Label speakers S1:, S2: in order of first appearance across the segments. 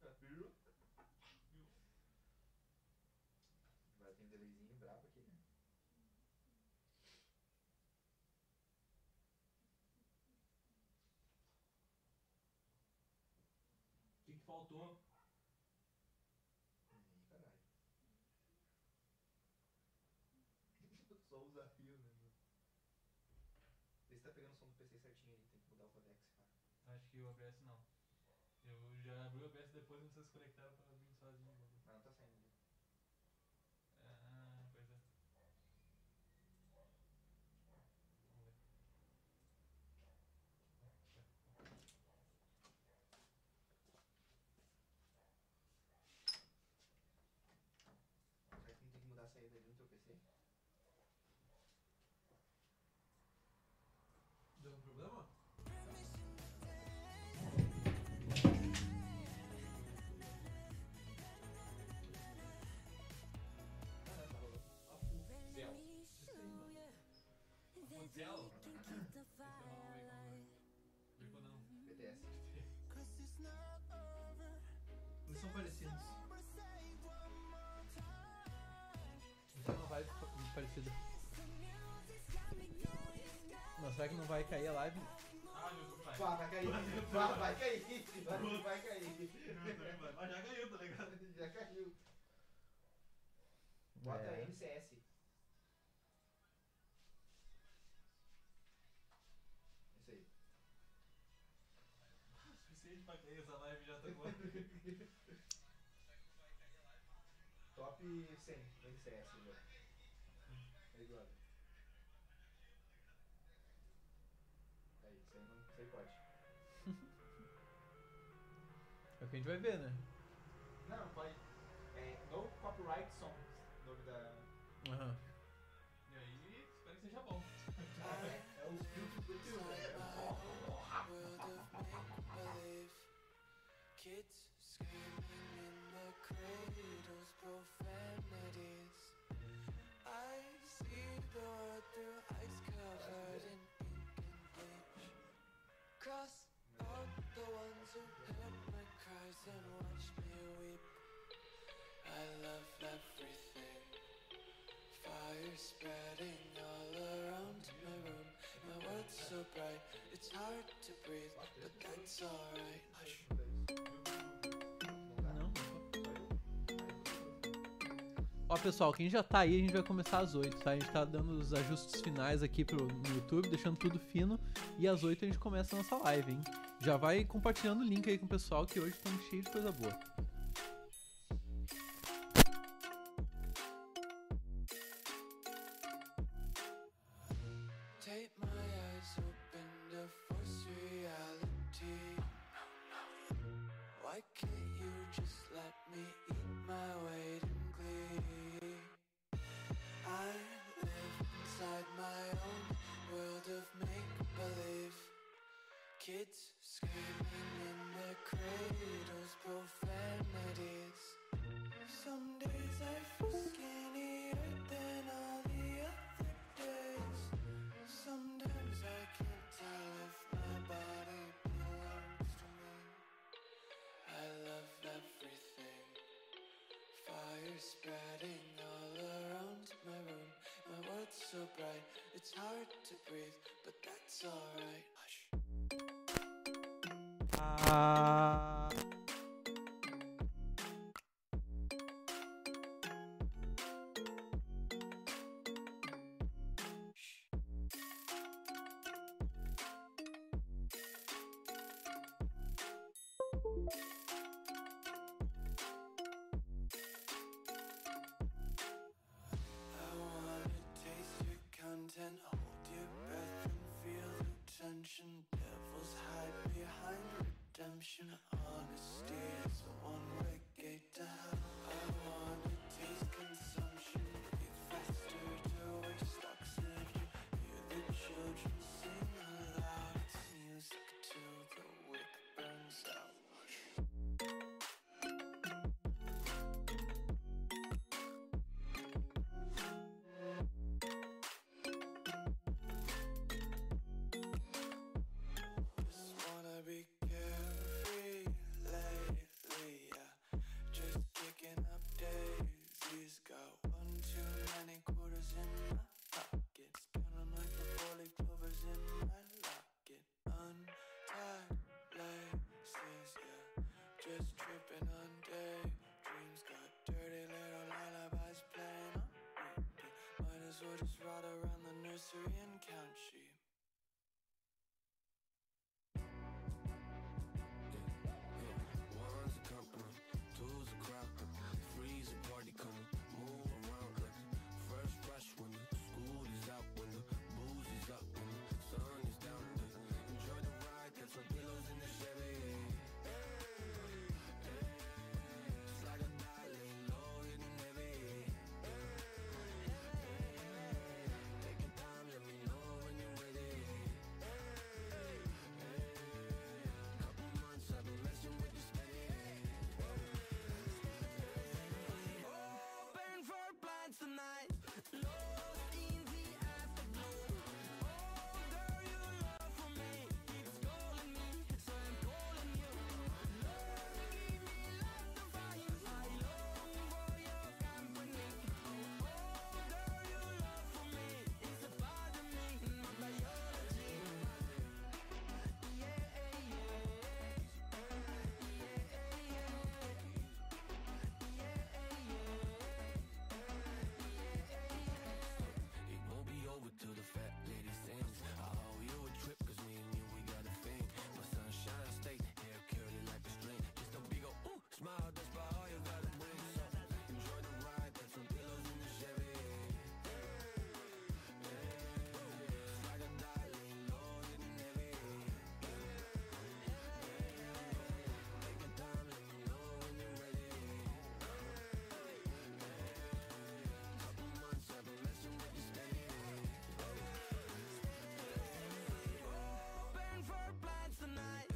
S1: deliveryzinho um brabo aqui, né?
S2: O que, que faltou?
S1: Ih, caralho. Só usa fio, né? meu? Vê se tá pegando o som do PC certinho aí, tem que mudar o codex, cara.
S3: Acho que o OBS não. Eu já abri o OBS depois e vocês conectaram pra vir sozinho. né?
S1: Mas não tá saindo. viu?
S3: Ah, pois é. Vamos ver.
S1: Será que não tem que mudar a saída ali no teu PC?
S4: Deu um problema?
S1: Ah, não, tá rolando.
S2: Zéu.
S3: Zéu? é. Vem quando não.
S1: BTS.
S4: Eles são parecidos. Então não vai parecida. Mas será que não vai cair a live?
S3: Ah, o YouTube vai.
S1: Pá, vai cair. Pá, vai cair. Vai, vai cair.
S3: O YouTube vai. Mas já ganhou, tá ligado?
S1: Já caiu. Bota
S4: É.
S1: NCS. Isso aí.
S3: O suficiente pra cair essa live já tá com.
S1: Top 100 do NCS, velho. assim, né? Aí do lado. Aí, isso aí não. Isso aí pode.
S4: É o que a gente vai ver, né?
S1: Não, pode. É No Copyright Songs, o nome da.
S4: Aham.
S3: E aí, espero que seja bom.
S1: Ah, é, é os filtros do tio, né?
S5: Kids screaming in the cradles, profanities. I see the world through ice covered in ink and bleach. Cross out the ones who heard my cries and watched me weep. I love everything. Fire spreading all around my room. My world's so bright, it's hard to breathe, but that's alright. Hush.
S4: Não. Ó, pessoal, quem já tá aí, a gente vai começar às 8, tá? A gente tá dando os ajustes finais aqui pro, no YouTube, deixando tudo fino. E às 8 a gente começa a nossa live, hein? Já vai compartilhando o link aí com o pessoal, que hoje estamos cheio de coisa boa.
S5: Take my eyes open to force reality. Why can't you just let me eat my weight in glee? I live inside my own world of make believe. Kids screaming in their cradles, profanities. Some days I feel skinnier than all the other days. Sometimes I can't tell if my body belongs to me. I love everything. Fire spreading all around my room. My world's so bright, it's hard to breathe, but that's alright. Hush. I wanna taste your content, hold your breath and feel the tension. Devils hide behind redemption. or just ride around the nursery and count sheep. One's a company, two's a cropper, three's a party coming, move around like first rush when the school is out, when the booze is up, when the sun is down. like, Enjoy the ride, got some pillows in the Chevy. Hey, hey, slide or die, lay low, hitting heavy. Hey, hey, take your time, let me know when you're ready. Hey, hey, couple months I've been messing with this steady. Open for plans tonight. Lost in the afterglow. Oh, girl, you love for me. Keeps calling me, so I'm calling you. Love, give me life to find. I long for your company. Oh, girl, you love for me. It's a part of me, my biology. Yeah, yeah, yeah. It won't be over till the fat lady sings. I owe you a trip, cause me and you, we got a thing. My sunshine state, hair curly like a string. Just a big ol' ooh, smile, that's about all you gotta bring. So enjoy the ride, got some pillows in the Chevy. Slide or die, lay low, hitting heavy. Take your time, let me know when you're ready. Couple months I've been messing with this lady. Open for plans tonight.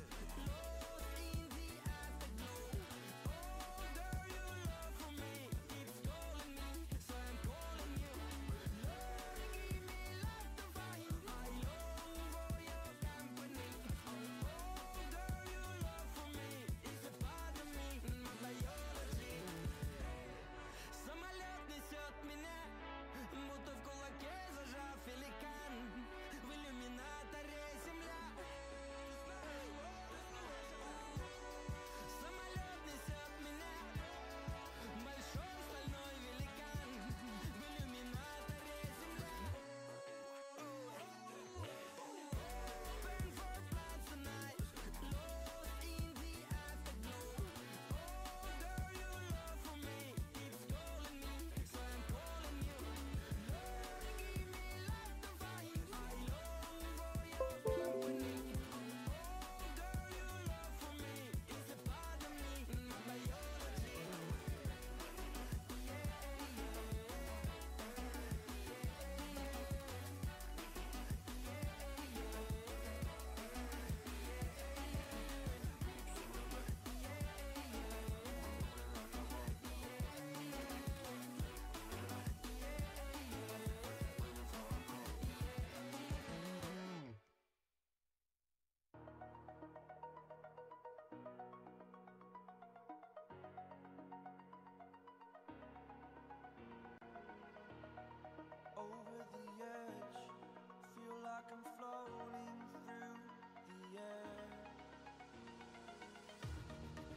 S5: Lost in the afterglow. Oh, girl, you love for me. Keeps calling me, so I'm calling you. Love, give me life to find. I long for your company. Oh, girl, you love for me. It's a part of me, my biology. Самолет несет меня Будто в кулаке зажав великан В иллюминаторе земля Самолет несет меня Большой стальной великан В иллюминаторе земля Burn for plans tonight Lost in the afterglow Girl, you love for me, keeps calling me, so I'm calling you. Love, give me life to find. I long for your company. Oh, girl, you love for me, it's a part of me, my biology. Over the edge, feel like I'm floating through the air.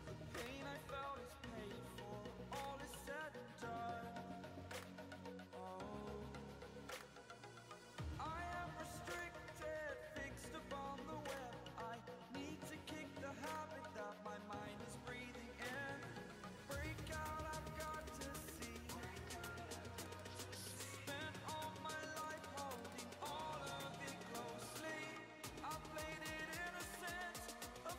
S5: The pain I felt is paid for, all is said and done. Oh, I am restricted, fixed upon the web. I need to kick the habit that my mind is breathing in. Break out, I've got to see. Spent all my life holding all of it closely. I played it innocent. Oh,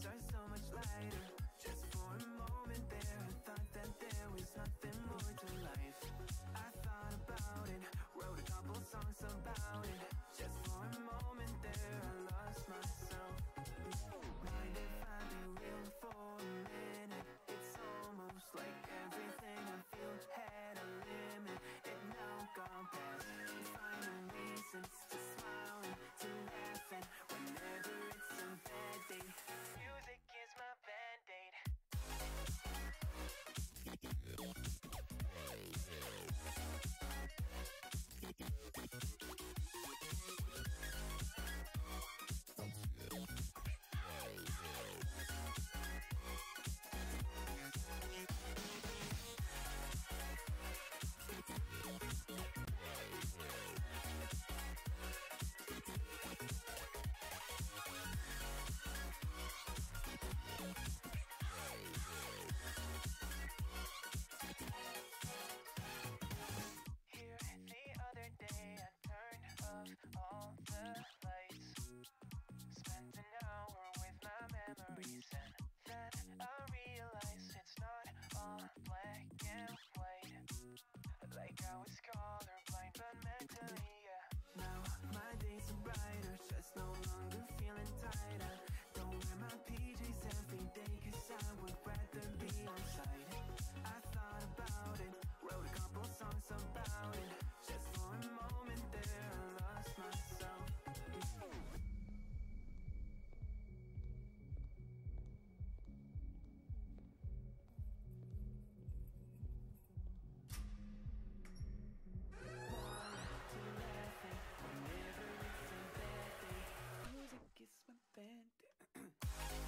S5: lighter. Just for a moment there, I thought that there was nothing more to life. I thought about it, wrote a couple songs about it. Just for a moment there, I lost myself. Mind if I be real for a minute? It's almost like everything I feel had a limit. It now gone past. Finding reasons to smile and to laugh at whenever it's a bad day. Music is my band-aid. Here the other day I turned off all the lights. Spent an hour with my memories and then I realized it's not all black and white. Like I was colorblind but mentally, yeah. Now my days are brighter, just no longer feeling tighter. Don't wear my PJs every day cause I would rather be on site. I thought about it, wrote a couple songs about it. Just for a moment there, I lost myself. To laughing whenever it's a bad day. Music is my band.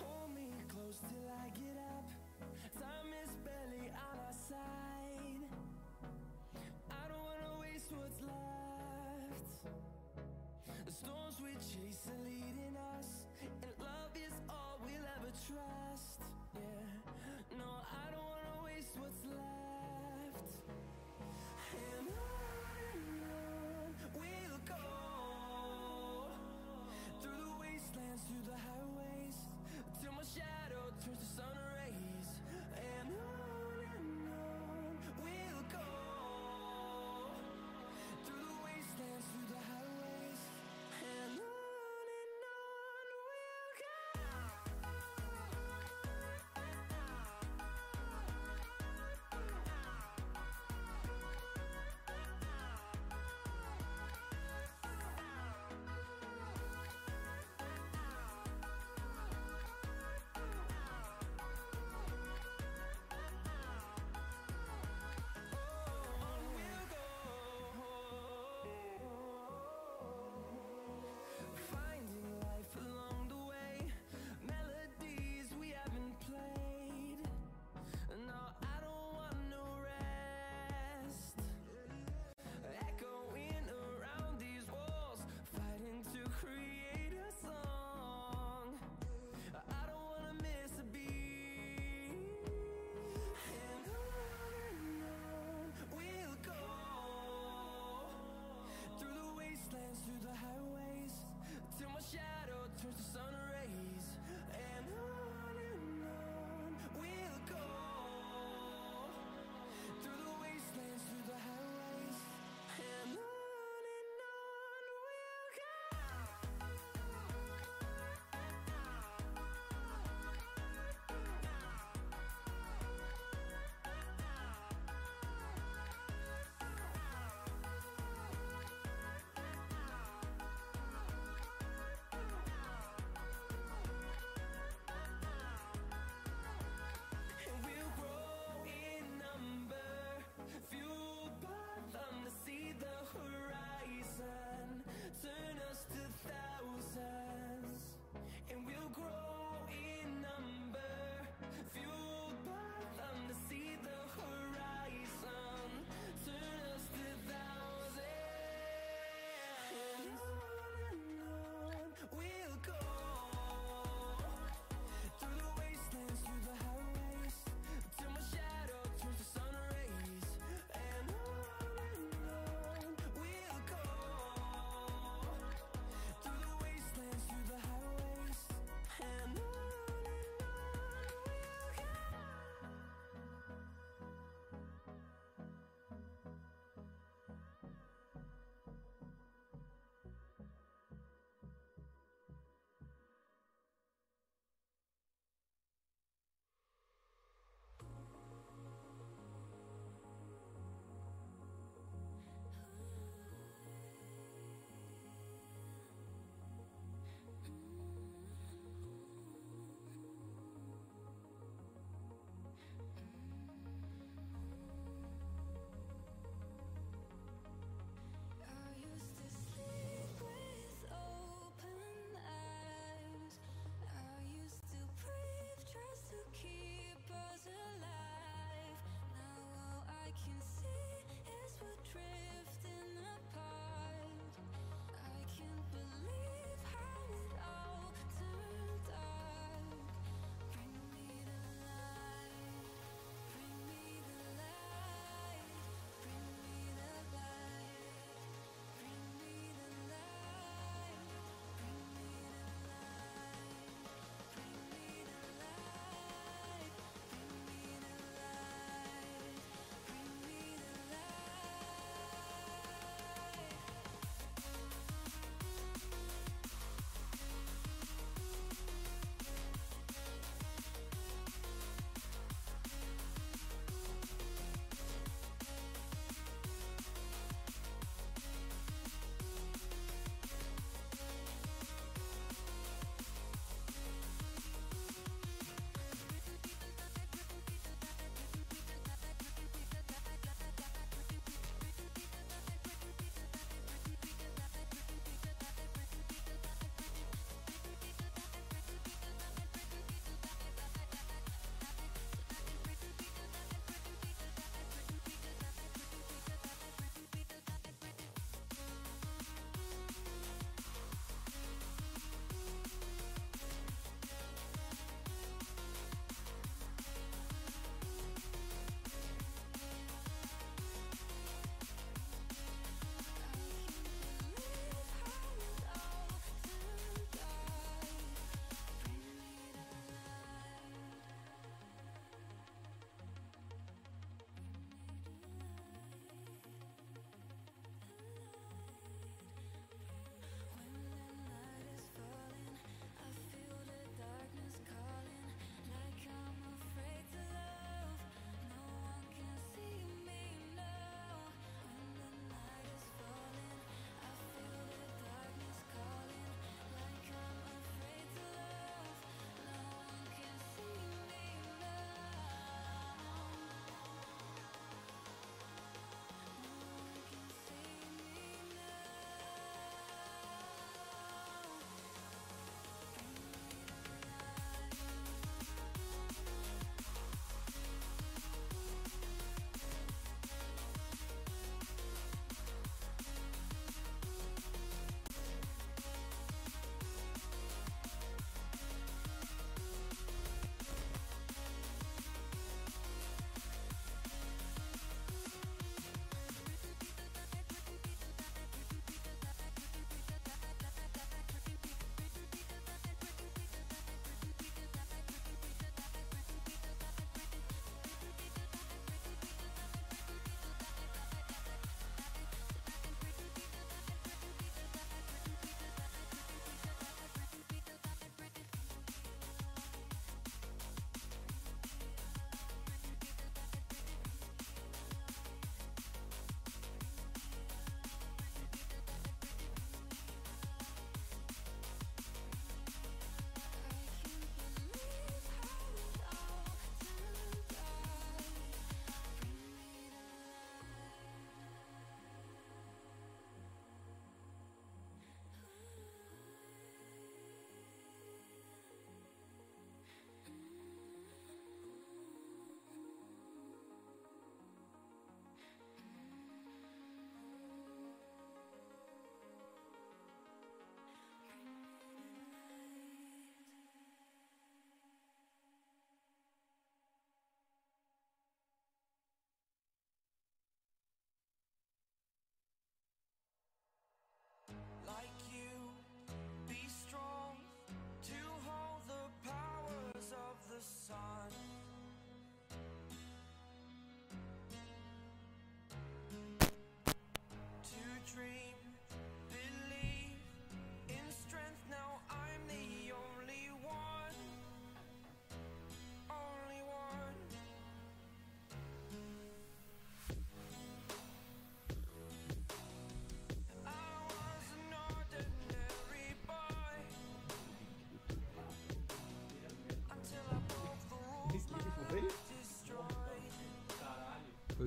S5: Hold me close till I get up. Time is barely on our side. I don't wanna waste what's left. The storms we chase are leading us, and love is all we'll ever trust. Yeah, no, I don't wanna waste what's left. And on we'll go through the wastelands, through the highways, till my shadow turns to sun rays. And on and on we'll go through the wastelands, through the highways, and on and on we'll go.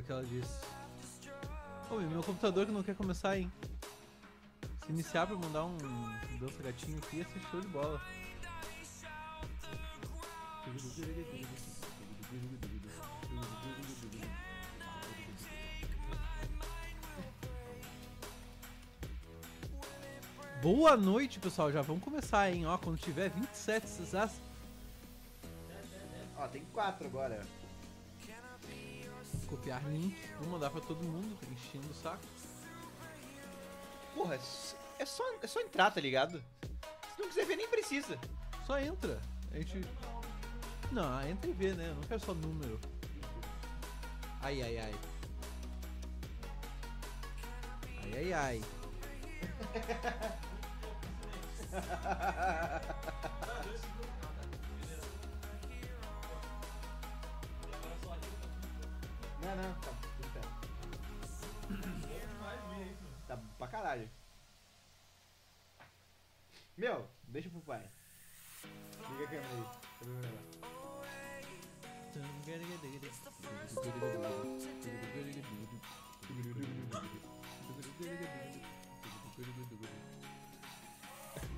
S4: que ela disse. Ô, meu, meu computador que não quer começar, hein? Se iniciar pra eu mandar um dança gatinho aqui, ia ser show de bola. Boa noite, pessoal. Já vamos começar, hein? Ó, quando tiver 27, vocês as-
S1: Ó, tem quatro agora.
S4: copiar link, vou mandar pra todo mundo, enchendo o saco.
S1: Porra, é s- é só, é só entrar, tá ligado? Se não quiser ver, nem precisa.
S4: Só entra. A gente. Não, entra e vê, né? Eu não quero só número. Ai, ai, ai. Ai, ai, ai.
S1: Não, não, tá tudo certo. Tá pra caralho. Meu, deixa pro pai. Liga a câmera aí. Deixa eu ver o negócio.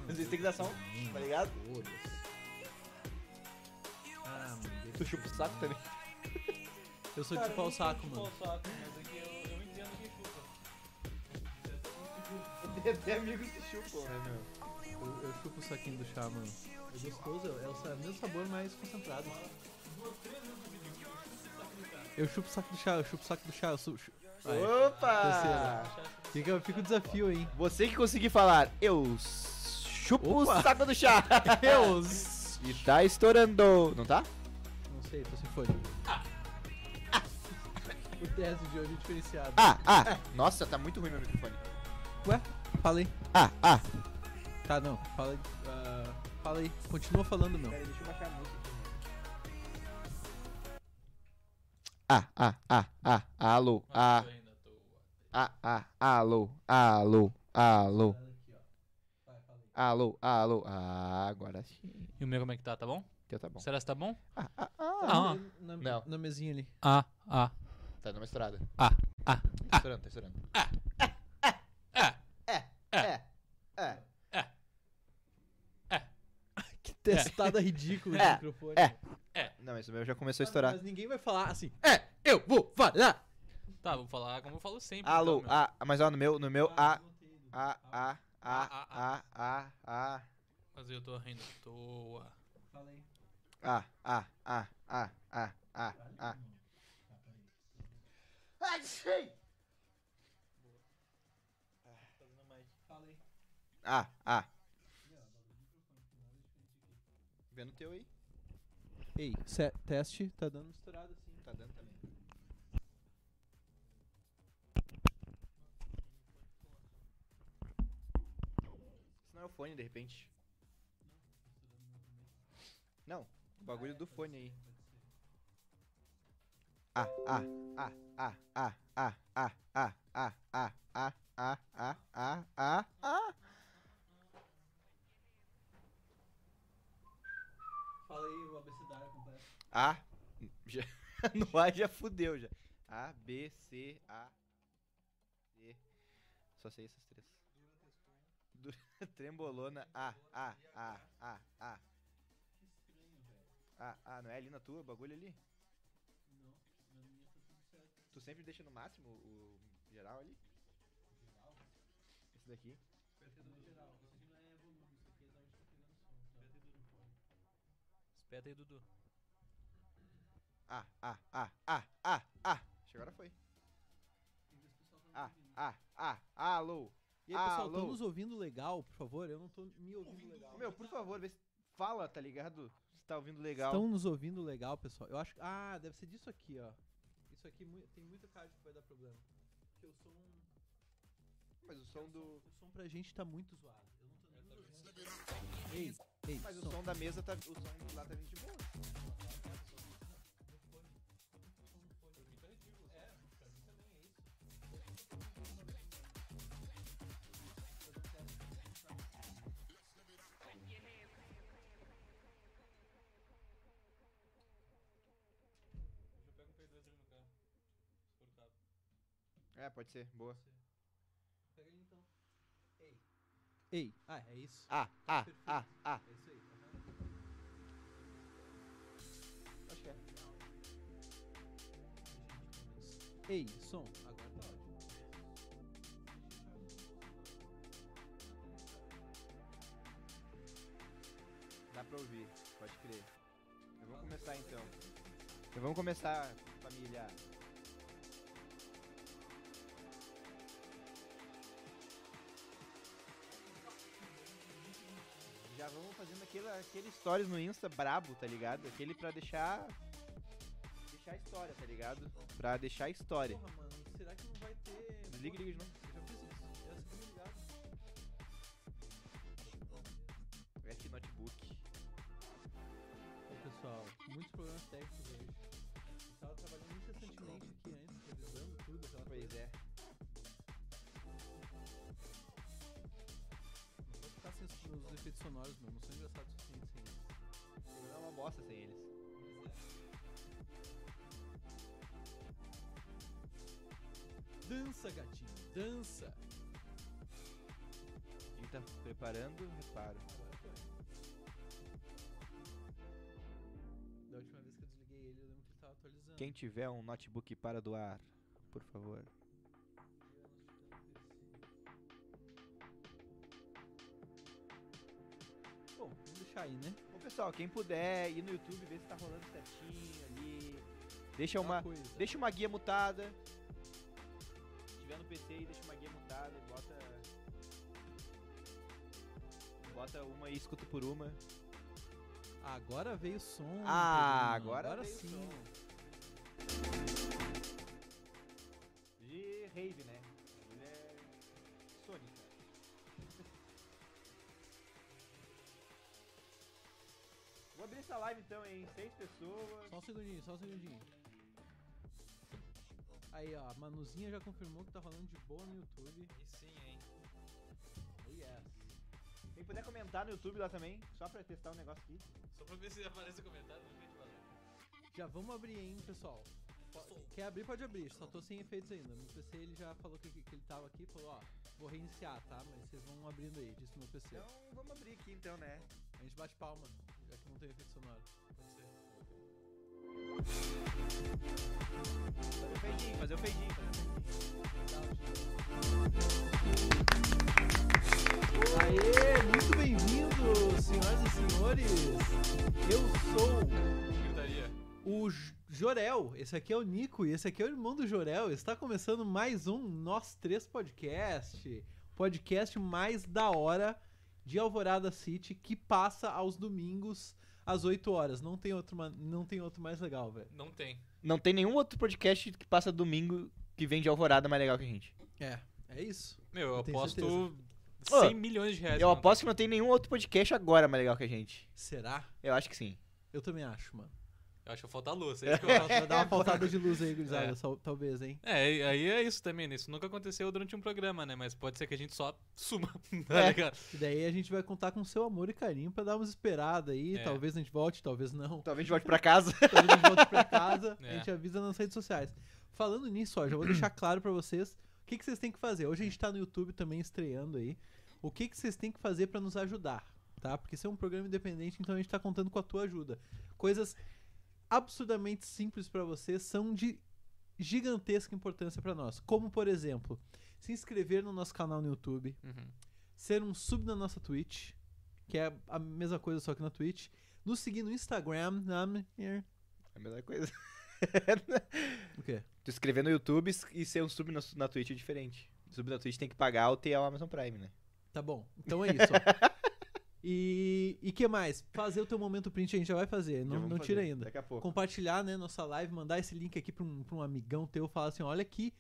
S1: Às vezes tem que dar som, tá ligado?
S4: Ah, mano,
S1: Tu chupa o saco também.
S4: eu sou de chupar o saco, mano.
S6: mas é que eu, eu entendo quem chupa. Eu tô com tipo,
S1: Tem até amigos que chupam, né, meu?
S4: Eu, eu chupo o saquinho do chá, mano. É gostoso, é o sa- mesmo sabor mais concentrado. Eu chupo o saco do chá, eu chupo o saco do chá, eu su- chu- Aí,
S1: Ah. Opa!
S4: fica, fica o desafio, hein?
S1: Você que conseguir falar, eu chupo
S4: Opa!
S1: o saco do chá.
S4: Deus!
S1: E tá estourando. Não tá?
S4: Não sei, tô sem folha. O teste de hoje é diferenciado.
S1: Ah, ah. Nossa, tá muito ruim meu microfone.
S4: Ué, fala aí.
S1: Ah, ah.
S4: Tá, não, fala aí. ah, fala aí, continua falando, meu.
S1: Peraí, deixa eu baixar a música aqui, mano. Ah, ah, ah, ah, alô, ah,
S6: eu ainda tô.
S1: ah, ah, alô, alô, alô, alô, alô, ah, agora sim,
S6: E o meu como é que tá? Tá bom?
S1: teu tá bom.
S6: Será que tá bom?
S1: Ah, ah, ah,
S6: Ah,
S4: Tá Na,
S1: Não.
S4: na mesinha ali.
S6: ah, ah.
S1: tá dando uma estourada.
S6: Ah, ah,
S1: Tá estourando, tá estourando.
S6: ah.
S1: É, é, é,
S4: Que testada ridícula de
S1: É.
S4: microfone.
S1: É. não, esse meu já começou a estourar.
S4: Mas ninguém vai falar assim.
S1: É, eu vou falar.
S6: Tá, vou falar como eu falo sempre.
S1: Alô,
S6: então, meu. Tá
S1: ah, mas ó, no meu, no meu, ah, ah, ah, ah,
S6: Ah,
S1: ah, ah, ah.
S6: Mas eu tô rindo à toa.
S1: Ah, ah, ah, ah, ah, ah, ah. Ai, sei! Ah, ah. Vendo o teu aí?
S4: Ei, se- teste, tá dando estourado assim.
S1: Tá dando também. Isso não é o fone, de repente. Não, o bagulho do fone aí. Ah, ah, ah, ah, ah, ah, ah, ah, ah, ah, ah, ah, ah, ah, ah, ah.
S4: Fala aí o abecedário completo.
S1: Ah, já, no ar já fudeu já. A, B, C, A, D. Só sei essas três. Du- Trembolona, A, A, A, A, A. Ah, ah, não é ali na tua, o bagulho ali? Tu sempre deixa no máximo o o geral ali? Esse daqui?
S6: Espeta aí, Dudu.
S1: Ah, ah, ah, ah, ah, ah. Acho que agora foi. Ah, ah, ah, alô.
S4: E aí, pessoal,
S1: Alô.
S4: estão nos ouvindo legal, por favor? Eu não tô me ouvindo legal.
S1: Meu, por favor, vê se fala, tá ligado? Se tá ouvindo legal.
S4: Estão nos ouvindo legal, pessoal. Eu acho que. Ah, deve ser disso aqui, ó. Isso aqui mui- tem muita cara de que vai dar problema. Porque o som.
S1: Mas o som do.
S4: O som pra gente tá muito zoado. Eu não tô nem. me ouvindo. Ei, ei,
S1: Mas o
S4: som.
S1: som da mesa tá. O som de lá tá vindo de boa.
S6: Eu pego um P2 ali no carro. Se for o cabo.
S1: É, pode ser. Boa.
S7: Pega ele então. Ei,
S4: Ei, ah, é isso.
S1: Ah, ah, ah, ah.
S4: É isso aí.
S1: Acho que é.
S4: Ei, som. Agora tá ótimo.
S1: Dá pra ouvir, pode crer. Então vamos começar então. Então vamos começar, família. Já vamos fazendo aquele, aquele stories no Insta brabo, tá ligado? Aquele pra deixar. Deixar história, tá ligado? Pra deixar história.
S4: Porra, mano, será que não vai ter.
S1: Desliga, liga de novo.
S4: Eu já fiz isso. Eu já fiquei ligado.
S1: Esse É notebook.
S4: Ô, pessoal, muitos problemas técnicos hoje. Eu tava trabalhando incessantemente aqui antes, revisando tudo, aquela coisa.
S1: Pois é.
S4: Não pode ficar sem os- os efeitos sonoros, meu. Não sou engraçado o suficiente sem isso.
S1: Não é uma bosta sem eles.
S4: Dança, gatinho, dança!
S1: Quem tá preparando, reparo.
S4: Agora foi. Da última vez que eu desliguei ele, eu lembro que ele tava atualizando.
S1: Quem tiver um notebook para doar, por favor.
S4: Bom, vamos deixar aí, né?
S1: Bom, pessoal, quem puder ir no YouTube, ver se tá rolando certinho ali. Deixa
S4: Aquela
S1: uma,
S4: coisa.
S1: deixa uma guia mutada. Se tiver no PC aí, deixa uma guia mutada e bota. Bota uma e escuta por uma.
S4: Agora veio o som.
S1: Ah,
S4: Pedrinho,
S1: agora veio o
S4: sim.
S1: De rave, né? Ele é. Sônica. Vou abrir essa live então, hein? Seis pessoas.
S4: Só um segundinho, só um segundinho. Aí, ó, a Manuzinha já confirmou que tá rolando de boa no YouTube.
S6: E sim, hein?
S4: Oh, yes.
S1: Quem puder comentar no YouTube lá também, só pra testar o negócio aqui.
S6: Só pra ver se aparece o comentário no vídeo, valeu.
S4: Já vamos abrir, hein, pessoal. Po- Quer abrir, pode abrir. Só tô sem efeitos ainda. Meu PC ele já falou que, que ele tava aqui, falou, ó, vou reiniciar, tá? Mas vocês vão abrindo aí, disse meu PC.
S1: Então vamos abrir aqui então, né?
S4: A gente bate palma, já que não tem efeito sonoro.
S6: Pode ser.
S1: Fazer o feijinho, fazer o feijinho.
S4: Aê, É, muito bem-vindo, senhoras e senhores. Eu sou
S6: Gritaria.
S4: o J- Jorel. Esse aqui é o Nico e esse aqui é o irmão do Jorel. Está começando mais um Nós Três Podcast. Podcast mais da hora de Alvorada City que passa aos domingos às 8 horas. Não tem outro, ma- não tem outro mais legal, velho.
S6: Não tem.
S1: Não tem nenhum outro podcast que passa domingo que vem de alvorada mais legal que a gente.
S4: É, é isso.
S6: Meu, eu
S4: Eu tenho
S6: aposto
S1: Ô,
S6: 100 milhões de reais.
S1: Eu
S6: que não
S1: aposto que É, não tem nenhum outro podcast agora mais legal que a gente.
S4: Será?
S1: Eu acho que sim.
S4: Eu também acho, mano.
S6: tem. Eu acho que falta a luz. É, isso que eu acho.
S4: Vai dar uma faltada de luz aí, gurizada,
S6: É.
S4: só- talvez, hein?
S6: É, e aí é isso também, né? Isso nunca aconteceu durante um programa, né? Mas pode ser que a gente só suma, tá ligado?
S4: E daí a gente vai contar com seu amor e carinho pra dar umas esperadas aí.
S6: É.
S4: Talvez a gente volte, talvez não.
S1: Talvez a gente volte pra casa.
S4: Talvez a gente volte pra casa.
S6: É.
S4: A gente avisa nas redes sociais. Falando nisso, ó, já vou deixar claro pra vocês o que, que vocês têm que fazer. Hoje a gente tá no YouTube também estreando aí. O que, que vocês têm que fazer pra nos ajudar, tá? Porque isso é um programa independente, então a gente tá contando com a tua ajuda. Coisas absurdamente simples pra vocês são de gigantesca importância pra nós. Como, por exemplo, se inscrever no nosso canal no YouTube,
S6: Uhum.
S4: ser um sub na nossa Twitch, que é a mesma coisa só que na Twitch, nos seguir no Instagram, né?
S1: É a mesma coisa.
S4: o quê?
S1: tu escrever no YouTube e ser um sub na, na Twitch é diferente. Sub na Twitch tem que pagar o TL Amazon Prime, né?
S4: Tá bom, então é isso. ó. E e que mais? Fazer o teu momento print a gente já vai fazer,
S1: Já
S4: não,
S1: vamos
S4: não
S1: fazer,
S4: tira ainda.
S1: Daqui a pouco.
S4: Compartilhar, né, nossa live, mandar esse link aqui pra um, pra um amigão teu, falar assim, olha aqui,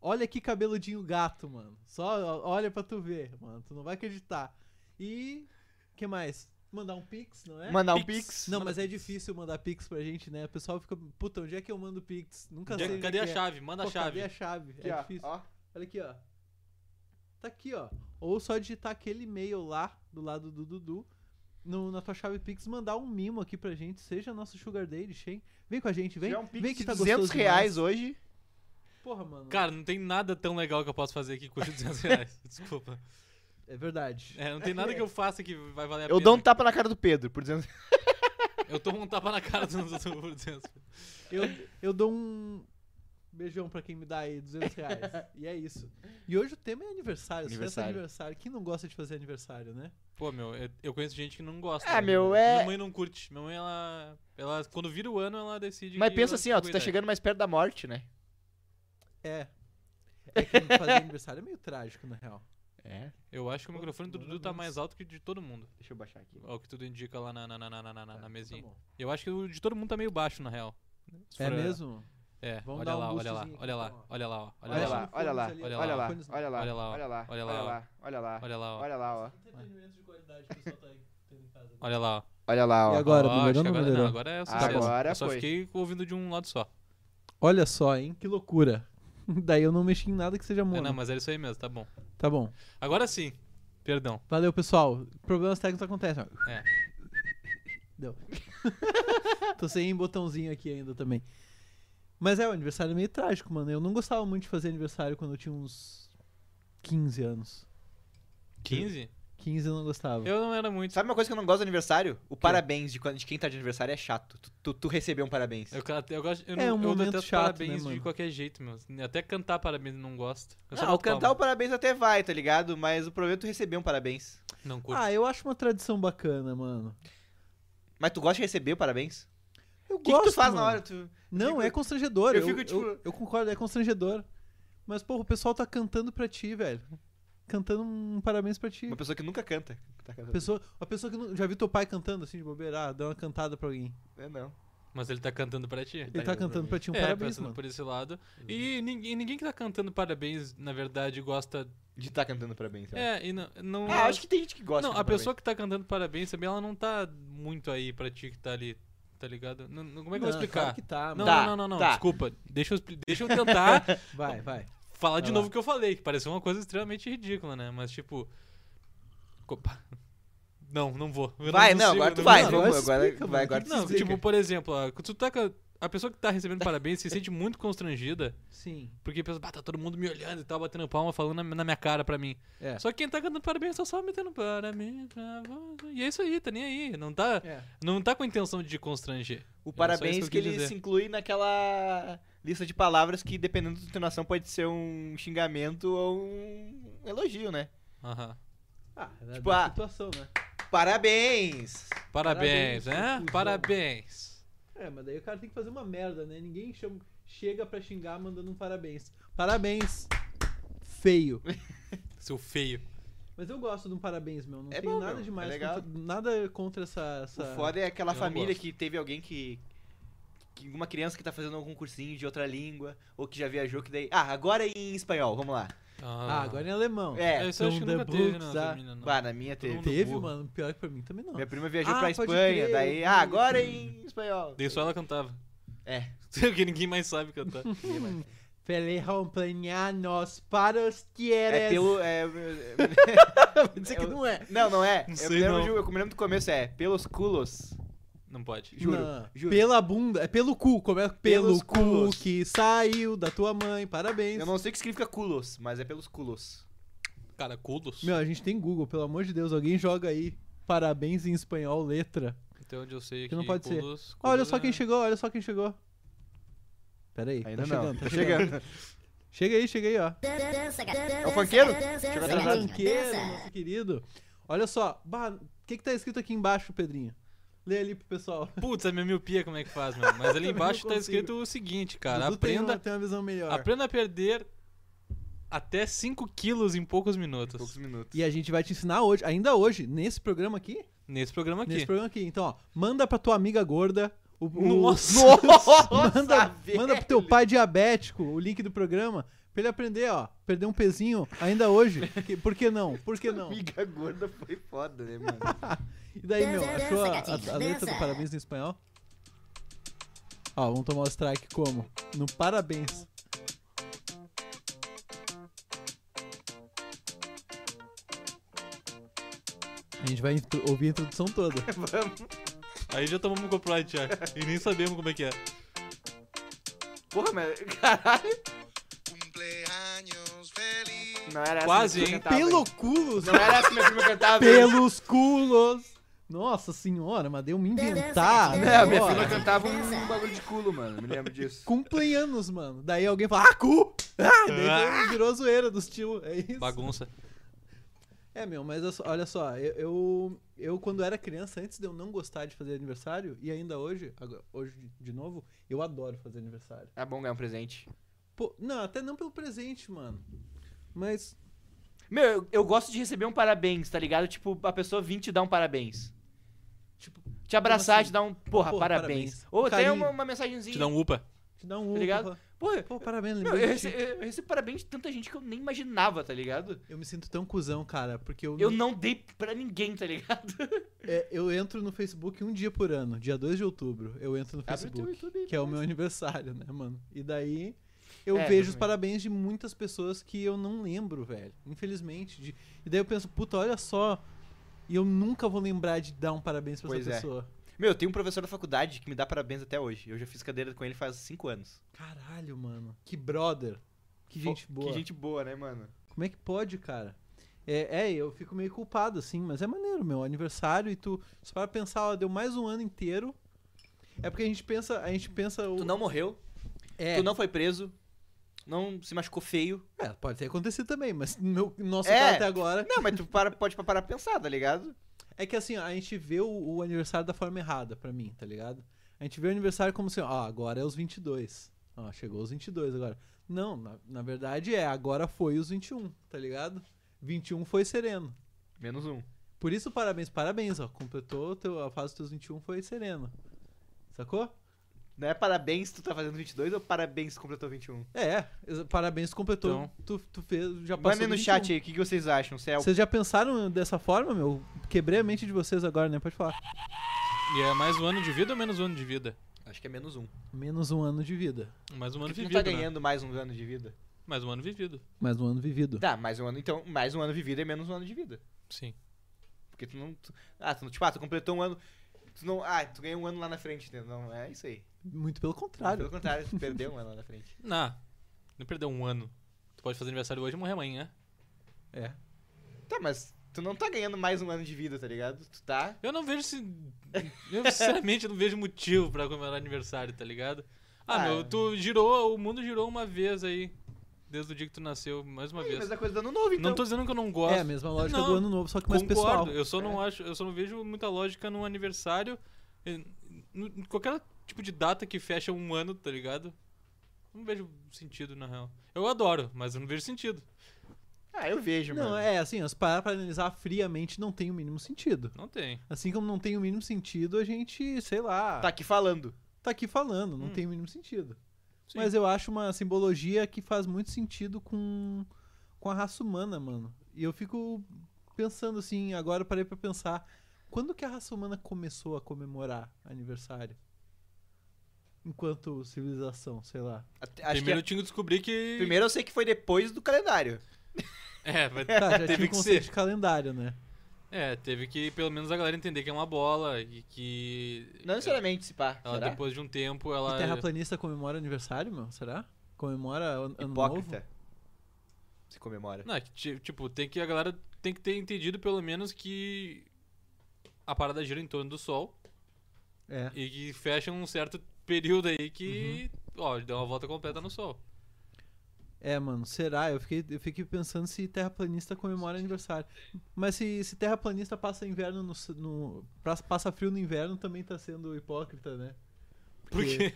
S4: olha aqui cabeludinho gato, mano. Só olha pra tu ver, mano, tu não vai acreditar. E que mais? Mandar um pix, não é?
S1: Mandar um
S6: Pix.
S1: pix.
S4: Não, mas é difícil mandar Pix pra gente, né? O pessoal fica, puta, onde é que eu mando Pix? Nunca
S6: Onde é-
S4: sei. onde
S6: cadê
S4: é
S6: a
S4: que é.
S6: chave? Manda a
S4: Pô, Cadê
S6: chave.
S4: a chave?
S1: Aqui,
S4: é
S1: ó,
S4: difícil.
S1: ó.
S4: Olha aqui, ó. Tá aqui, ó. Ou só digitar aquele e-mail lá, do lado do Dudu, no, na tua chave Pix, mandar um mimo aqui pra gente, seja nosso Sugar Daddy, Shane. Vem com a gente, vem.
S1: Já é um pix
S4: vem que
S1: de
S4: tá
S1: 200
S4: gostoso
S1: reais
S4: demais.
S1: hoje.
S4: Porra, mano.
S3: Cara, não tem nada tão legal que eu posso fazer aqui que custa 200 reais. Desculpa.
S4: É verdade.
S3: É, não tem nada que eu faça que vai valer a
S1: Eu
S3: pena.
S1: dou um tapa na cara do Pedro, por dizendo.
S3: Eu tomo um tapa na cara dos outros por 200.
S4: Eu, eu dou um beijão pra quem me dá aí 200 reais. e é isso. E hoje o tema é aniversário.
S1: Aniversário.
S4: Aniversário. aniversário. Quem não gosta de fazer aniversário, né?
S3: Pô, meu, eu- eu conheço gente que não gosta.
S1: É,
S3: né?
S1: meu, é-
S3: Minha mãe não curte. Minha mãe, ela... ela quando vira o ano, ela decide
S1: Mas
S3: que
S1: pensa
S3: ela
S1: assim, ó, tu
S3: cuida.
S1: tá chegando mais perto da morte, né?
S4: É. É que fazer aniversário é meio trágico, na real.
S1: É.
S3: Eu acho que o microfone do
S4: Boa,
S3: Dudu tá
S4: boa.
S3: mais alto que o de todo mundo.
S1: Deixa eu baixar aqui.
S3: Ó, o que tudo indica lá na, na, na, na, na, na- na
S4: Tá,
S3: mesinha.
S4: tá bom.
S3: eu acho que o de todo mundo tá meio baixo, na real. Se
S4: é
S3: for-
S4: mesmo?
S3: É,
S4: Vamos
S3: olha
S4: dar um
S3: lá, olha lá,
S4: boostzinho aqui,
S3: olha
S4: então,
S3: lá,
S4: ó.
S3: olha lá, ó,
S1: Olha lá, olha lá,
S4: fones ali,
S1: olha lá,
S4: fones-
S1: olha lá,
S3: Olha lá, ó.
S1: olha lá, olha
S3: Olha
S1: lá, olha lá,
S3: olha lá, ó.
S1: olha lá, ó.
S6: Entretenimento de qualidade que o pessoal tá aí tendo em casa.
S3: Olha lá, ó.
S1: Olha lá,
S4: E
S1: ó.
S4: agora,
S3: Ó,
S4: melhorou
S3: acho
S4: ou
S3: que
S4: não
S3: agora,
S4: melhorou?
S3: não, agora é o sucesso.
S1: Agora
S3: eu só
S1: foi.
S3: fiquei ouvindo de um lado só.
S4: Olha só, hein? Que loucura. Daí eu não mexi em nada que seja
S3: É,
S4: mono.
S3: não, mas era isso aí mesmo, tá bom.
S4: Tá bom.
S3: Agora sim. Perdão.
S4: Valeu, pessoal. Problemas técnicos acontecem. ó.
S3: É.
S4: Deu. Tô sem botãozinho aqui ainda também. Mas é, o aniversário é meio trágico, mano. Eu não gostava muito de fazer aniversário quando eu tinha uns 15 anos.
S3: 15?
S4: 15 eu não gostava.
S3: Eu não era muito.
S1: Sabe uma coisa que eu não gosto do aniversário? O parabéns de, quando, de quem tá de aniversário é chato. Tu, tu, tu receber um parabéns.
S3: Eu, ca- eu, gosto- eu
S4: É
S3: não,
S4: um
S3: eu
S4: momento
S3: detesto
S4: chato, né,
S3: parabéns de
S4: mano?
S3: qualquer jeito, meu. Até cantar parabéns eu não gosto. Eu só
S1: Não,
S3: bato
S1: cantar o
S3: palma.
S1: parabéns até vai, tá ligado? Mas o problema é tu receber um parabéns.
S3: Não curto.
S4: ah, eu acho uma tradição bacana, mano.
S1: Mas tu gosta de receber o parabéns?
S4: Eu
S1: O que,
S4: gosto,
S1: que tu faz na
S4: mano.
S1: hora? Tu...
S4: Não,
S1: fico-
S4: é constrangedor.
S1: eu
S4: Eu,
S1: fico,
S4: eu-
S1: tipo-
S4: eu concordo, é constrangedor. Mas, porra, o pessoal tá cantando pra ti, velho. Cantando um parabéns pra ti.
S1: Uma pessoa que nunca canta. Tá
S4: A
S1: cantando.
S4: pessoa, a pessoa que não, já viu teu pai cantando assim de bobeira, ah, dá uma cantada pra alguém.
S1: É, não.
S3: Mas ele tá cantando pra ti.
S4: Ele tá cantando pra ti um
S3: é,
S4: parabéns,
S3: pensando
S4: mano. Uhum.
S3: por esse lado. E ninguém, ninguém que tá cantando parabéns, na verdade, gosta.
S1: De estar cantando
S4: Tá.
S1: parabéns. eu acho.
S3: É, e não. não
S1: Ah, acho que tem gente que gosta.
S3: Não,
S1: de
S3: a
S1: parabéns.
S3: pessoa que tá cantando parabéns também, ela não tá muito aí pra ti que tá ali, tá ligado? Não- não- como é que eu vou
S4: Não,
S3: explicar?
S4: claro que tá,
S3: não,
S4: mano.
S1: Tá,
S3: não, não, não, não,
S1: tá.
S3: desculpa. Deixa eu, expli- deixa eu tentar
S4: Vai, vai.
S3: falar de
S4: Vai
S3: novo
S4: lá.
S3: o que eu falei, que pareceu uma coisa extremamente ridícula, né? Mas tipo. co- Não, não vou. Eu
S1: Vai, não,
S3: consigo,
S1: agora tu
S3: não
S1: vai.
S3: consigo.
S4: agora
S1: Vamos, agora,
S4: explica,
S1: vai,
S4: mano,
S1: agora
S4: que
S1: tu
S3: Não,
S1: explica.
S3: tipo, por exemplo, a- tu tá ca- a pessoa que tá recebendo parabéns se sente muito constrangida,
S4: Sim.
S3: porque pensa, bah, tá todo mundo me olhando e tal, batendo palma, falando na, na minha cara pra mim.
S4: É.
S3: Só que quem tá cantando parabéns tá só metendo parabéns pra você. E é isso aí, tá nem aí. Não tá,
S4: É.
S3: não tá com a intenção de constranger.
S1: O
S3: só
S1: parabéns
S3: isso
S1: que,
S3: que eu quis
S1: ele
S3: dizer.
S1: se inclui naquela lista de palavras que, dependendo da entonação, pode ser um xingamento ou um elogio, né?
S3: Aham.
S4: Ah, é
S1: Tipo,
S4: da
S1: ah,
S4: situação, né?
S1: Parabéns!
S3: Parabéns,
S4: Parabéns,
S3: né?
S4: seu cuzão.
S3: Parabéns.
S4: É, mas daí o cara tem que fazer uma merda, né? Ninguém chama, chega pra xingar mandando um parabéns. Parabéns! Feio.
S3: Seu feio.
S4: Mas eu gosto de um parabéns, meu. Não
S1: É
S4: tenho
S1: bom,
S4: nada
S1: meu.
S4: demais.
S1: É legal.
S4: Contra, nada contra essa. essa...
S1: O foda é aquela
S3: Eu não
S1: família
S3: gosto.
S1: que teve alguém que. que uma criança que tá fazendo algum cursinho de outra língua, ou que já viajou, que daí. Ah, agora é em espanhol, vamos lá.
S4: Ah, agora em alemão.
S1: É,
S3: Isso eu acho que
S4: From the
S3: nunca teve,
S4: books,
S3: não,
S4: ah.
S3: essa mina, não.
S1: bah, na minha
S3: Todo
S1: teve.
S3: mundo-
S4: Teve,
S3: burro.
S4: mano. Pior que pra mim também não.
S1: Minha prima viajou
S4: Ah,
S1: pra
S4: pode
S1: Espanha,
S4: crer,
S1: daí.
S4: eu
S1: Ah,
S4: vi.
S1: agora é em espanhol.
S3: Daí só ela cantava.
S1: É.
S3: Porque ninguém mais sabe cantar.
S4: Peleão planeanos para os tieres.
S1: É pelo. É,
S4: Isso aqui não é.
S1: não, não é.
S3: Não
S1: eu,
S3: sei,
S1: me lembro,
S3: não.
S1: de- eu me lembro do começo, é pelos culos.
S3: Não pode.
S1: Juro,
S4: Não,
S1: juro.
S4: Pela bunda. É pelo cu. Começa pelo
S1: Pelos
S4: cu
S1: culos.
S4: que saiu da tua mãe. Parabéns.
S1: Eu não sei o que significa culos, mas é pelos culos.
S3: Cara, culos.
S4: Meu, a gente tem Google, pelo amor de Deus. Alguém joga aí. Parabéns em espanhol, letra.
S3: Até onde eu sei
S4: Que
S3: que
S4: não pode ser.
S3: culos,
S4: Ah, olha só
S3: culos é-
S4: quem chegou, olha só quem chegou. Pera aí, tá chegando, tá chegando. Chega aí, chega aí, ó.
S8: Dança, cara.
S1: É o funkeiro? Chegou atrasado.
S4: Franqueiro,
S8: Dança.
S4: nosso querido. Olha só, bah, o que que tá escrito aqui embaixo, Pedrinho? Lê ali pro pessoal.
S3: Putz, a minha miopia como é que faz, mano? Mas ali
S4: Também não
S3: embaixo tá
S4: consigo.
S3: escrito o seguinte, cara.
S4: Dudu tem uma-
S3: Aprenda,
S4: tem uma visão melhor.
S3: aprenda a perder até 5 quilos em poucos minutos.
S1: Poucos minutos.
S4: E a gente vai te ensinar hoje, ainda hoje, nesse programa aqui,
S3: Nesse programa aqui.
S4: Nesse programa aqui. Então, ó, manda pra tua amiga gorda. O, o-
S3: Nossa!
S4: manda,
S1: velho!
S4: manda pro teu pai diabético o link do programa pra ele aprender, ó. Perder um pezinho ainda hoje. Que- por que não? Por que não?
S1: Amiga gorda foi foda, né, mano?
S4: E daí, meu,
S8: Dança,
S4: achou a,
S8: gatinho,
S4: a- a letra do
S8: dança.
S4: parabéns em espanhol? Ó, vamos tomar o strike como? No parabéns. A gente vai intro- ouvir a introdução toda.
S3: Aí já tomamos um copyright já. E nem sabemos como é que é.
S1: Porra, mas. Caralho! Não era essa
S3: Quase,
S1: minha
S3: hein?
S1: prima cantava,
S4: Pelo culos!
S1: Não é era essa minha prima cantava, hein?
S4: Pelos culos! Nossa senhora, mas deu me inventar.
S1: É, a
S4: né?
S1: minha
S4: Ó,
S1: prima cantava um bagulho de culo, mano. Me lembro disso.
S4: Cumplem anos, mano. Daí alguém fala, ah, cu! Ah, daí virou zoeira dos tio. É isso.
S3: Bagunça.
S4: É, meu, mas eu só- olha só, eu, eu, eu, quando era criança, antes de eu não gostar de fazer aniversário, e ainda hoje, agora- hoje de- de novo, eu adoro fazer aniversário.
S1: É bom ganhar um presente.
S4: Pô, não, até não pelo presente, mano. Mas,
S1: Meu, eu, eu gosto de receber um parabéns, tá ligado? Tipo, a pessoa vir te dar um parabéns. Tipo, te abraçar,
S4: assim?
S1: te dar um porra,
S4: Porra,
S1: parabéns.
S4: parabéns.
S1: Ou até
S4: Carinho.
S1: uma, uma mensagenzinha.
S3: Te dá um upa.
S4: te dá um
S1: Tá ligado?
S4: upa,
S1: Porra,
S4: Pô, parabéns,
S1: meu,
S4: lembrei
S1: eu,
S4: de
S1: rece-
S4: ti.
S1: eu recebo parabéns de tanta gente que eu nem imaginava, tá ligado?
S4: Eu me sinto tão cuzão, cara, porque eu,
S1: Eu não dei pra ninguém, tá ligado?
S4: é, eu entro no Facebook um dia por ano, dia 2 de outubro, eu entro no
S1: Abre o teu
S4: Facebook,
S1: YouTube aí,
S4: que é o
S1: beleza.
S4: meu aniversário, né, mano? E daí eu
S1: É,
S4: vejo os
S1: exatamente.
S4: parabéns de muitas pessoas que eu não lembro, velho. Infelizmente. de- E daí eu penso, puta, olha só. E eu nunca vou lembrar de dar um parabéns pra
S1: Pois é.
S4: essa pessoa.
S1: Meu, tem um professor da faculdade que me dá parabéns até hoje. Eu já fiz cadeira com ele faz 5 anos.
S4: Caralho, mano. Que brother. Que
S1: Pô,
S4: gente boa.
S1: Que gente boa, né, mano?
S4: Como é que pode, cara? É, é, eu fico meio culpado, assim, mas é maneiro, meu. Aniversário e tu. Só para pensar, ó, deu mais um ano inteiro. É porque a gente pensa. A gente pensa. O,
S1: Tu não morreu,
S4: é,
S1: tu não foi preso, não se machucou feio.
S4: é, pode ter acontecido também, mas no meu, no nosso
S1: É.
S4: caso até agora.
S1: Não, mas tu para, pode parar pra pensar, tá ligado?
S4: É que assim, ó, a gente vê o, o aniversário da forma errada pra mim, tá ligado? A gente vê o aniversário como assim, ó, agora é os 22. Ó, chegou os 22 agora. Não, na, na verdade é, agora foi os 21, tá ligado? 21 foi sereno.
S1: Menos um.
S4: Por isso, parabéns, parabéns, ó. Completou o teu, a fase dos teus 21 foi sereno. Sacou?
S1: Não é parabéns, tu tá fazendo 22 ou parabéns, completou 21?
S4: É, exa- parabéns, completou.
S3: Então-
S4: tu, tu fez, já passou.
S1: Mandem no
S4: 21.
S1: chat aí, o que, que vocês acham? Se é o...
S4: Vocês já pensaram dessa forma, meu? Quebrei a mente de vocês agora, né? Pode falar.
S3: E é mais um ano de vida ou menos um ano de vida?
S1: Acho que é menos um.
S4: Menos um ano de vida.
S3: Mais um ano
S1: Porque tu não
S3: vivido,
S1: tá
S3: né?
S1: ganhando mais um ano de vida.
S3: Mais um ano vivido.
S4: Mais um ano vivido.
S1: Tá, mais um ano, então, mais um ano vivido é menos um ano de vida.
S3: Sim.
S1: Porque tu não... tu- Ah, tu, não- tipo, ah, tu completou um ano... Tu não... Ah, tu ganhou um ano lá na frente, entendeu? Não, é isso aí.
S4: Muito pelo contrário.
S1: Pelo contrário, tu perdeu um ano lá na frente.
S3: Não. Não perdeu um ano. Tu pode fazer aniversário hoje e morrer amanhã.
S4: É.
S1: Tá, mas tu não tá ganhando mais um ano de vida, tá ligado? Tu tá...
S3: Eu não vejo se. Eu sinceramente não vejo motivo pra comemorar aniversário, tá ligado? Ah,
S1: Ah, é.
S3: meu, tu girou, o mundo girou uma vez aí. Desde o dia que tu nasceu, mais uma
S1: Aí,
S3: vez.
S1: mesma coisa do ano novo, então.
S3: Não tô dizendo que eu não gosto.
S4: É a mesma lógica
S3: Não,
S4: do ano novo, só que mais
S3: Concordo.
S4: pessoal.
S3: Eu só
S1: É.
S3: não acho, eu só não vejo muita lógica num aniversário. eh, no- em qualquer tipo de data que fecha um ano, tá ligado? Não vejo sentido, na real. Eu adoro, mas eu não vejo sentido.
S1: Ah, eu vejo, mano.
S4: Não, é assim, ó, se parar pra analisar friamente, não tem o mínimo sentido.
S3: Não tem.
S4: Assim como não tem o mínimo sentido, a gente, sei lá,
S1: Tá
S4: tá,
S1: aqui falando.
S4: aqui falando, não
S3: Hum.
S4: tem o mínimo sentido.
S3: Sim.
S4: Mas eu acho uma simbologia que faz muito sentido com, com a raça humana, mano. E eu fico pensando assim, agora eu parei pra pensar, quando que a raça humana começou a comemorar aniversário? Enquanto civilização, sei lá.
S1: Até- Acho
S3: Primeiro
S1: primeiro...
S3: eu tinha que descobrir que.
S1: Que... primeiro eu sei que foi depois do calendário.
S3: É, vai...
S4: Tá, já
S3: teve
S4: tinha o
S3: que
S4: conceito
S3: ser.
S4: de calendário, né?
S3: É, teve que pelo menos a galera entender que é uma bola e que.
S1: Não necessariamente, se pá.
S3: Ela,
S1: Será?
S3: É. depois de um tempo,
S4: E
S3: ela.
S4: terraplanista comemora aniversário, meu? Será? Comemora an- ano novo?
S1: Hipócrita. Se comemora.
S3: Não, é que, ti- tipo, tem que a galera tem que ter entendido pelo menos que a parada gira em torno do sol
S4: É.
S3: e que fecha um certo período aí que,
S4: Uhum.
S3: ó, deu uma volta completa no sol.
S4: É, mano, será? Eu fiquei, eu fiquei pensando se terraplanista comemora aniversário. Mas se, se terraplanista passa inverno no, s- no- pra- passa frio no inverno, também tá sendo hipócrita, né?
S3: Por quê?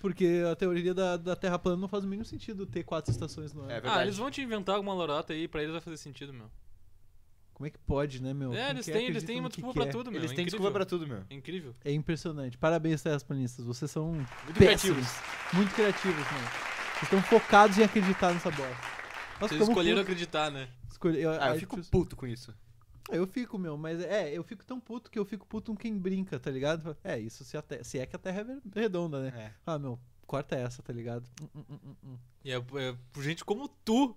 S4: Porque a teoria da, da terra plana não faz o mínimo sentido ter quatro estações no ano.
S1: É verdade.
S3: Ah, eles vão te inventar alguma lorota aí, pra eles vai fazer sentido, meu.
S4: Como é que pode, né, meu?
S3: é,
S4: Quem
S3: eles
S4: que
S3: têm, eles
S4: acredita
S3: têm
S4: no
S3: uma
S4: que
S3: desculpa
S4: quer?
S3: pra tudo, meu.
S1: Eles
S3: é
S1: têm
S3: incrível.
S1: desculpa pra tudo, meu.
S3: É incrível.
S4: É impressionante. Parabéns, terraplanistas. Vocês são
S1: Muito
S4: péssimos.
S1: criativos.
S4: Muito criativos, mano. Vocês estão focados em acreditar nessa bosta. Nossa,
S3: Vocês
S4: como
S3: escolheram
S4: puto.
S3: acreditar, né?
S4: Escolhe- eu,
S1: Ah, eu
S4: aí,
S1: fico
S4: tipo,
S1: puto com isso.
S4: eu fico, meu, mas é, eu fico tão puto que eu fico puto com quem brinca, tá ligado? Fala, É, isso se, a te- se é que a terra é ver- redonda, né?
S1: É.
S4: Ah, meu, corta essa, tá ligado? Hum, hum, hum, hum, hum.
S3: E é, é por gente como tu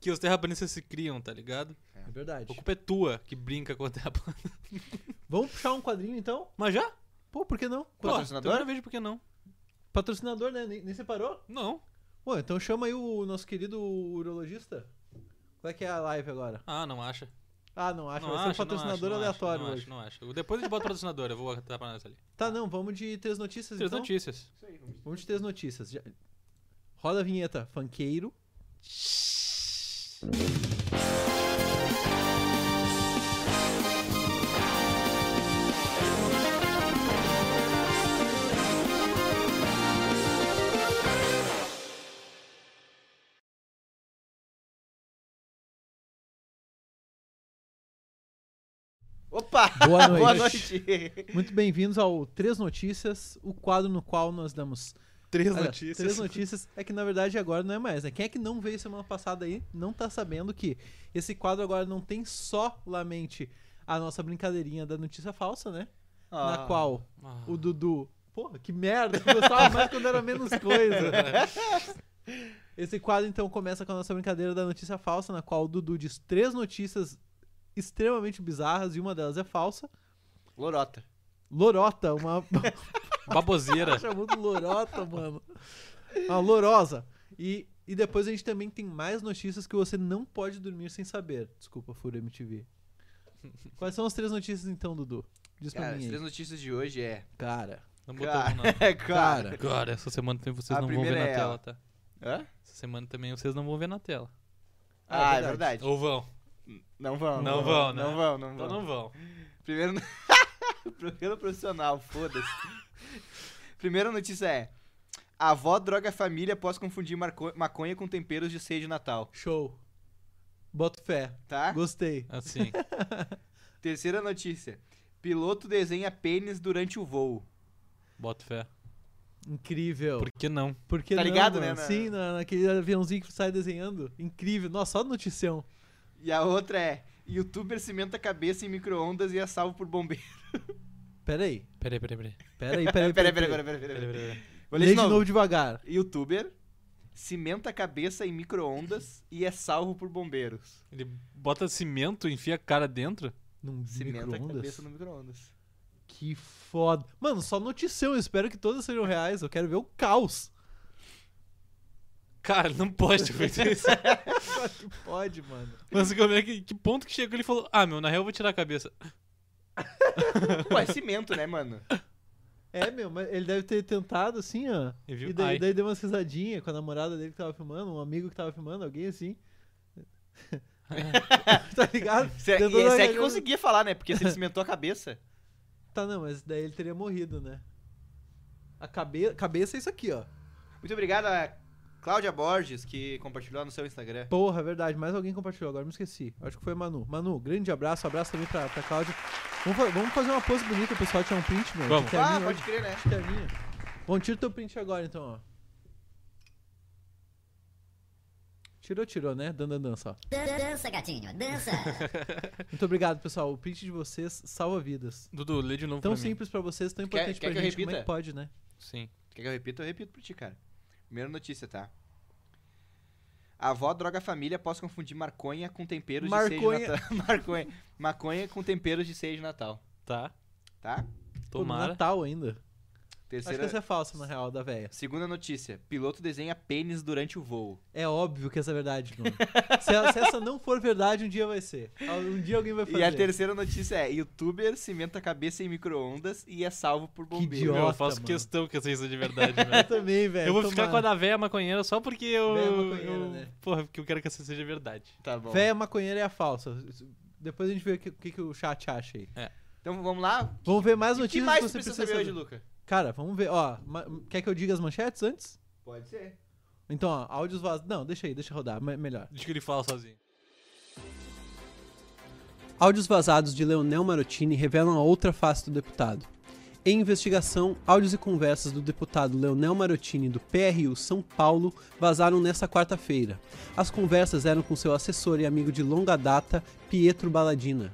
S3: que os terraplanistas se criam, tá ligado?
S4: É verdade.
S3: A culpa é tua que brinca com a terra plana.
S4: Vamos puxar um quadrinho então?
S3: Mas já?
S4: Pô, por que não?
S3: Pô,
S1: Patrocinador?
S3: também não vejo por que não.
S4: Patrocinador, né? Nem, nem separou?
S3: Não.
S4: Pô, então chama aí o nosso querido urologista. Qual é que é a live agora?
S3: Ah, não acha.
S4: Ah, não, acho.
S3: não
S4: vai
S3: acha,
S4: ser um
S3: não acha, não
S4: patrocinador
S3: acha,
S4: aleatório
S3: não
S4: hoje.
S3: acho, não acho. Depois a gente bota o patrocinador, eu vou atar pra nós ali.
S4: Tá, não, vamos de três notícias
S3: Três
S4: então.
S3: notícias.
S7: Isso aí, vamos
S4: Vamos de três notícias. Já- Roda a vinheta, funkeiro.
S1: Opa!
S4: Boa noite.
S1: Boa noite.
S4: Muito bem-vindos ao Três Notícias, o quadro no qual nós damos
S1: Três
S4: Olha, Três notícias. É que na verdade agora não é mais, né? Quem é que não veio semana passada aí não tá sabendo que esse quadro agora não tem solamente a nossa brincadeirinha da notícia falsa, né? Na qual
S3: Ah.
S4: o Dudu. Porra, que merda! Eu gostava mais quando era menos coisa. Esse quadro então começa com a nossa brincadeira da notícia falsa, na qual o Dudu diz três notícias extremamente bizarras e uma delas é falsa.
S1: Lorota.
S4: Lorota, uma
S3: Baboseira.
S4: Chamou de lorota, mano. Uma lorosa. E, e depois a gente também tem mais notícias que você não pode dormir sem saber. Desculpa, Furo MTV. Quais são as três notícias então, Dudu? Diz pra
S1: Cara, as
S4: mim aí.
S1: três notícias de hoje é.
S4: Cara.
S3: Não
S1: Cara.
S3: botamos nada.
S1: É,
S4: Cara.
S3: Cara, essa semana também vocês
S1: A
S3: não vão ver
S1: primeira
S3: na
S1: é
S3: tela,
S1: ela.
S3: tá?
S1: Hã?
S3: Essa semana também vocês não vão ver na tela.
S1: Ah, é verdade.
S3: Ou vão.
S1: Não vão.
S3: Não vão, né?
S1: Não vão, não
S3: Então
S1: vão.
S3: não vão.
S1: Primeiro. Primeiro profissional, foda-se. Primeira notícia é. avó droga a família após confundir marco- maconha com temperos de ceia de Natal.
S4: Show. Boto fé.
S1: Tá?
S4: Gostei.
S3: Assim.
S1: Terceira notícia. Piloto desenha pênis durante o voo.
S3: Boto fé.
S4: Incrível.
S3: Por que não?
S4: Por que
S1: Tá
S4: não,
S1: ligado,
S4: mano?
S1: né, na-
S4: Sim, na- naquele aviãozinho que sai desenhando. Incrível. Nossa, só noticião.
S1: E a outra é. Youtuber cimenta a cabeça em micro-ondas e é salvo por bombeiro.
S4: Pera aí.
S3: Peraí, peraí, peraí.
S4: Pera aí, pera aí.
S1: Peraí, peraí, peraí, peraí. peraí,
S3: Peraí,
S1: peraí.
S3: peraí, peraí.
S1: Vou
S4: Lê de novo devagar.
S1: Youtuber cimenta a cabeça em micro-ondas e é salvo por bombeiros.
S3: Ele bota cimento, enfia a cara dentro.
S4: Num
S1: Cimenta a
S4: micro-ondas?
S1: cabeça no micro-ondas.
S4: Que foda. Mano, só noticião. Eu espero que todas sejam reais. Eu quero ver o caos.
S3: Cara, não pode ter feito isso.
S4: Só que pode, mano.
S3: Mas como é que, que ponto que chegou? Ele falou: Ah, meu, na real eu vou tirar a cabeça.
S1: Pô, é cimento, né, mano?
S4: É, meu, mas ele deve ter tentado assim, ó.
S3: E viu?
S4: E daí,
S3: Ai.
S4: daí deu umas risadinhas com a namorada dele que tava filmando, um amigo que tava filmando, alguém assim. tá ligado?
S1: Se, é, e
S4: Tentou dar-
S1: esse aí que conseguia falar, né? Porque se ele cimentou a cabeça.
S4: Tá, não, mas daí ele teria morrido, né? A cabe... cabeça é isso aqui, ó.
S1: Muito obrigado a Cláudia Borges, que compartilhou no seu Instagram.
S4: Porra, é verdade. Mais alguém compartilhou, agora me esqueci. Acho que foi a Manu. Manu, grande abraço. Abraço também pra, pra Cláudia. Vamos, fa- vamos fazer uma pose bonita, pessoal. Tirar um print, meu.
S3: Vamos.
S4: De terninho
S1: Ah,
S4: hoje.
S1: pode crer, né?
S4: Acho que é a minha. Bom, tira o teu print agora então, ó. Tirou, tirou, né? Dando a dança, ó.
S8: Dan- Dança, gatinho, dança.
S4: Muito obrigado, pessoal. O print de vocês salva vidas.
S3: Dudu, lê de novo
S4: Tão
S3: pra mim.
S4: simples pra vocês, tão
S1: Quer-
S4: importante
S1: quer
S4: pra
S1: que eu
S4: gente. Como é que
S1: repita?
S4: pode, né?
S3: Sim.
S1: Quer que eu repita? Eu repito pra ti, cara. Primeira notícia, tá? A avó droga a família após confundir maconha com temperos de
S4: Marconha.
S1: ceia de Natal. maconha. Maconha com temperos de ceia de Natal,
S3: Tá.
S1: tá?
S4: Pô, no
S3: Tomara.
S4: Natal ainda. Acho que
S1: Terceira...
S4: essa é falsa, na real, da véia.
S1: Segunda notícia. Piloto desenha pênis durante o voo.
S4: É óbvio que essa é verdade, mano. se, ela- se essa não for verdade, um dia vai ser. Um dia alguém vai fazer.
S1: E a terceira notícia é: youtuber cimenta a cabeça em micro-ondas e é salvo por bombeiro.
S4: idiota.
S3: Meu, eu faço
S4: mano.
S3: questão que eu sei isso de verdade,
S4: Eu
S3: velho.
S4: também, velho.
S3: Eu vou ficar com a
S4: tomara.
S3: da véia maconheira só porque eu.
S4: Véia maconheira,
S3: eu-
S4: né?
S3: Porra, porque eu quero que essa seja verdade.
S1: Tá bom.
S4: Véia maconheira é a falsa. Depois a gente vê o que, o que que o chat acha aí.
S1: Então vamos lá.
S4: Vamos ver mais
S1: O que
S4: notícias
S1: mais
S4: que
S1: você
S4: você
S1: precisa saber hoje, Luca?
S4: Cara, vamos ver. Ó, ma- quer que eu diga as manchetes antes?
S1: Pode ser.
S4: Então, ó, áudios vazados. Não, deixa aí, deixa rodar. me- melhor.
S3: Diz que ele fala sozinho.
S4: Áudios vazados de Leonel Marottini revelam a outra face do deputado. Em investigação, áudios e conversas do deputado Leonel Marottini do PRU São Paulo vazaram nesta quarta-feira. As conversas eram com seu assessor e amigo de longa data, Pietro Baladina.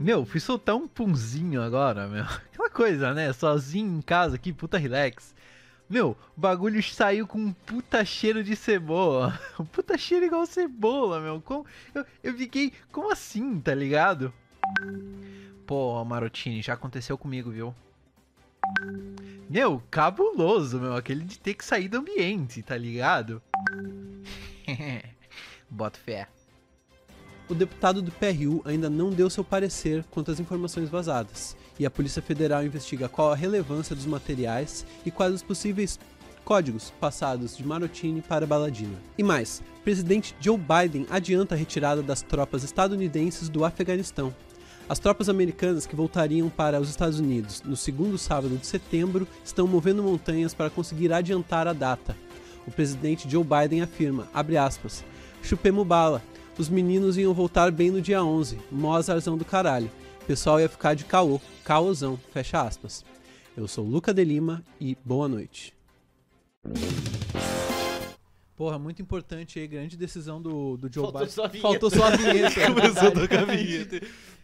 S4: Meu, fui soltar um punzinho agora, meu. Aquela coisa, né? Sozinho em casa aqui, puta relax. Meu, o bagulho saiu com um puta cheiro de cebola. Um puta cheiro igual cebola, meu. Como, eu, eu fiquei, como assim, tá ligado? Pô, Marotini, já aconteceu comigo, viu? Meu, cabuloso, meu, aquele de ter que sair do ambiente, tá ligado? Boto fé. o deputado do PRU ainda não deu seu parecer quanto às informações vazadas, e a Polícia Federal investiga qual a relevância dos materiais e quais os possíveis códigos passados de Marotini para Baladina. E mais, presidente Joe Biden adianta a retirada das tropas estadunidenses do Afeganistão. As tropas americanas que voltariam para os Estados Unidos no segundo sábado de setembro estão movendo montanhas para conseguir adiantar a data. O presidente Joe Biden afirma, abre aspas, chupemos bala, os meninos iam voltar bem no dia 11, mó azarzão do caralho. O pessoal ia ficar de caô, caôzão, fecha aspas. Eu sou o Luca de Lima e boa noite. Porra, muito importante aí, grande decisão do, do Joe
S1: Faltou
S4: Biden.
S1: só a vinheta.
S4: Faltou só a vinheta. é
S3: Começou a
S4: verdade.
S3: tocar a vinheta.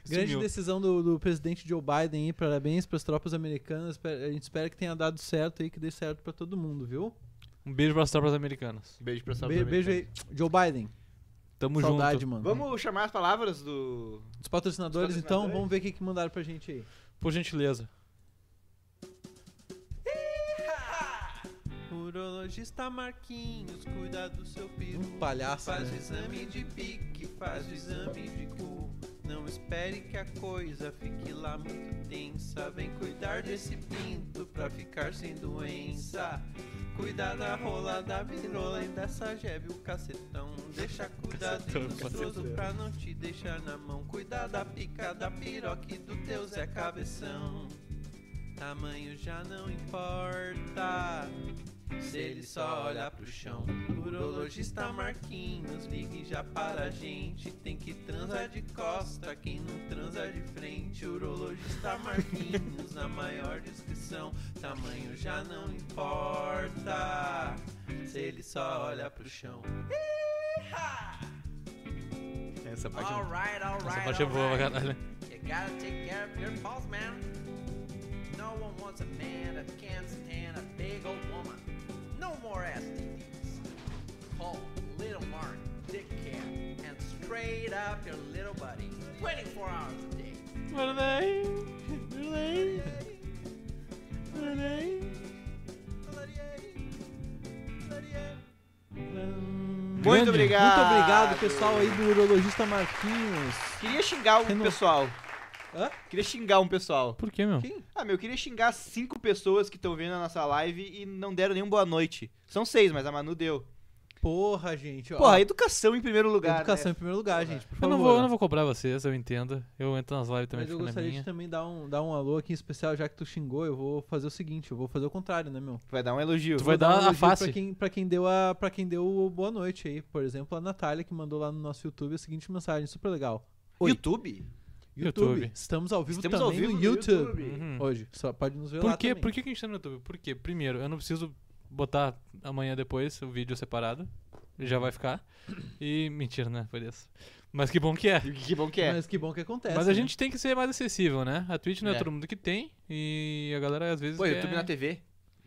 S4: Grande
S3: Sumiu.
S4: decisão do, do presidente Joe Biden aí, parabéns para as tropas americanas. Espe- A gente espera que tenha dado certo aí, que dê certo para todo mundo, viu?
S3: Um beijo pras tropas americanas.
S1: Beijo pra
S4: Be- beijo aí, Joe Biden.
S3: Tamo
S4: Saudade,
S3: junto.
S4: mano.
S1: Vamos chamar as palavras do.
S4: Dos patrocinadores,
S1: Dos
S4: então,
S1: patrocinadores.
S4: vamos ver o que, que mandaram pra gente aí.
S3: Por gentileza.
S4: Urologista Marquinhos, cuida do seu peru. Um palhaço, Faz o exame de pique, faz o exame de cu. Não espere que a coisa fique lá muito tensa. Vem cuidar desse pinto pra ficar sem doença. Cuidar da rola, da virola e dessa jebe, o cacetão. Deixa cuidado e lustroso pra não te deixar na mão. Cuidar da pica, da piroca e do teu Zé Cabeção. Tamanho já não importa. Se ele só olhar pro chão. Urologista Marquinhos, ligue já para a gente. Tem que transar de costa, quem não transa de frente. Urologista Marquinhos, na maior descrição. Tamanho já não importa. Se ele só olha pro chão.
S1: Essa parte. não-
S9: Alright, alright.
S3: Essa parte é boa pra caralho.
S9: You gotta take care of your balls, man. No one wants a man that can't stand a big old woman. No more STDs. Call Little Mark Dick Care and straight up your little buddy 24 hours a day.
S1: Muito obrigado.
S4: Muito obrigado, pessoal aí do Urologista Marquinhos.
S1: Queria xingar um
S4: Renan-
S1: pessoal.
S4: Hã?
S1: Queria xingar um pessoal.
S3: Por que, meu?
S4: Que-
S1: Ah, meu, eu queria xingar cinco pessoas que estão vendo a nossa live e não deram nenhum boa noite. São seis, mas a Manu deu.
S4: Porra, gente. ó.
S1: Porra, educação em primeiro lugar.
S4: Ah. educação
S1: né?
S4: em primeiro lugar, gente. Por
S3: Eu
S4: favor.
S3: não, vou, eu não vou cobrar vocês, eu entendo. Eu entro nas lives também,
S4: Mas eu
S3: fico na
S4: gostaria de
S3: minha.
S4: também dar um, dar um alô aqui em especial, já que tu xingou, eu vou fazer o seguinte, eu vou fazer o contrário, né, meu?
S1: Vai dar um elogio.
S3: Tu vai
S4: Vou
S3: dar a
S4: elogio
S3: face.
S4: Pra quem, pra, quem deu a, pra quem deu o boa noite aí. Por exemplo, a Natália, que mandou lá no nosso YouTube a seguinte mensagem, super legal. Oi.
S1: YouTube?
S4: YouTube,
S3: YouTube.
S4: estamos ao vivo
S1: Estamos ao
S4: também
S1: vivo
S4: no YouTube. Hum.
S3: Uhum.
S4: Hoje, só pode nos ver lá
S3: Por quê?
S4: também.
S3: Por que, que a gente tá no YouTube? Por quê? Primeiro, eu não preciso botar amanhã depois o vídeo separado. Já vai ficar. E. Mentira, né? Foi desse. Mas que bom que é.
S1: E
S4: Uhum.
S1: Que bom que é.
S4: Mas que bom que acontece,
S3: Mas a
S4: né?
S3: gente tem que ser mais acessível, né? A Twitch não é,
S1: É.
S3: todo mundo que tem. E a galera às vezes.
S1: Pô,
S4: é.
S3: quer-
S1: YouTube na TV.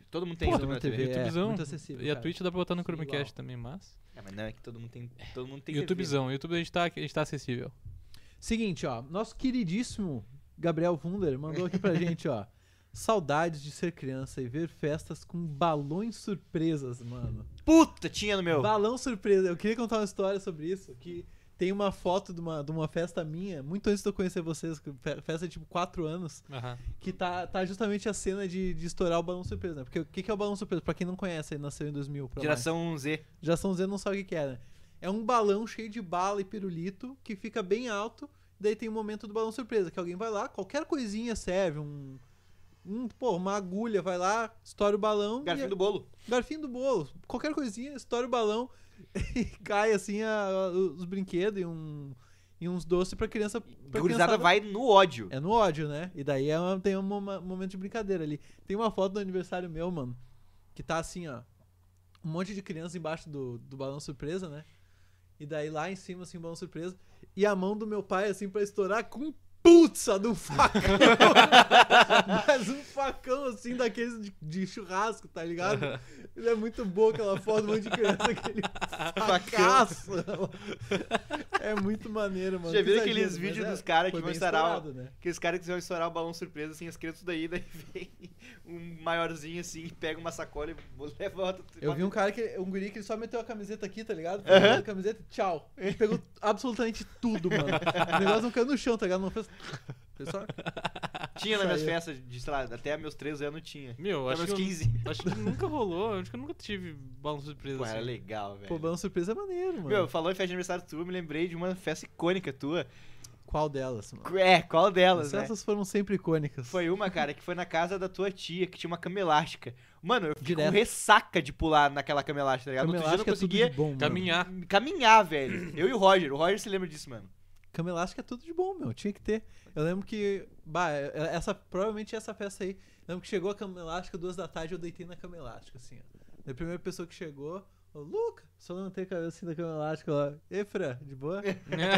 S1: Todo mundo tem
S4: Pô,
S1: YouTube na TV.
S4: é,
S3: YouTubezão.
S4: muito acessível,
S3: E a
S4: cara.
S3: Twitch dá pra botar no
S4: Sim,
S3: Chromecast
S4: igual.
S3: também, mas.
S1: É, mas não, é que todo mundo tem. Todo mundo tem TV.
S3: YouTubezão, YouTube a gente tá, a gente tá acessível.
S4: Seguinte, ó. Nosso queridíssimo Gabriel Wunder mandou aqui pra gente, ó. Saudades de ser criança e ver festas com balões surpresas, mano.
S1: Puta, tinha no meu.
S4: Balão surpresa. Eu queria contar uma história sobre isso, que tem uma foto de uma, de uma festa minha, muito antes de eu conhecer vocês, que fe- festa de tipo 4 anos,
S3: Aham.
S4: que tá, tá justamente a cena de, de estourar o balão surpresa, né? Porque o que, que é o balão surpresa? Pra quem não conhece, aí nasceu em 2000. Pra mais.
S1: Geração Z.
S4: Geração Z não sabe o que que é, né? É um balão cheio de bala e pirulito que fica bem alto. Daí tem o momento do balão surpresa, que alguém vai lá, qualquer coisinha serve, um. um pô, uma agulha, vai lá, estoura o balão.
S1: Garfinho
S4: e-
S1: do bolo.
S4: Garfinho do bolo. Qualquer coisinha, estoura o balão e cai assim a- a- os brinquedos e, um, e uns doces pra criança. Pra
S1: Gurizada
S4: criançada-
S1: vai no ódio.
S4: É no ódio, né? E daí é uma- tem um moma- momento de brincadeira ali. Tem uma foto do aniversário meu, mano, que tá assim, ó. Um monte de criança embaixo do, do balão surpresa, né? E daí lá em cima, assim, o balão surpresa. E a mão do meu pai, assim, pra estourar com um putza do facão. Mas um facão, assim, daqueles de, de churrasco, tá ligado? Ele é muito boa aquela foto, um monte de criança que ele
S1: Facão.
S4: É muito maneiro, mano.
S1: Já viram
S4: Que
S1: aqueles
S4: exagero, mas
S1: vídeos
S4: é,
S1: dos caras que
S4: foi
S1: vão
S4: bem
S1: estourar
S4: estourado, né?
S1: Aqueles caras que vão estourar o balão surpresa, assim, as crianças daí, daí vem um maiorzinho assim, pega uma sacola e levanta.
S4: Eu vi um cara que. Um guri que ele só meteu a camiseta aqui, tá ligado?
S1: Aham.
S4: Pegou a camiseta e tchau. Ele pegou absolutamente tudo, mano. O negócio não caiu no chão, tá ligado? Não fez. fez só-
S1: Tinha nas
S4: Isso
S1: minhas
S4: aí.
S1: festas, de, sei lá, até meus 13 anos tinha.
S3: Meu,
S1: Até
S3: acho que,
S1: meus
S3: eu-
S1: 15.
S3: acho que nunca rolou. Acho que eu nunca tive balão surpresa
S1: Pô, era
S3: assim.
S1: legal,
S4: Pô,
S1: velho.
S4: balão surpresa é maneiro, mano.
S1: Meu, falou em festa de aniversário tua, eu me lembrei de uma festa icônica tua.
S4: Qual delas, mano?
S1: É, qual delas, né?
S4: Essas foram sempre icônicas.
S1: Foi uma, cara, que foi na casa da tua tia, que tinha uma cama elástica. Mano, eu fiquei com
S4: Direto.
S1: ressaca de pular naquela cama elástica, tá ligado? No
S4: Cama
S1: outro dia eu não
S4: elástica é tudo de
S1: conseguia
S4: bom, mano.
S3: Caminhar.
S1: caminhar, velho. Eu e o Roger. O Roger se lembra disso, mano.
S4: Cama elástica é tudo de bom, meu. Tinha que ter. Eu lembro que. Bah, é, essa, provavelmente essa festa aí. Eu lembro que chegou a cama elástica, duas da tarde, eu deitei na cama elástica, assim, ó. Daí A primeira pessoa que chegou, ô, Luca, só levantei a cabeça assim da cama elástica, ó. E, Fran, de boa?
S3: É.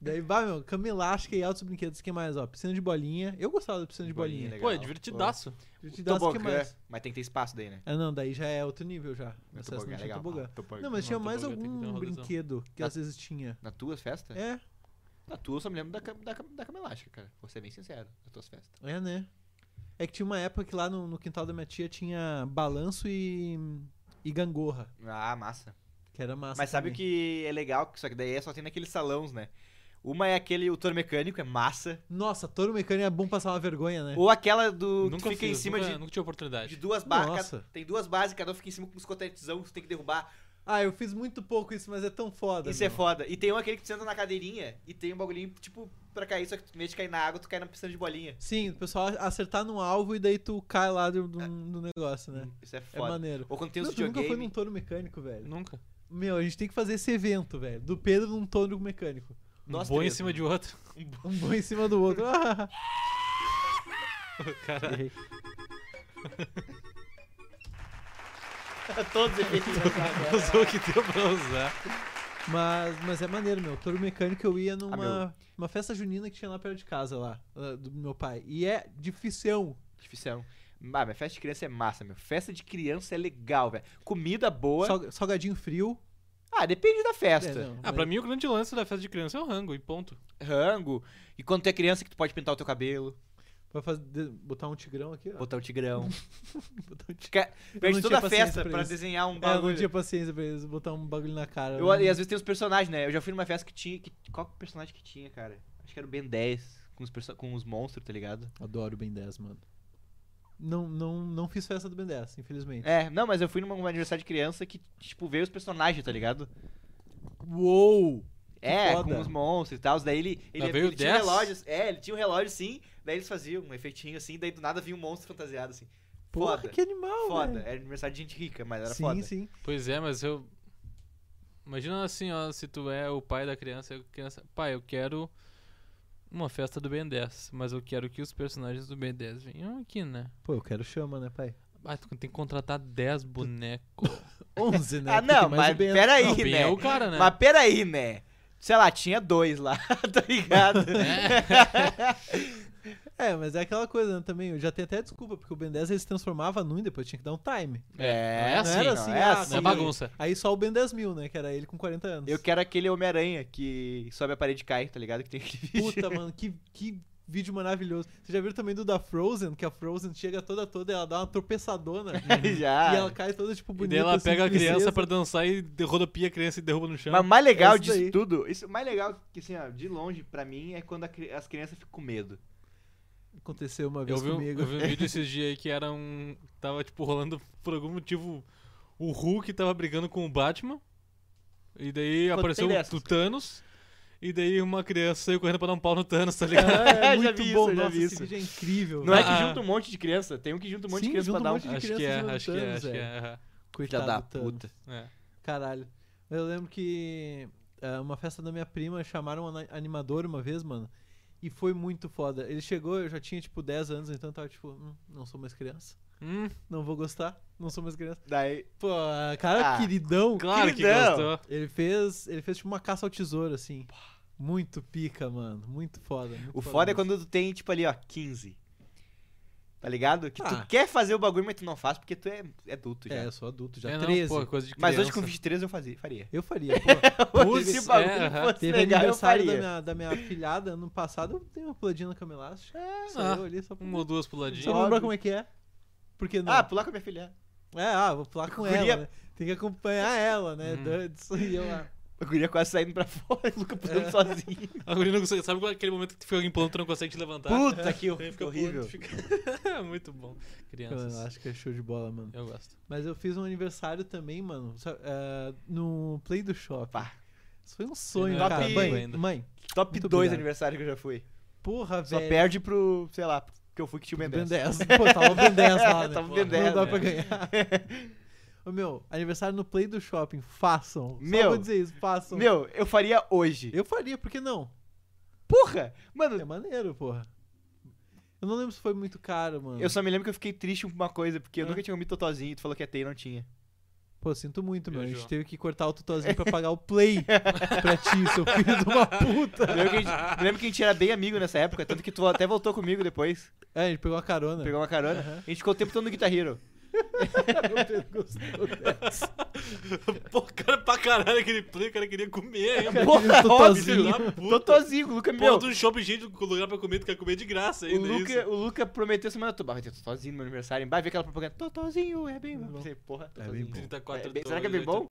S4: Daí, bah, meu, cama elástica e altos brinquedos, que mais, ó? Piscina de bolinha. Eu gostava da piscina de bolinha.
S1: legal.
S3: Pô, é divertidaço.
S4: Eu te
S1: O
S4: dar as que
S1: tobogã,
S3: é.
S4: mais.
S1: Mas tem que ter espaço daí, né?
S4: Ah, não, daí já é outro nível já.
S1: O
S4: O acesso
S1: tobogã
S4: não
S1: é
S4: tinha
S1: legal.
S4: tobogã.
S1: Ah, tobogã.
S4: Não, mas tinha mais
S3: tobogã tem que ter
S4: algum
S3: uma Ah. rotação.
S4: brinquedo que
S1: Na-
S4: às vezes tinha.
S1: Na tuas festas?
S4: É,
S1: Na tua eu só me lembro da, cam- da, cam- da cama elástica, cara. Vou ser bem sincero. Das tuas festas.
S4: É, né? É que tinha uma época que lá no, no quintal da minha tia tinha balanço e, e gangorra,
S1: Ah, massa.
S4: que era massa.
S1: Mas sabe o
S4: também.
S1: que é legal? Só que daí é só tem naqueles salões, né? Uma é aquele, o touro mecânico, é massa.
S4: Nossa, touro mecânico é bom passar uma vergonha, né?
S1: Ou aquela do que
S3: Nunca
S1: fica
S3: fiz,
S1: em cima
S3: nunca,
S1: de,
S3: nunca tive
S1: de
S3: oportunidade.
S1: duas barras.
S4: Nossa.
S1: Tem duas bases, cada um fica em cima com os cotetezão que tu tem que derrubar.
S4: Ah, eu fiz muito pouco isso, mas é tão foda.
S1: Isso é
S4: meu.
S1: foda. E tem um aquele que tu senta na cadeirinha e tem um bagulhinho, tipo, pra cair, só que tu, em vez de cair na água, tu cai na piscina de bolinha.
S4: Sim, o pessoal acertar num alvo e daí tu cai lá do, do, do negócio, né?
S1: Isso é
S4: É
S1: foda.
S4: maneiro.
S1: Ou quando tem os
S4: Não, tu nunca foi
S1: videogames.
S4: num touro mecânico, velho.
S3: Nunca.
S4: Meu, a gente tem que fazer esse evento, velho. Do Pedro num touro mecânico.
S3: Um
S1: Nós
S3: boi em
S1: três,
S3: cima de outro.
S4: Um bom em cima do outro. Ah,
S3: Cara,
S4: errei.
S1: É Todos os efeitos.
S3: usou o que deu pra usar.
S4: Mas, mas é maneiro, meu. Touro mecânico eu ia numa
S1: Ah, meu.
S4: uma festa junina que tinha lá perto de casa, lá, lá do meu pai. E é dificião.
S1: Difícil. Ah, mas festa de criança é massa, meu. Festa de criança é legal, velho. Comida boa.
S4: Salga- salgadinho frio.
S1: Ah, depende da festa.
S4: É, não,
S3: Ah,
S4: mas-
S3: pra mim o grande lance da festa de criança é o rango e ponto.
S1: Rango. E quando tu é criança que tu pode pintar o teu cabelo,
S4: pra fazer- de- botar um tigrão aqui, ó.
S1: botar um tigrão.
S4: Botar um tigrão.
S1: Fica-
S4: Eu
S1: Perde
S4: não
S1: toda
S4: tinha
S1: a
S4: paciência
S1: festa
S4: pra
S1: pra
S4: isso.
S1: desenhar um
S4: É, eu não
S1: bagulho.
S4: tinha paciência pra eles botar um bagulho na cara.
S1: Eu-
S4: né?
S1: e às vezes tem os personagens, né? Eu já fui numa festa que tinha. Que, qual que personagem que tinha, cara? Acho que era o Ben 10, com os, perso- com os monstros, tá ligado?
S4: Adoro o Ben 10, mano. Não, não, não fiz festa do Ben 10, infelizmente.
S1: É, não, mas eu fui numa num aniversário de criança que, tipo, veio os personagens, tá ligado?
S4: Uou!
S1: É,
S4: foda.
S1: com os monstros e tal. Daí ele, ele,
S3: Mas veio
S1: ele tinha um
S3: 10?
S1: relógio. É, ele tinha um relógio sim. Daí eles faziam um efeitinho assim. Daí do nada vinha um monstro fantasiado assim.
S4: Porra,
S1: Foda.
S4: que animal,
S1: Foda.
S4: velho.
S1: Era aniversário de gente rica, mas era
S4: sim,
S1: foda.
S4: sim.
S3: Pois é, mas eu. Imagina assim, ó, se tu é o pai da criança, e a criança. Pai, eu quero uma festa do Ben 10, mas eu quero que os personagens do Ben 10 venham aqui, né?
S4: Pô, eu quero chama, né, pai?
S3: Ah, tu tem que contratar 10 bonecos.
S4: 11, né?
S1: Ah,
S4: porque tem
S1: não,
S4: mais o
S1: mas
S4: Ben.
S1: peraí,
S3: Não,
S1: né?
S3: Ben é o cara, né?
S1: Mas peraí, né? Sei lá, tinha dois lá, tá ligado?
S3: É,
S4: É, mas é aquela coisa né, também. Eu já tenho até desculpa, porque o Ben 10 ele se transformava num e depois tinha que dar um time.
S1: É,
S3: não
S1: assim,
S4: era
S1: não
S4: assim,
S1: é
S4: ah,
S1: assim.
S3: Não é bagunça.
S4: Aí só o Ben 10 mil, né? Que era ele com 40 anos.
S1: Eu quero aquele Homem-Aranha que sobe a parede e cai, tá ligado? Que tem aquele vídeo.
S4: Puta, mano, que, que vídeo maravilhoso. Vocês já viram também do da Frozen? Que a Frozen chega toda toda e ela dá uma tropeçadona. né?
S1: Já.
S4: Uhum. E ela cai toda, tipo,
S3: E
S4: bonita.
S3: daí ela
S4: assim,
S3: pega a criança
S4: princesa.
S3: pra dançar e de- rodopia a criança e derruba no chão.
S1: Mas o mais legal
S4: É isso
S1: disso
S4: daí.
S1: tudo, isso, o mais legal que assim, ó, de longe pra mim é quando a cri- as crianças ficam com medo.
S4: Aconteceu uma
S3: Eu
S4: vez
S3: vi, um,
S4: comigo.
S3: eu vi um vídeo esses dias aí que era um. Tava, tipo, rolando por algum motivo. O Hulk tava brigando com o Batman. E daí
S1: tem
S3: apareceu
S1: dessas,
S3: o Thanos. E daí uma criança saiu correndo pra dar um pau no Thanos, tá ligado?
S4: Ah,
S1: Já
S4: é muito
S1: vi
S4: bom,
S1: isso, já
S4: nossa,
S1: vi
S4: esse
S1: isso.
S4: vídeo é incrível.
S1: Não é que
S3: Ah.
S1: junta um monte de criança, tem um que junta um monte
S4: Sim,
S1: de criança pra
S4: junta um
S1: dar um.
S4: monte de
S3: acho que
S4: criança
S3: é,
S4: se
S3: acho que é,
S4: juntando,
S3: acho que é. aham.
S4: Coitado
S1: Filha da
S4: do Thanos.
S1: puta.
S3: É.
S4: Caralho. Eu lembro que ah, uma festa da minha prima chamaram um ana- animador uma vez, mano. E foi muito foda. Ele chegou, eu já tinha tipo 10 anos, então eu tava tipo, "Hum, não sou mais criança.
S3: Hum,
S4: Não vou gostar, não sou mais criança.
S1: Daí,
S4: Pô, cara,
S1: Ah,
S4: queridão.
S3: claro que
S1: Queridão.
S3: gostou.
S4: Ele fez, ele fez tipo uma caça ao tesouro assim. Muito pica, mano. Muito foda. muito
S1: o foda é
S4: mesmo.
S1: quando tu tem, tipo, ali, ó, 15. Tá ligado? Que
S4: Ah.
S1: tu quer fazer o bagulho, mas tu não faz porque tu é, é adulto já.
S4: É, eu sou adulto, já
S3: É, não,
S4: 13.
S3: pô, coisa de
S1: mas hoje com
S3: criança.
S1: 23 eu fazia, faria.
S4: Eu faria, pô.
S3: Putz,
S1: Se o bagulho
S3: é, aham.
S1: fosse
S4: Teve
S1: legal, eu
S4: aniversário da
S1: faria.
S4: minha, da minha filhada ano passado, eu dei uma puladinha na cama elástica. É, só
S3: ah,
S4: eu ali, só pra...
S3: Uma ou duas
S4: Só
S3: puladinhas.
S4: pra lembrar como é que é. Porque não.
S1: Ah, pular com a minha filha.
S4: É, ah, vou pular com
S1: Guria-
S4: ela, né? Tem que acompanhar ela, né?
S1: Uhum.
S3: Hum.
S4: Dantes e eu lá.
S1: Eu queria quase saindo pra fora, o Luca pulando
S4: É.
S1: sozinho.
S3: A guria não consegue- sabe é aquele momento que tu fica alguém pulando, tu não consegue te
S4: Tá.
S3: levantar?
S1: Puta que
S3: Aí fica
S1: horrível.
S3: pulando, fica- Muito bom.
S4: Eu
S3: Crianças.
S4: acho que é show de bola, mano.
S3: Eu gosto.
S4: Mas eu fiz um aniversário também, mano, sa- eh, no Play do Shopping.
S1: Pá.
S4: Isso foi um sonho,
S3: Top
S4: cara.
S1: cinco
S4: Mãe,
S3: ainda.
S4: mãe,
S1: Top
S4: Muito
S1: 2
S4: obrigado.
S1: aniversário que eu já fui.
S4: porra,
S1: Só
S4: velho.
S1: perde pro, sei lá, que eu fui que tinha o Ben
S4: Ben
S1: 10.
S4: 10. Pô, tava o Ben 10 lá, né?
S1: Tava o
S4: Pô,
S1: Ben 10,
S4: Não dá
S3: né?
S4: pra ganhar. Ô, meu, aniversário no Play do Shopping, façam. Só
S1: Meu.
S4: vou dizer isso, façam.
S1: Meu, eu faria hoje.
S4: Eu faria, por que não?
S1: Porra! Mano,
S4: É maneiro, porra. Eu não lembro se foi muito caro, mano.
S1: eu só me lembro que eu fiquei triste com uma coisa, porque eu
S4: Ah.
S1: nunca tinha comido totozinho e tu falou que ia ter e não tinha.
S4: Pô, sinto muito, meu. A gente
S3: Viajou.
S4: teve que cortar o tutozinho pra pagar o play pra ti, seu filho de uma
S1: Eu
S4: puta.
S1: lembro, que a gente, eu lembro que a gente era bem amigo nessa época, tanto que tu até voltou comigo depois,
S4: É, a gente pegou uma carona.
S1: pegou uma carona.
S4: Aham.
S1: A gente ficou o tempo todo no Guitar Hero.
S4: né?
S3: Pô, cara, pra caralho aquele play, o cara queria comer ainda.
S1: Porra,
S4: totozinho.
S1: óbvio! Totozinho, o Luca,
S3: Pô,
S1: meu,
S3: do shopping cheio de lugar pra comer, tu quer comer de graça
S1: O
S3: ainda. é
S1: Luca, é
S3: isso.
S1: o Luca prometeu semana toda. "Bah, Vai ter Totozinho no meu aniversário. hein? Vai ver aquela propaganda. Totozinho é bem bom. Eu pensei, Porra, Totozinho.
S4: bem bom.
S3: 34
S1: É bem- será que é bem bom?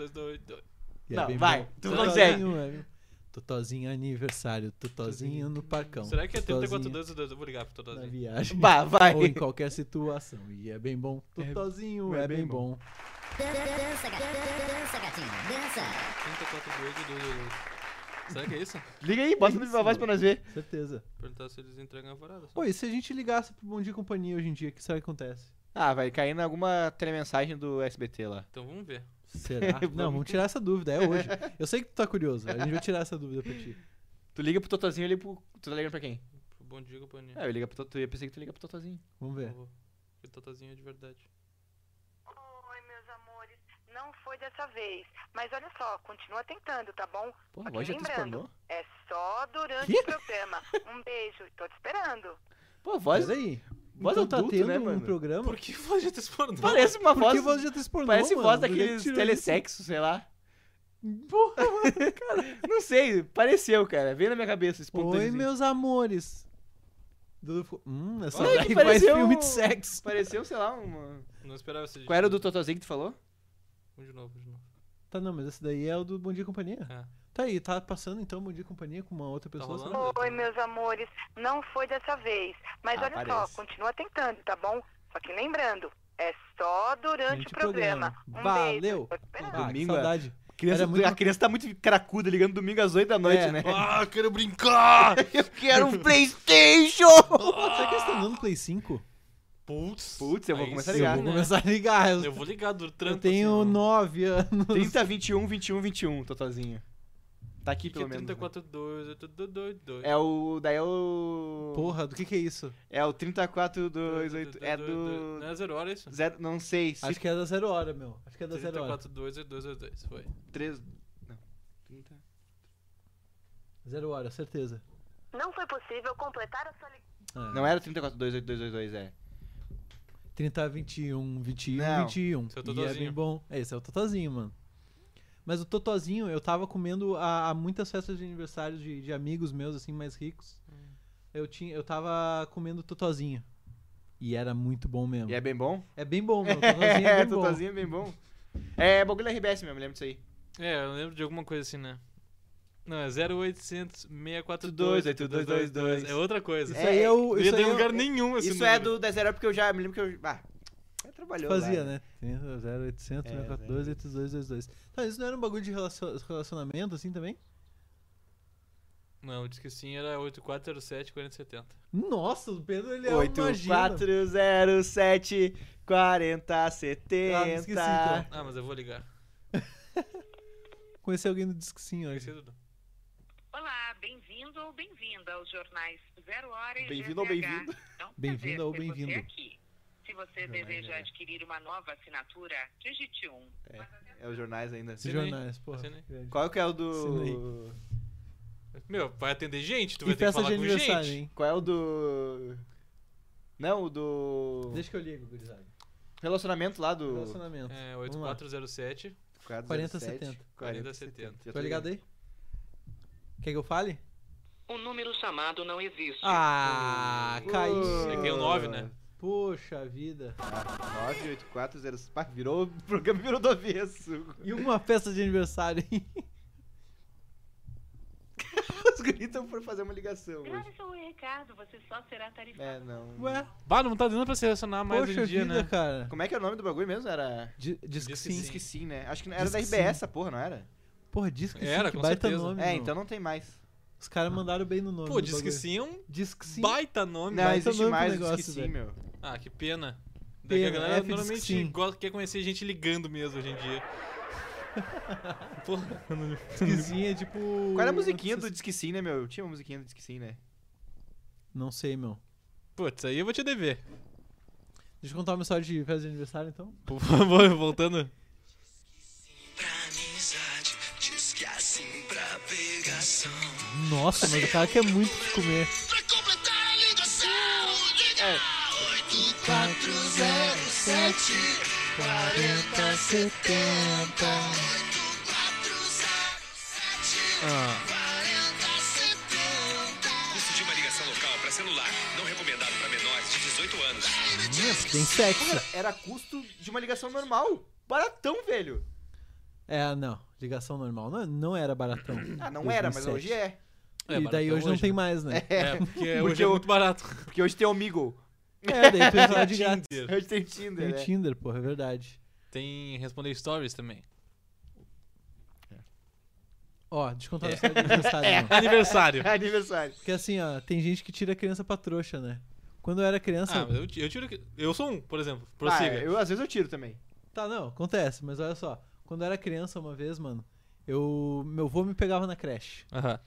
S4: E é
S1: Não,
S4: bem
S1: vai,
S4: bom.
S1: tu
S4: Totozinho,
S1: consegue.
S4: é. Totozinho aniversário, totozinho no parcão.
S3: Será que é
S4: Totozinho
S3: 34 danças? Eu vou ligar pro
S4: Na
S3: Totozinho.
S4: viagem.
S1: Bah, vai.
S4: Ou em qualquer situação. E é bem bom. Totozinho é, bem bom.
S8: Dan- dan- Dança, ga- dan- dan- dança, gatinho, dança.
S3: 34 doido, doido, doido. Será que é isso?
S1: Liga aí, bota
S4: É
S1: no
S4: isso,
S1: Viva Voz
S4: mano.
S1: pra nós ver.
S4: Certeza.
S3: Perguntar se eles entregam a varada.
S4: Pô, e se a gente ligasse pro Bom Dia e Companhia hoje em dia, o que será que acontece?
S1: Ah, vai cair em alguma telemensagem do SBT lá.
S3: Então vamos ver.
S4: Será? Não, vamos tirar essa dúvida, é hoje. Eu sei que tu tá curioso, a gente vai tirar essa dúvida pra ti.
S1: Tu liga pro Totozinho ali pro. Tu tá ligando pra quem?
S3: Pro Bom dia, companhia.
S4: É.
S1: Ah, eu liga pro Totozinho. Eu pensei que tu liga pro Totozinho.
S4: Vamos ver.
S3: O Totozinho é de verdade.
S10: Oi, meus amores. Não foi dessa vez. Mas olha só, continua tentando, tá bom?
S1: Porra, a voz já
S10: Aqui
S1: transplanou?
S10: É só durante
S4: Quê?
S10: o programa. Um beijo. Tô te esperando.
S1: Pô, a voz.
S4: aí.
S1: voz
S4: então tá
S1: adulto,
S4: tendo
S1: né,
S4: um
S1: mano?
S4: programa?
S3: Por que voz de transformador?
S1: Parece uma
S4: Por
S1: voz.
S4: que voz já transformou,
S1: Parece
S4: mano?
S1: voz
S4: Por que que
S1: daqueles
S4: tirou
S1: telesexos, sei lá.
S4: isso? Porra.
S1: Não sei, pareceu, cara. Veio na minha cabeça.
S4: Oi,
S1: espontaneamente.
S4: meus amores. Dudu ficou, hum, essa
S1: Olha
S4: daí
S1: que
S4: faz
S1: pareceu-
S4: filme de sexo.
S1: Pareceu, sei lá, uma.
S3: Não esperava esse
S1: Qual era o do Totozinho que tu falou?
S3: Vamos de novo, vamos de novo.
S4: Tá, não, mas esse daí é o do Bom Dia e Companhia.
S3: É. Tá
S4: Tá aí, tá passando então Bom Dia e Companhia com uma outra pessoa.
S3: rolando?
S4: sabe?
S1: né?
S10: Oi, meus amores. Não foi dessa vez. Mas
S1: Ah,
S10: olha
S1: parece.
S10: só, continua tentando, tá bom? Só que lembrando, é só durante
S4: Durante
S10: o programa. Um
S4: Valeu.
S10: beijo. Tô te esperando.
S4: Ah, que
S1: Domingo,
S4: saudade.
S1: Criança-
S4: Era muito-
S1: A criança tá muito cracuda ligando domingo às 8 da noite,
S4: É.
S1: né?
S3: Ah, quero brincar!
S1: Eu quero um Playstation!
S4: Pô, será que eles estão dando Play 5?
S3: Putz.
S1: Putz, eu vou
S3: Aí
S1: começar a
S3: sim,
S4: eu
S1: ligar. É.
S4: vou
S3: né?
S4: começar a ligar. Eu,
S3: Eu vou ligar do trampo.
S4: eu tenho
S3: assim, ó.
S4: 9 anos.
S1: 30, 21, 21, 21, Totozinho. Tá aqui
S3: Que que
S1: pelo
S3: é
S1: menos. né?
S3: 34, 2, 8, 2, 2, 2.
S1: É o. Daí é o.
S4: Porra, do que que é isso?
S1: É o 34, 2, 8. É do.
S3: Não é zero hora isso?
S1: Zero, não sei, se
S4: Tá. Acho que é da zero hora, meu. Acho que é da zero hora.
S3: 34, 2, 2, 2, 2. é Foi.
S1: 3. Não. 30.
S4: Zero hora, certeza.
S10: Não foi possível completar a sua ligação.
S4: Ah,
S1: Não era 34, 2, 8, 2, 2, 2, é.
S4: 30, 21, 21,
S1: Não.
S4: 21.
S3: Esse é o
S4: e é bem
S3: Totozinho.
S4: bom. É, esse é o Totozinho, mano. Mas o Totozinho, eu tava comendo a, a muitas festas de aniversário de, de amigos meus, assim, mais ricos. Eu, tinha, eu tava comendo Totozinho. E era muito bom mesmo.
S1: E é
S4: É,
S1: bem bom?
S4: bem bom, meu. Totozinho é bem bom.
S1: Totozinho é bem bom. É bagulho da RBS mesmo, lembro disso aí.
S3: É, eu lembro de alguma coisa assim, né? Não, é 0800 642
S1: 28222.
S3: É outra coisa.
S4: Isso aí é o.
S3: Não
S4: Isso
S3: ia
S4: aí
S3: dar
S4: é
S3: em
S4: o-
S3: lugar nenhum esse
S1: Isso é
S3: número.
S1: do da Zero, porque eu já me lembro que eu. Ah, eu trabalhou.
S4: Fazia,
S1: lá,
S4: né? 30, 0800,
S1: É,
S4: 642, 8222. Tá, isso não era um bagulho de relacio- relacionamento, assim, também?
S3: Não, disse que sim, era 8407 4070.
S4: Nossa, o Pedro, ele é uma agenda.
S1: 8407
S4: Ah,
S1: 4070.
S4: esqueci, então.
S3: Ah, mas eu vou ligar.
S4: Conheci alguém no Disco Sim
S1: É.
S3: Esqueci,
S4: hoje.
S3: Dudu.
S10: Olá, bem-vindo ou bem-vinda aos jornais Zero Hora e
S1: Bem-vindo ou
S10: GZH.
S1: bem-vindo.
S10: É
S4: Bem-vinda
S10: um prazer
S4: ou
S10: ter você
S4: bem-vindo.
S10: aqui. Se você
S1: Jornais
S10: deseja
S1: GZH.
S10: adquirir uma nova assinatura, digite um.
S1: É os jornais ainda.
S4: Esses
S3: Assinei,
S4: jornais, porra.
S3: assinei.
S4: grande.
S1: Qual que é o do.
S4: Assinei.
S3: Meu, vai atender gente, tu
S4: E
S3: vai ter que
S4: festa
S3: falar
S4: de
S3: com
S4: aniversário,
S3: gente.
S4: hein?
S1: Qual é o do. é Não, o do.
S4: Deixa que eu ligo, gurizada.
S1: Relacionamento lá do.
S4: Relacionamento.
S3: É,
S4: Vamos lá.
S3: 8407.
S1: 4070.
S3: 4070.
S1: Já
S4: Tá ligado aí? Quer que eu fale?
S11: O Um número chamado não existe.
S4: Ah, caí.
S3: É que tem o 9, né?
S4: Poxa vida.
S1: 98400. Pá, virou. O programa virou do avesso.
S4: E uma festa de aniversário, hein?
S1: Os gritam por fazer uma ligação hoje.
S10: Grave seu recado, você só será tarifado.
S1: É, não.
S4: Ué,
S3: Bah, não tá dando pra selecionar mais
S4: poxa
S3: hoje em dia,
S4: vida,
S3: né? um
S4: cara.
S1: Como é que é o nome do bagulho mesmo? Era.
S4: Di- Diz que sim.
S1: Diz que sim, né? Acho que era
S4: Diz
S1: da
S4: que
S1: RBS
S4: sim.
S1: essa porra, não era?
S4: Porra, diz que
S3: Era,
S4: sim, que
S3: com
S4: baita
S3: certeza.
S4: nome.
S1: É,
S4: meu.
S1: então não tem mais.
S4: Os caras mandaram bem no nome.
S3: Pô,
S4: do
S3: diz que
S4: bagulho.
S3: sim é um
S4: Diz que sim.
S3: baita nome.
S1: Não,
S4: baita
S1: existe
S4: nome pro
S1: mais, diz que
S4: então negócio,
S1: sim,
S4: velho.
S1: meu.
S3: Ah, que pena. Daí
S4: Pena,
S3: a galera
S4: F diz que
S3: normalmente
S4: sim.
S3: gosta, quer conhecer gente ligando mesmo hoje em dia. Porra, eu não-
S4: Diz que sim é tipo.
S1: Qual era a musiquinha do Diz que sim, né, meu? Eu tinha uma musiquinha do Diz que sim, né?
S4: Não sei, meu.
S3: Putz, aí eu vou te dever.
S4: Deixa eu contar uma história de festa de aniversário, então.
S3: Por favor, voltando.
S4: Nossa, mas o cara quer muito te comer.
S11: Custo de uma ligação local para celular. Não recomendado para menores de 18 anos.
S4: Tem sexo.
S1: Pô, era custo de uma ligação normal. Baratão, velho.
S4: É, não. Ligação normal. Não, é, não era baratão.
S1: Ah, não era, mas
S4: 2007.
S1: hoje é.
S3: É,
S4: e daí
S3: baratão
S4: hoje, não
S3: hoje,
S4: tem
S3: né?
S4: mais, né?
S3: É, porque, hoje
S1: eu-
S3: é muito barato.
S1: Porque hoje tem Omigo.
S4: É, daí tu entra lá de grátis.
S3: Tinder.
S1: Hoje tem Tinder,
S4: Tem
S1: né?
S4: Tinder, porra, é verdade.
S3: Tem responder stories também.
S4: Ó, deixa
S1: É.
S4: eu contar uma história de aniversário, meu.
S3: Aniversário.
S1: Aniversário.
S4: Porque assim, ó, tem gente que tira a criança pra trouxa, né? Quando eu um. era criança.
S3: Ah, mas eu, ti- eu tiro. que- Eu sou um, por exemplo.
S1: Ah,
S3: Prossiga.
S1: eu, às vezes eu tiro também.
S4: Tá, não, acontece, mas olha só. Quando eu era criança uma vez, mano, eu. Meu avô me pegava na creche.
S3: Aham.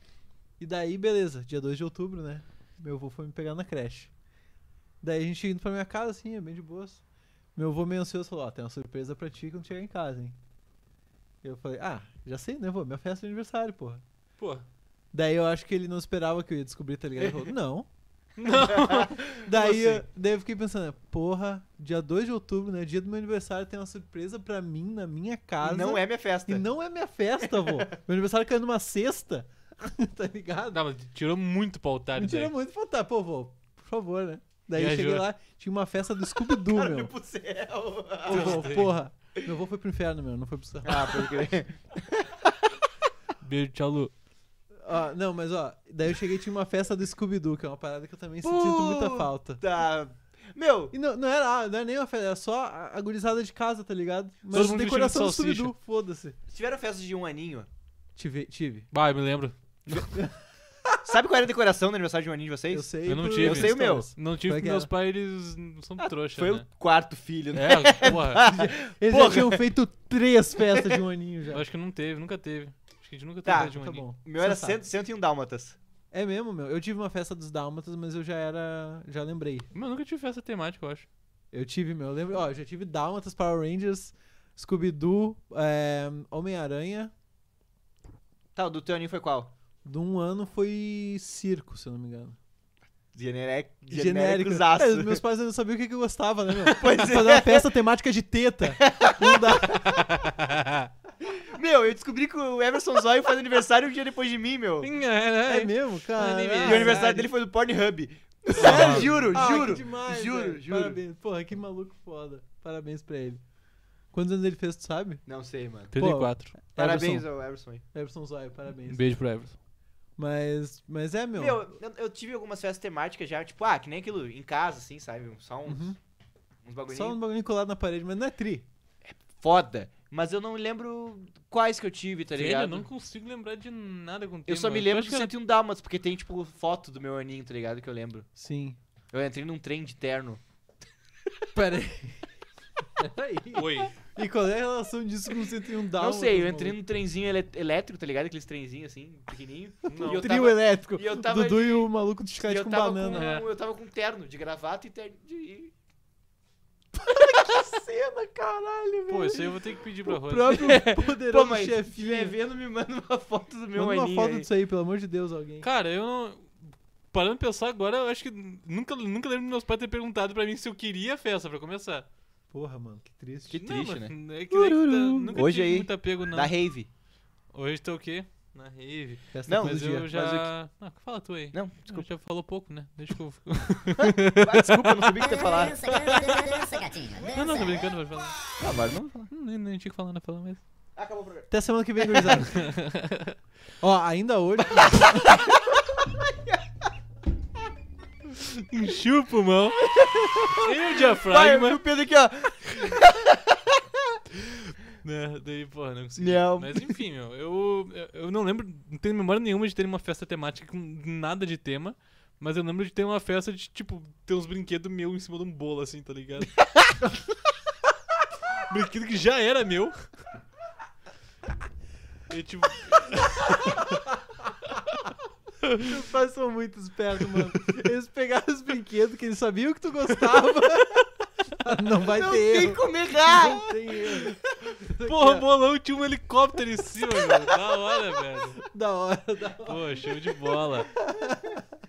S4: E daí, beleza, dia 2 de outubro, né? Meu avô foi me pegar na creche. Daí a gente indo pra minha casa, assim, é bem de boas. Meu avô meio ansioso falou, ó, tem uma surpresa pra ti quando chegar em casa, hein? Eu falei, ah, já sei, né, vô? Minha festa de aniversário, porra.
S3: Pô.
S4: Daí eu acho que ele não esperava que eu ia descobrir, tá ligado? Ele falou, não.
S3: Não.
S4: Daí,
S3: Como assim?
S4: eu, daí eu fiquei pensando, né, porra, dia 2 de outubro, né? Dia do meu aniversário, tem uma surpresa pra mim na minha casa.
S1: E não é minha festa.
S4: E não é minha festa, vô. meu aniversário caiu numa sexta, tá ligado?
S3: Não, mas tirou muito pro altar
S4: Me
S3: daí.
S4: tirou muito faltar, pô, vô, por favor, né? Daí eu
S3: Viajou.
S4: cheguei lá, tinha uma festa do Scooby-Doo, meu.
S1: pro céu.
S4: Ô,
S3: assim.
S4: vô, porra. Meu avô foi pro inferno, meu, não foi pro céu.
S1: Ah, pode crer.
S3: Beijo, tchau, Lu.
S4: Ó, não, mas ó, daí eu cheguei tinha uma festa do Scooby-Doo, que é uma parada que eu também sinto muita falta.
S1: Tá. Meu,
S4: E não, não era, ah, não era nem uma festa, era só a a gurizada de casa, tá ligado?
S3: Todo
S4: Mas
S3: mundo
S4: decoração do
S3: vestido de
S4: Scooby-Doo, foda-se.
S1: tiveram festa de um aninho.
S4: Tive, tive.
S3: Bah, eu me lembro.
S1: Sabe qual era a decoração do aniversário de um aninho de vocês?
S4: Eu sei.
S3: Eu não
S4: por-
S3: tive. Eu sei
S1: o meu.
S4: stories.
S3: Não tive
S4: Como é
S3: porque
S4: que
S3: meus
S4: era?
S3: pais, eles não são trouxa,
S1: Foi
S3: né?
S1: o quarto filho, né?
S3: É, porra.
S4: Eles já
S1: Porra.
S4: tinham feito três festas de um aninho já.
S3: Eu acho que não teve, nunca teve. Acho que a gente nunca teve
S1: Tá,
S3: festa de um
S4: Tá
S3: aninho.
S4: bom.
S1: O meu era 100,
S4: sensato.
S1: 101 dálmatas.
S4: É mesmo, meu. Eu tive uma festa dos Dálmatas, mas eu já era. Já lembrei.
S3: Mas eu nunca tive festa temática, eu acho.
S4: Eu tive, meu. Eu lembro, ó, eu já tive Dálmatas, Power Rangers, Scooby-Doo, é, Homem-Aranha.
S1: Tá, o do teu aninho foi qual?
S4: De um ano foi circo, se eu não me engano.
S1: Generic,
S4: Genérico.
S1: genéricos
S4: É,
S1: aço.
S4: meus pais não sabiam o que, que eu gostava, né, meu?
S1: Pois é.
S4: Fazer uma festa temática de teta. Não dá.
S1: Meu, eu descobri que o Everson Zóio faz aniversário um dia depois de mim, meu. E
S4: É mesmo, cara.
S1: o aniversário dele foi do Pornhub. É, juro,
S4: Ah, que
S1: juro.
S4: demais,
S1: juro,
S4: velho.
S1: juro.
S4: Parabéns. Porra, que maluco foda. Parabéns pra ele. Quantos anos ele fez, tu sabe?
S1: Não sei, mano.
S3: 34.
S4: é Tá,
S1: Parabéns ao Everson. aí.
S4: Everson Zóio, parabéns.
S3: Um beijo pro Everson.
S1: Tá
S4: Mas, mas é, meu.
S1: Meu, eu, eu tive algumas festas temáticas já, tipo, ah, que nem aquilo em casa, assim, sabe? Só uns,
S4: Uhum.
S1: uns bagulhinhos.
S4: Só um bagulho colado na parede, mas não é tri.
S1: Foda. Mas eu não lembro quais que eu tive, tá
S3: Velho, eu
S1: ligado?
S3: não consigo lembrar de nada com o
S1: Eu
S3: tema.
S1: só me lembro
S3: acho
S1: de
S3: que era-
S1: 101 Dálmatas, um porque tem, tipo, foto do meu aninho, tá ligado? Que eu lembro.
S4: Sim.
S1: Eu entrei num trem de terno.
S4: Peraí. Peraí.
S3: Oi.
S4: E qual é a relação disso com 101
S1: não
S4: Dálmatas?
S1: sei, eu entrei
S4: maluco?
S1: num trenzinho elé- elétrico, tá ligado? Aqueles trenzinhos, assim, pequenininho.
S3: Não.
S1: E eu
S4: Trio
S1: tava-
S4: elétrico.
S1: e eu tava
S4: Dudu e o maluco do
S1: E
S4: chiclete
S1: eu
S4: com
S1: tava
S4: banana.
S1: com-
S3: é.
S1: eu tava com terno, de gravata e terno de... É.
S4: Cena, caralho,
S3: Pô, isso aí eu vou ter que pedir pra
S4: O
S3: Rose.
S4: próprio
S1: Pô,
S4: poderoso
S1: mas é, se
S4: chefinho.
S1: estiver vendo, me manda uma foto do meu
S4: Manda uma
S1: aninho
S4: foto
S1: aí.
S4: disso aí, pelo amor de Deus, alguém.
S3: Cara, eu não. Parando pra pensar agora, eu acho que nunca, nunca lembro dos meus pais ter perguntado pra mim se eu queria a festa pra começar.
S4: Porra, mano, que triste.
S1: Que triste,
S3: mas
S1: né?
S3: É que, é que tá-
S1: Ururu.
S3: nunca
S1: Hoje
S3: tive
S1: aí,
S3: muito apego, não.
S1: da rave.
S3: Hoje tá o quê? Na rave.
S4: Festa
S1: Não,
S4: todo
S3: mas eu
S4: dia.
S3: já...
S1: Mas o
S3: Ah, fala tu aí.
S1: Não,
S3: desculpa. Já falou pouco, né? Deixa que eu...
S1: Ah, desculpa, eu não sabia o que ia falar.
S8: Dança, dança, dança, gatinha. Dança.
S3: não, não, tô brincando, pode falar.
S1: Ah, Agora não vou falar.
S3: Hum, Nem, nem tinha que falar, não falar, mas...
S1: Acabou o programa.
S4: Até semana que vem, gurizada. Ó, ainda hoje.
S3: Enchiu o pulmão. e o
S1: Vai, eu vi
S3: diafragma.
S1: o Pedro aqui, ó.
S3: Né, daí, porra, não consegui.
S1: Não.
S3: Mas enfim, meu, eu, eu- eu não lembro, não tenho memória nenhuma de ter uma festa temática com nada de tema. Mas eu lembro de ter uma festa de, tipo, ter uns brinquedos meu em cima de um bolo, assim, tá ligado? Brinquedo que já era meu. E, tipo,
S4: Meus pais são muito espertos, mano. Eles pegaram os brinquedos que eles sabiam que tu gostava. Não vai
S1: Não
S4: ter
S1: tem
S4: erro.
S1: como errar.
S4: Não tem erro.
S3: porra, o bolão tinha um helicóptero em cima, velho. Da hora, velho.
S4: Da hora, da hora.
S3: Pô, show de bola.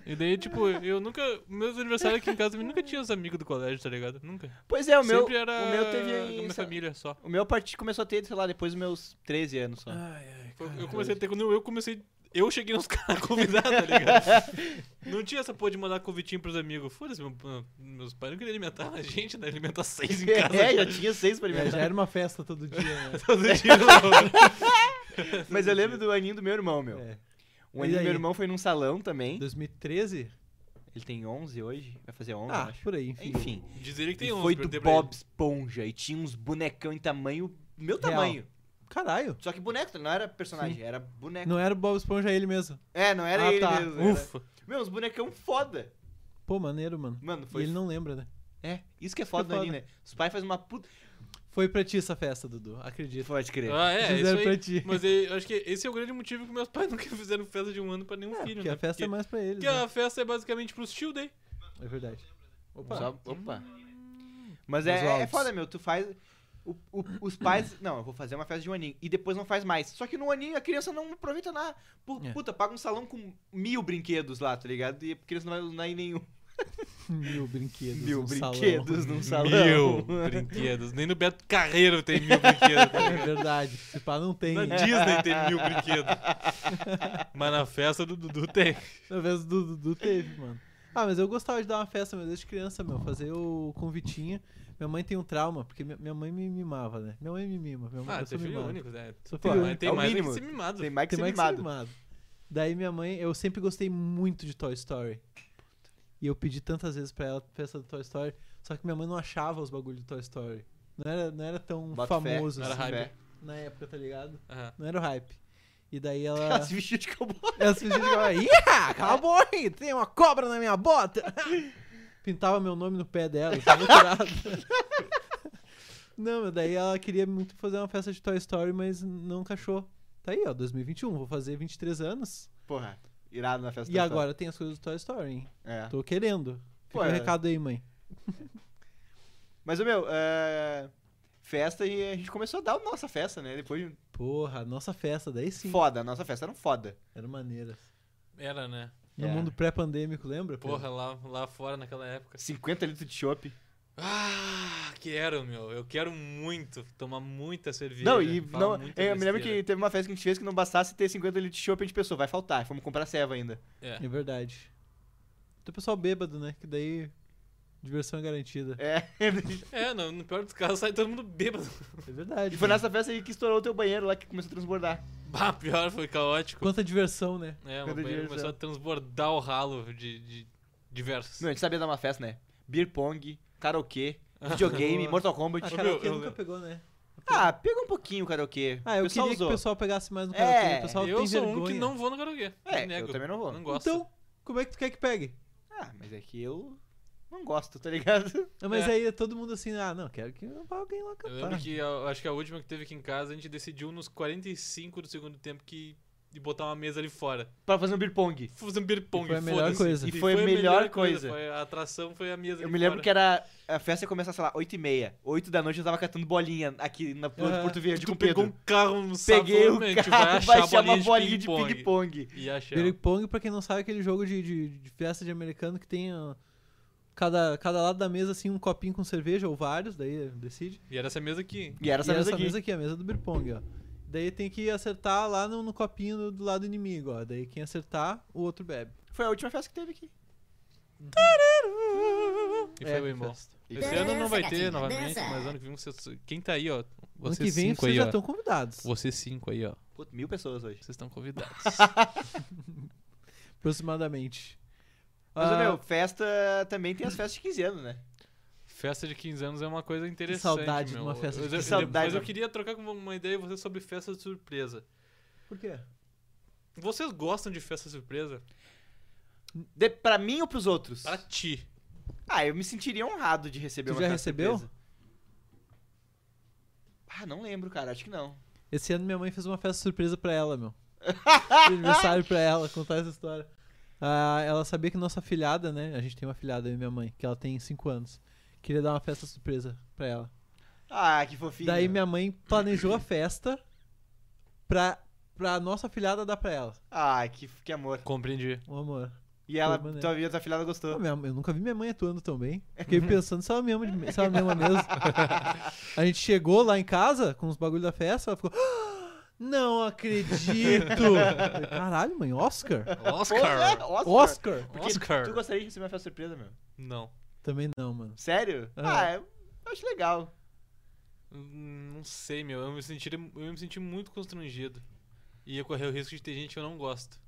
S3: E daí, tipo, eu nunca. Meus aniversários aqui em casa eu nunca tinha os amigos do colégio, tá ligado? Nunca.
S1: Pois é, o meu,
S3: Sempre era
S1: o meu teve
S3: com a
S1: aí,
S3: minha
S1: sei lá,
S3: família só.
S1: O meu parti começou a ter, sei lá, depois dos meus 13 anos
S4: Ah,
S1: só.
S3: Foi- eu comecei a ter quando eu comecei. Eu cheguei nos caras convidados, tá ligado? não tinha essa porra de mandar convitinho pros amigos. Foda-se, meu- meu- meus pais não queriam alimentar a gente, né? Alimentar seis em casa.
S1: é, já tinha seis pra
S4: É,
S1: mim.
S4: já era uma festa todo dia, né?
S3: Todo dia, não.
S1: Mas eu lembro do aninho do meu irmão, meu.
S4: É.
S1: O
S4: E
S1: aninho do
S4: aí?
S1: meu irmão foi num salão também.
S4: 2013?
S1: Ele tem 11 hoje, vai fazer 11, eu
S4: Ah,
S1: acho.
S4: por aí, enfim.
S1: Enfim,
S3: Dizeria que tem
S1: e
S3: um.
S1: foi do Bob Esponja e tinha uns bonecão em tamanho, meu
S4: Real.
S1: tamanho.
S4: Caralho.
S1: Só que boneco, não era personagem, era boneco.
S4: Não era o Bob Esponja ele mesmo.
S1: É, não era
S4: Ah,
S1: ele
S4: tá.
S1: mesmo. era-
S3: Ufa.
S1: Meu, uns bonecão foda.
S4: Pô, maneiro, mano.
S1: Mano,
S4: E
S1: foi...
S4: ele não lembra, né?
S1: É, isso que é foda,
S4: que é
S1: ali, né? Os pais fazem uma puta...
S4: Foi pra ti essa festa, Dudu. Acredito.
S1: Pode crer.
S3: Ah, é,
S4: Fizeram pra
S3: isso aí.
S4: ti.
S3: Mas eu acho que esse é o grande motivo que meus pais nunca fizeram festa de um ano pra nenhum filho,
S4: Porque
S3: né?
S4: a festa é mais pra eles,
S3: Porque
S4: né?
S3: a festa é basicamente pros tio daí.
S4: É verdade. Opa.
S1: Só- opa. Mas
S4: Os
S1: é, é
S4: áudios.
S1: foda, meu. Tu faz. o- o- os pais. Não, eu vou fazer uma festa de um aninho. E depois não faz mais. Só que no aninho a criança não aproveita nada. Pu-
S4: É.
S1: Puta, paga um salão com mil brinquedos lá, tá ligado? E a criança não vai usar em nenhum.
S4: Mil brinquedos.
S1: mil
S4: num salão.
S1: brinquedos num Um salão.
S3: Mil brinquedos. Nem no Beto Carreiro tem mil brinquedos. tá
S4: É
S3: ligado?
S4: verdade. Se pá, não tem.
S3: Na Disney tem mil brinquedos. Mas na festa do Dudu tem.
S4: Talvez o Dudu Dudu teve, mano. Ah, mas eu gostava de dar uma festa, mas desde criança, meu. Fazer o convitinho. Minha mãe tem um trauma, porque minha- minha mãe me mimava, né? Minha mãe me mima. Minha mãe,
S3: Ah,
S4: eu
S3: tem
S4: sou
S3: filho
S4: mimado.
S3: único, né?
S4: Sou
S3: Pô,
S4: filho
S3: mas
S4: único.
S3: tem
S1: É o
S3: mais
S1: mínimo.
S3: que ser mimado.
S1: Tem mais É que
S4: Tem
S1: ser
S4: mais que
S1: mimado.
S4: Daí minha mãe, eu sempre gostei muito de Toy Story. E eu pedi tantas vezes pra ela festa do Toy Story, só que minha mãe não achava os bagulhos do Toy Story. Não era, não era tão
S1: Bota fé,
S4: famoso
S3: era
S4: assim,
S3: hype.
S1: Fé.
S4: na época, tá ligado?
S3: Aham.
S4: Não era o hype. E daí ela.
S1: Ela se vestiu de cowboy.
S4: ela se vestia e ficava, tipo, "Ih, acabou aí, tem uma cobra na minha bota! Pintava meu nome no pé dela, assim, muito irado. Não, mas daí ela queria muito fazer uma festa de Toy Story, mas não achou. Tá aí, ó, 2021, vou fazer 23 anos.
S1: Porra, irado na festa
S4: E
S1: da
S4: agora tem as coisas do Toy Story, hein?
S1: história. É.
S4: Tô querendo.
S1: Pô,
S4: Fica o
S1: é.
S4: recado aí, mãe.
S1: Mas, ô, meu, é, festa e a gente começou a dar a nossa festa, né? Depois de.
S4: Porra, nossa festa, daí sim.
S1: Foda, a nossa festa era um foda.
S4: Era maneira.
S3: Era, né?
S4: No
S1: É.
S4: mundo pré-pandêmico, lembra? Pedro?
S3: Porra, lá, lá fora naquela época.
S1: 50 litros de chopp.
S3: Ah, quero, meu. Eu quero muito tomar muita cerveja.
S1: Não, e
S3: falar
S1: não, é,
S3: muita
S1: eu me lembro que
S3: besteira.
S1: teve uma festa que a gente fez que não bastasse ter 50 litros de chopp, a gente pensou, vai faltar, fomos comprar ceva ainda.
S3: É.
S4: É verdade. Tem o pessoal bêbado, né? Que daí diversão é garantida.
S1: É,
S3: É, no, no pior dos casos sai todo mundo bêbado.
S4: É verdade.
S1: e foi
S4: né?
S1: nessa festa aí que estourou o teu banheiro lá que começou a transbordar.
S3: Bah, pior, foi caótico.
S4: Quanta diversão, né?
S3: É, o
S1: Quando
S3: banheiro
S1: diversão.
S3: começou a transbordar o ralo de, de diversos.
S1: Meu, a gente sabia dar uma festa, né? Beer pong, karaokê, videogame, Mortal Kombat.
S4: Ah,
S3: Ô,
S4: karaokê
S3: Ah, meu, eu-
S4: nunca pegou, né?
S1: Ah, pega um pouquinho o karaokê.
S4: Ah, eu
S1: o pessoal
S4: queria
S1: usou.
S4: que o pessoal pegasse mais no
S1: É,
S4: karaokê. O pessoal
S3: eu
S4: tem
S3: sou
S4: vergonha.
S3: um que não vou no karaokê.
S1: É,
S3: nego.
S1: eu também não vou.
S3: Não gosto.
S4: Então, como é que tu quer que pegue?
S1: Ah, mas é que eu não gosto, tá ligado?
S4: Ah, mas
S3: É.
S4: aí é todo mundo assim, ah, não, quero que vá alguém lá
S1: tá.
S3: Eu lembro
S4: cantar.
S3: que a- acho que a última que teve aqui em casa, a gente decidiu nos 45 do segundo tempo que e botar uma mesa ali fora.
S1: Pra fazer um beer pong.
S3: Fui fazer um beer pong,
S1: E foi a melhor
S3: foda-se.
S1: coisa.
S3: E foi a melhor coisa. Foi a atração foi a mesa
S1: Eu
S3: ali
S1: me lembro
S3: fora.
S1: que era. A festa ia começar, sei lá, 8 e meia. 8 da noite eu tava catando bolinha aqui na Ponte
S3: É,
S1: Porto Verde
S3: tu
S1: com o
S3: pegou
S1: Pedro.
S3: um carro, um
S1: Peguei o
S3: sabonete, vai
S1: carro,
S3: achar
S1: vai achar uma
S3: bolinha de
S1: bolinha de
S3: ping-pong.
S1: ping-pong.
S3: E achei ela.
S4: Beer pong, pra quem não sabe, é aquele jogo de, de, de festa de americano que tem ah, cada, cada lado da mesa assim um copinho com cerveja ou vários, daí decide.
S3: E era essa mesa aqui.
S1: E era essa
S4: e
S1: mesa aqui.
S4: a mesa do beer pong, ó. Daí tem que acertar lá no, no copinho do, do lado inimigo, ó. Daí quem acertar, o outro bebe.
S1: Foi a última festa que teve aqui.
S3: E
S4: É,
S3: foi bem bom.
S4: festa.
S3: Esse
S4: Dança,
S3: ano não vai ter
S4: gatinha,
S3: novamente,
S4: dança.
S3: mas ano que vem vocês. Quem tá aí, ó? Vocês
S4: que vem
S3: cinco
S4: vocês
S3: aí,
S4: já
S3: ó.
S4: estão convidados.
S3: Vocês cinco aí, ó.
S1: Puta, mil pessoas hoje.
S3: Vocês estão convidados.
S4: Aproximadamente.
S1: Mas,
S4: Ah,
S1: meu, festa também tem as festas de 15 anos, né?
S3: Festa de 15 anos é uma coisa interessante.
S4: saudade de
S3: meu.
S4: uma festa de
S3: Eu-
S4: 15
S3: eu-
S4: anos.
S3: Mas
S1: Saudade.
S3: eu queria trocar com uma ideia com você sobre festa de surpresa.
S4: Por quê?
S3: Vocês gostam de festa surpresa?
S1: De, pra mim ou pros outros?
S3: Pra ti.
S1: Ah, eu me sentiria honrado de receber
S4: Tu
S1: uma
S4: já
S1: festa
S4: recebeu?
S1: surpresa. Ah, não lembro, cara. Acho que não.
S4: Esse ano minha mãe fez uma festa surpresa pra ela, meu. De aniversário pra ela, contar essa história. Ah, ela sabia que nossa filhada, né? A gente tem uma filhada, eu e minha mãe, que ela tem 5 anos. Queria dar uma festa surpresa pra ela.
S1: Ah, que fofinho.
S4: Daí minha mãe planejou a festa pra, pra nossa filhada dar pra ela.
S1: Ah, que, que amor.
S3: Compreendi.
S4: O amor.
S1: E ela,
S4: Foi maneiro.
S1: tua, tua filhada
S4: Pô,
S1: gostou.
S4: minha- eu nunca vi minha mãe atuando tão bem.
S3: Uhum.
S4: Fiquei pensando se ela me ama, de- se ela me ama mesmo. A gente chegou lá em casa com os bagulhos da festa, ela ficou. "Ah, Não acredito! Eu falei, Caralho, mãe, Oscar?
S3: Oscar!
S1: Porra, é, Oscar.
S4: Oscar?
S1: Porque
S3: Oscar.
S1: Tu gostaria de receber uma festa surpresa, meu?
S3: Não.
S4: Também não, mano.
S1: Sério?
S4: Aham.
S1: Ah, eu acho legal.
S3: Hum, Não sei, meu. Eu me senti, eu me senti muito constrangido. E ia correr o risco de ter gente que eu não gosto.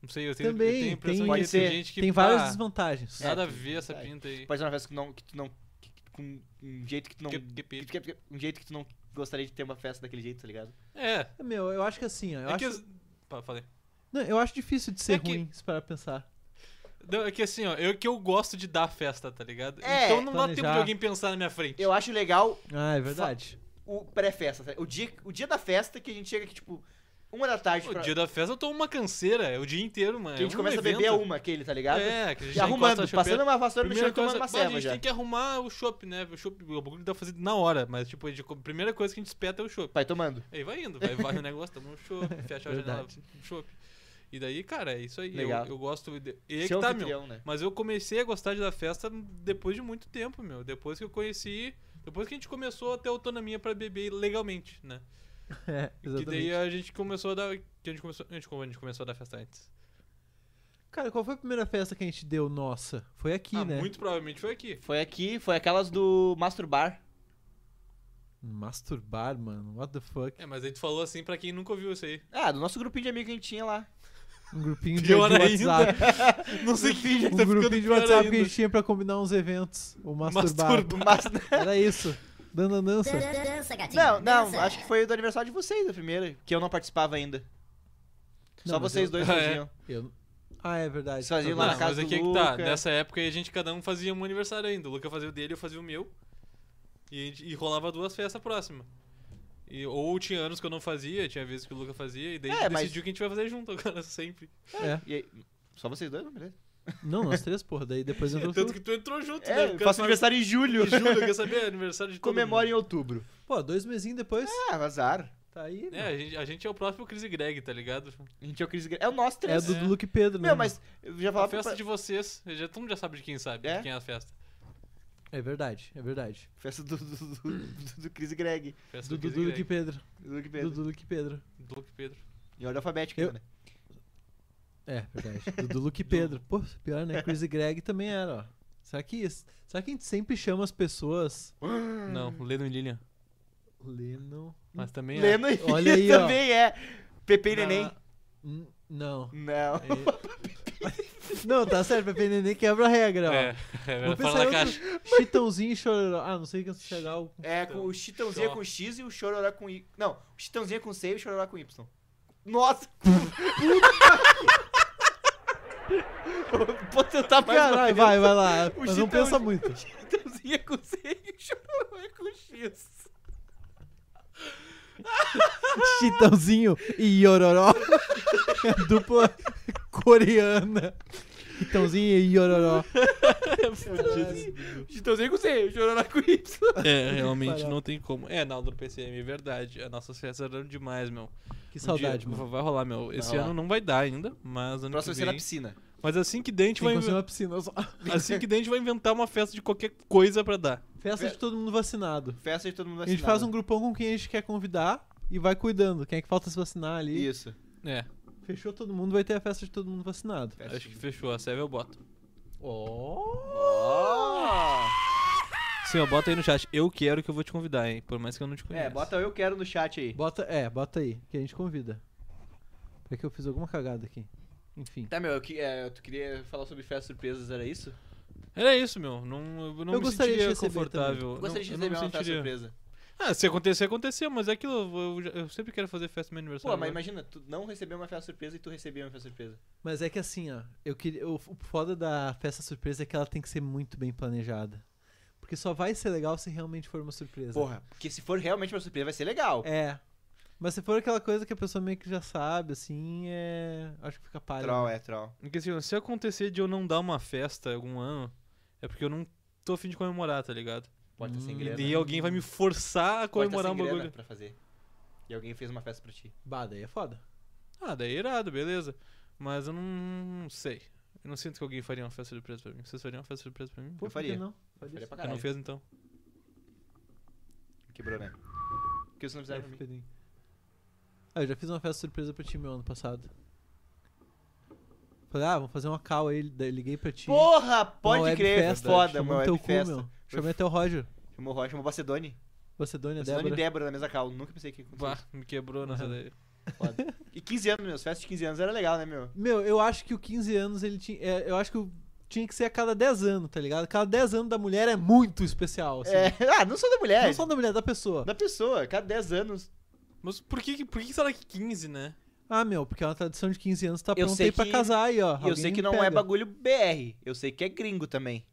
S3: Não sei, eu tenho, eu
S4: Também,
S3: tenho a impressão de
S4: tem- é.
S1: Pode
S3: que tem
S1: ser.
S3: gente que. tá-
S4: Tem várias
S3: pá,
S4: desvantagens.
S3: Nada a
S1: É,
S3: ver essa
S1: tá.
S3: pinta aí.
S1: Pode ser uma festa que não. Que tu não que- que- com um jeito que tu não.
S3: Que- que- que-
S1: que- que- um jeito que tu não gostaria de ter uma festa daquele jeito, tá ligado?
S3: É.
S4: Meu, eu acho que assim, ó, eu,
S3: é que
S4: acho,
S3: as- Pá, falei.
S4: não, eu acho difícil de ser
S3: É que-
S4: ruim, se parar pra pensar.
S3: Não, é que assim, ó, eu que eu gosto de dar festa, tá ligado?
S1: É,
S3: então não dá tempo
S4: planejar.
S3: de alguém pensar na minha frente.
S1: Eu acho legal
S4: Ah, é verdade.
S1: o pré-festa. tá? O dia, o dia da festa que a gente chega aqui, tipo, uma da tarde.
S3: O
S1: pra-
S3: dia da festa eu tô uma canseira, é o dia inteiro, mano.
S1: que a gente
S3: é um
S1: começa
S3: evento.
S1: a beber a uma, aquele, tá ligado?
S3: É, que a gente
S1: E
S3: já encosta
S1: arrumando,
S3: a chopeira.
S1: passando uma vassoura no chão
S3: Primeira
S1: e tomando
S3: coisa,
S1: uma
S3: bah, a
S1: ceva
S3: gente
S1: já.
S3: tem que arrumar o chopp, né? O chopp, o bagulho dá pra fazer na hora, mas tipo, a, gente- a primeira coisa que a gente espeta é o chopp.
S1: Vai tomando.
S3: Aí vai indo, vai, vai o negócio, toma um chopp, fecha a janela,
S4: Verdade.
S3: um chopp. E daí, cara, é isso aí. Eu-
S1: Legal.
S3: Eu, gosto. De... E aí
S1: Ser
S3: que tá, meu.
S1: anfitrião, né?
S3: Mas eu comecei a gostar de dar festa depois de muito tempo, meu. Depois que eu conheci. Depois que a gente começou a ter autonomia pra beber legalmente, né?
S4: É,
S3: Que
S4: exatamente.
S3: daí a gente começou a dar. Que a gente começou. A gente, a gente começou a dar festa antes.
S4: Cara, qual foi a primeira festa que a gente deu nossa? Foi aqui,
S3: ah,
S4: né?
S3: muito provavelmente foi aqui.
S1: Foi aqui, foi aquelas do Masturbar.
S4: Masturbar, mano. What the fuck?
S3: É, mas aí tu falou assim pra quem nunca ouviu isso aí.
S1: Ah, do nosso grupinho de amigos que a gente tinha lá.
S4: Um grupinho de, de
S3: Pior
S4: WhatsApp.
S3: Não sei que já
S4: Um
S3: tá ficando
S4: grupinho de
S3: pior
S4: WhatsApp que a
S3: ainda.
S4: gente tinha pra combinar uns eventos. O masturbar.
S3: Masturbar.
S1: Mas-
S4: Era isso. Dando a dança.
S8: Dança, gatinho.
S1: Não, não,
S8: dança.
S1: acho que foi do aniversário de vocês, a primeira, que eu não participava ainda.
S4: Não,
S1: Só
S4: mas
S1: vocês
S4: eu-
S1: dois
S3: Ah, é.
S1: faziam.
S4: Eu- Ah, é verdade.
S1: Sozinho
S4: Tá
S1: lá na
S4: bom.
S1: casa
S3: mas
S1: do
S3: aqui é que tá.
S1: Luca.
S3: Nessa época aí a gente cada um fazia um aniversário ainda. O Luca fazia o dele, eu fazia o meu. E, a gente- e rolava duas festas próximas. E, ou tinha anos que eu não fazia, tinha vezes que o Luca fazia, e daí
S1: É,
S3: a gente
S1: mas-
S3: decidiu que a gente vai fazer junto agora, sempre.
S4: É.
S1: E aí- só vocês dois, beleza?
S4: Não, nós três, porra. Daí depois entrou
S3: Tanto
S4: tudo.
S3: que tu entrou junto, né?
S1: É,
S3: Porque
S1: eu faço
S3: eu tava
S1: aniversário em julho.
S3: em julho, quer saber? Aniversário de todo
S1: Comemora em
S3: mundo.
S1: outubro.
S4: Pô, dois mesinhos depois.
S1: Ah, azar.
S4: Tá aí.
S3: É, a gente, a gente é o próprio Chris e Greg, tá ligado?
S1: A gente é o Chris Gre- É o nosso
S4: É,
S1: três.
S4: do Luke e Pedro, né?
S1: Meu, mas eu já
S3: A
S1: falava
S3: festa
S1: pra...
S3: de vocês, já, todo mundo já sabe de quem sabe,
S1: É?
S3: de quem é a festa.
S4: É verdade, é verdade.
S1: festa do, do, do, do, do Chris Greg.
S3: Festa
S4: Do
S3: do Chris
S4: Dudu
S3: e
S4: Luke e
S3: Greg.
S4: Pedro.
S1: Do Luke
S4: Do
S1: Pedro.
S4: Dudu Luke e Pedro.
S3: Do Luke e Pedro.
S1: Em ordem alfabética,
S4: Eu-
S1: né?
S4: É, verdade. Dudu Luke e Pedro. Pô, pior, né? Chris e Greg também era, ó. Será que, isso- será que a gente sempre chama as pessoas
S3: Não, Leno e Lilian.
S4: Leno?
S3: Mas também é.
S1: Leno e
S4: Olha aí, ó.
S1: também é. Pepe e
S3: Não,
S1: Neném.
S4: Hum, Não.
S1: Não.
S4: Não, tá certo, Pepe Neném quebra a regra, ó.
S3: É,
S4: Vou
S3: é,
S4: pensar
S3: fora
S4: em
S3: da
S4: outro-
S3: caixa.
S4: Chitãozinho e Chororó. Ah, não sei quem é Chororó.
S1: É, com o Chitãozinho
S3: Chó.
S1: com X e o Chororó com Y. Não, o Chitãozinho é com C e o Chororó com Y. Nossa! Vou tentar mais uma
S4: Caralho,
S1: vez.
S4: vai, vai lá.
S1: O
S4: Mas não
S1: Chitãozinho-
S4: pensa muito.
S1: O Chitãozinho é com C e o Chororó é com X.
S4: Chitãozinho e Yororó. Dupla coreana. Chitãozinho e Yororó.
S3: É,
S1: né? é
S3: Chitãozinho com C, Chororó com Y. É, realmente
S4: Parado.
S3: não tem como. É, na aula do PCM, é verdade. As nossas festas eram demais, meu. Um
S1: Um
S4: Que saudade,
S3: dia,
S4: mano.
S3: Vai rolar, meu. Esse
S1: rolar.
S3: ano não vai dar ainda, mas ano
S1: Próximo vai
S3: que
S1: ser na
S3: vem-
S1: piscina.
S3: Mas assim que dente
S4: Tem
S3: vai
S4: que
S3: inven-
S4: ser uma piscina só.
S3: assim que dente vai inventar uma festa de qualquer coisa pra dar.
S4: Festa de todo mundo vacinado.
S1: Festa de todo mundo
S4: A gente
S1: vacinado.
S4: faz um grupão com quem a gente quer convidar e vai cuidando. Quem é que falta se vacinar ali.
S1: Isso.
S3: É,
S4: Fechou todo mundo, vai ter a festa de todo mundo vacinado.
S1: Festa
S3: acho que fechou. A Seve eu boto.
S1: Ó!
S3: Sim, ó, bota aí no chat. Eu quero que eu vou te convidar, hein? Por mais que eu não te conheça.
S1: É, bota o eu quero no chat aí.
S4: Bota, é, bota aí, que a gente convida. Peraí que eu fiz alguma cagada aqui. Enfim.
S1: Tá, meu, eu, que- é, tu queria falar sobre festas surpresas, era isso?
S3: Era isso, meu. Não, eu não
S4: Eu
S3: me
S4: gostaria de
S3: sentiria
S4: receber também.
S3: confortável.
S1: Eu gostaria de
S3: Não- eu
S1: receber uma
S3: não me
S1: festa
S3: sentiria.
S1: surpresa.
S3: Ah, se acontecer, acontecer, mas é aquilo, eu, já- eu sempre quero fazer festa no meu
S1: Pô,
S3: aniversário. né?
S1: mas
S3: agora.
S1: imagina, tu não receber uma festa surpresa e tu receber uma festa surpresa.
S4: Mas é que assim, ó, eu queria, o o foda da festa surpresa é que ela tem que ser muito bem planejada. Porque só vai ser legal se realmente for uma surpresa.
S1: Porra, porque se for realmente uma surpresa vai ser legal.
S4: É. Mas se for aquela coisa que a pessoa meio que já sabe, assim, é. Acho que fica palha.
S1: troll,
S4: né?
S1: é troll.
S3: Porque assim, ó, se acontecer de eu não dar uma festa algum ano, é porque eu não tô afim de comemorar, tá ligado?
S1: Pode estar sem
S3: E
S1: grana.
S3: daí alguém vai me forçar a
S1: É, né? Pode tá
S3: comemorar um
S1: sem grana
S3: bagulho.
S1: pra fazer. E alguém fez uma festa pra ti.
S4: Bah, daí é foda.
S3: Ah, daí é irado, beleza. Mas eu não, não sei. Eu não sinto que alguém faria uma festa surpresa pra mim. Vocês fariam uma festa surpresa pra mim?
S4: Pô, por que
S1: faria.
S4: não? Faria
S1: Faria
S4: isso.
S1: pra
S3: Eu não
S1: caralho.
S3: fiz então.
S1: Quebrou, né? Porque vocês não fizeram
S4: É,
S1: pra mim.
S4: Pedrinho. Ah, eu já fiz uma festa surpresa pra ti meu ano passado. Falei, ah, vamos fazer uma cal aí, daí liguei pra ti.
S1: Porra,
S4: Uma
S1: pode
S4: web
S1: crer,
S4: é
S1: é
S4: festa,
S1: foda,
S4: chamou
S1: uma
S4: teu
S1: web
S4: cu,
S1: festa.
S4: meu. é Chamei até o Roger.
S1: Chamou Rocha, chamou Bacedoni.
S4: Macedônia,
S1: Bacedoni e
S4: Débora.
S1: Débora na mesa cal. Nunca pensei que ia acontecer
S3: Bah, me quebrou nessa daí.
S1: isso. foda. E 15 anos, meus. Festa de 15 anos era legal, né, meu?
S4: Meu, eu acho que o 15 anos ele tinha. é, eu acho que o- tinha que ser a cada 10 anos, tá ligado? Cada 10 anos da mulher é muito especial. Assim.
S1: É, ah, não só da mulher.
S4: Não só da mulher, da pessoa.
S1: Da pessoa, cada 10 anos.
S3: Mas por que, por que será que 15, né?
S4: Ah, meu, porque é uma tradição de 15 anos, tá
S1: Eu
S4: pronta
S1: sei
S4: aí pra
S1: que-
S4: casar aí, ó.
S1: E eu
S4: Alguém
S1: sei que
S4: me
S1: não é
S4: pega.
S1: bagulho BR. Eu sei que é gringo também.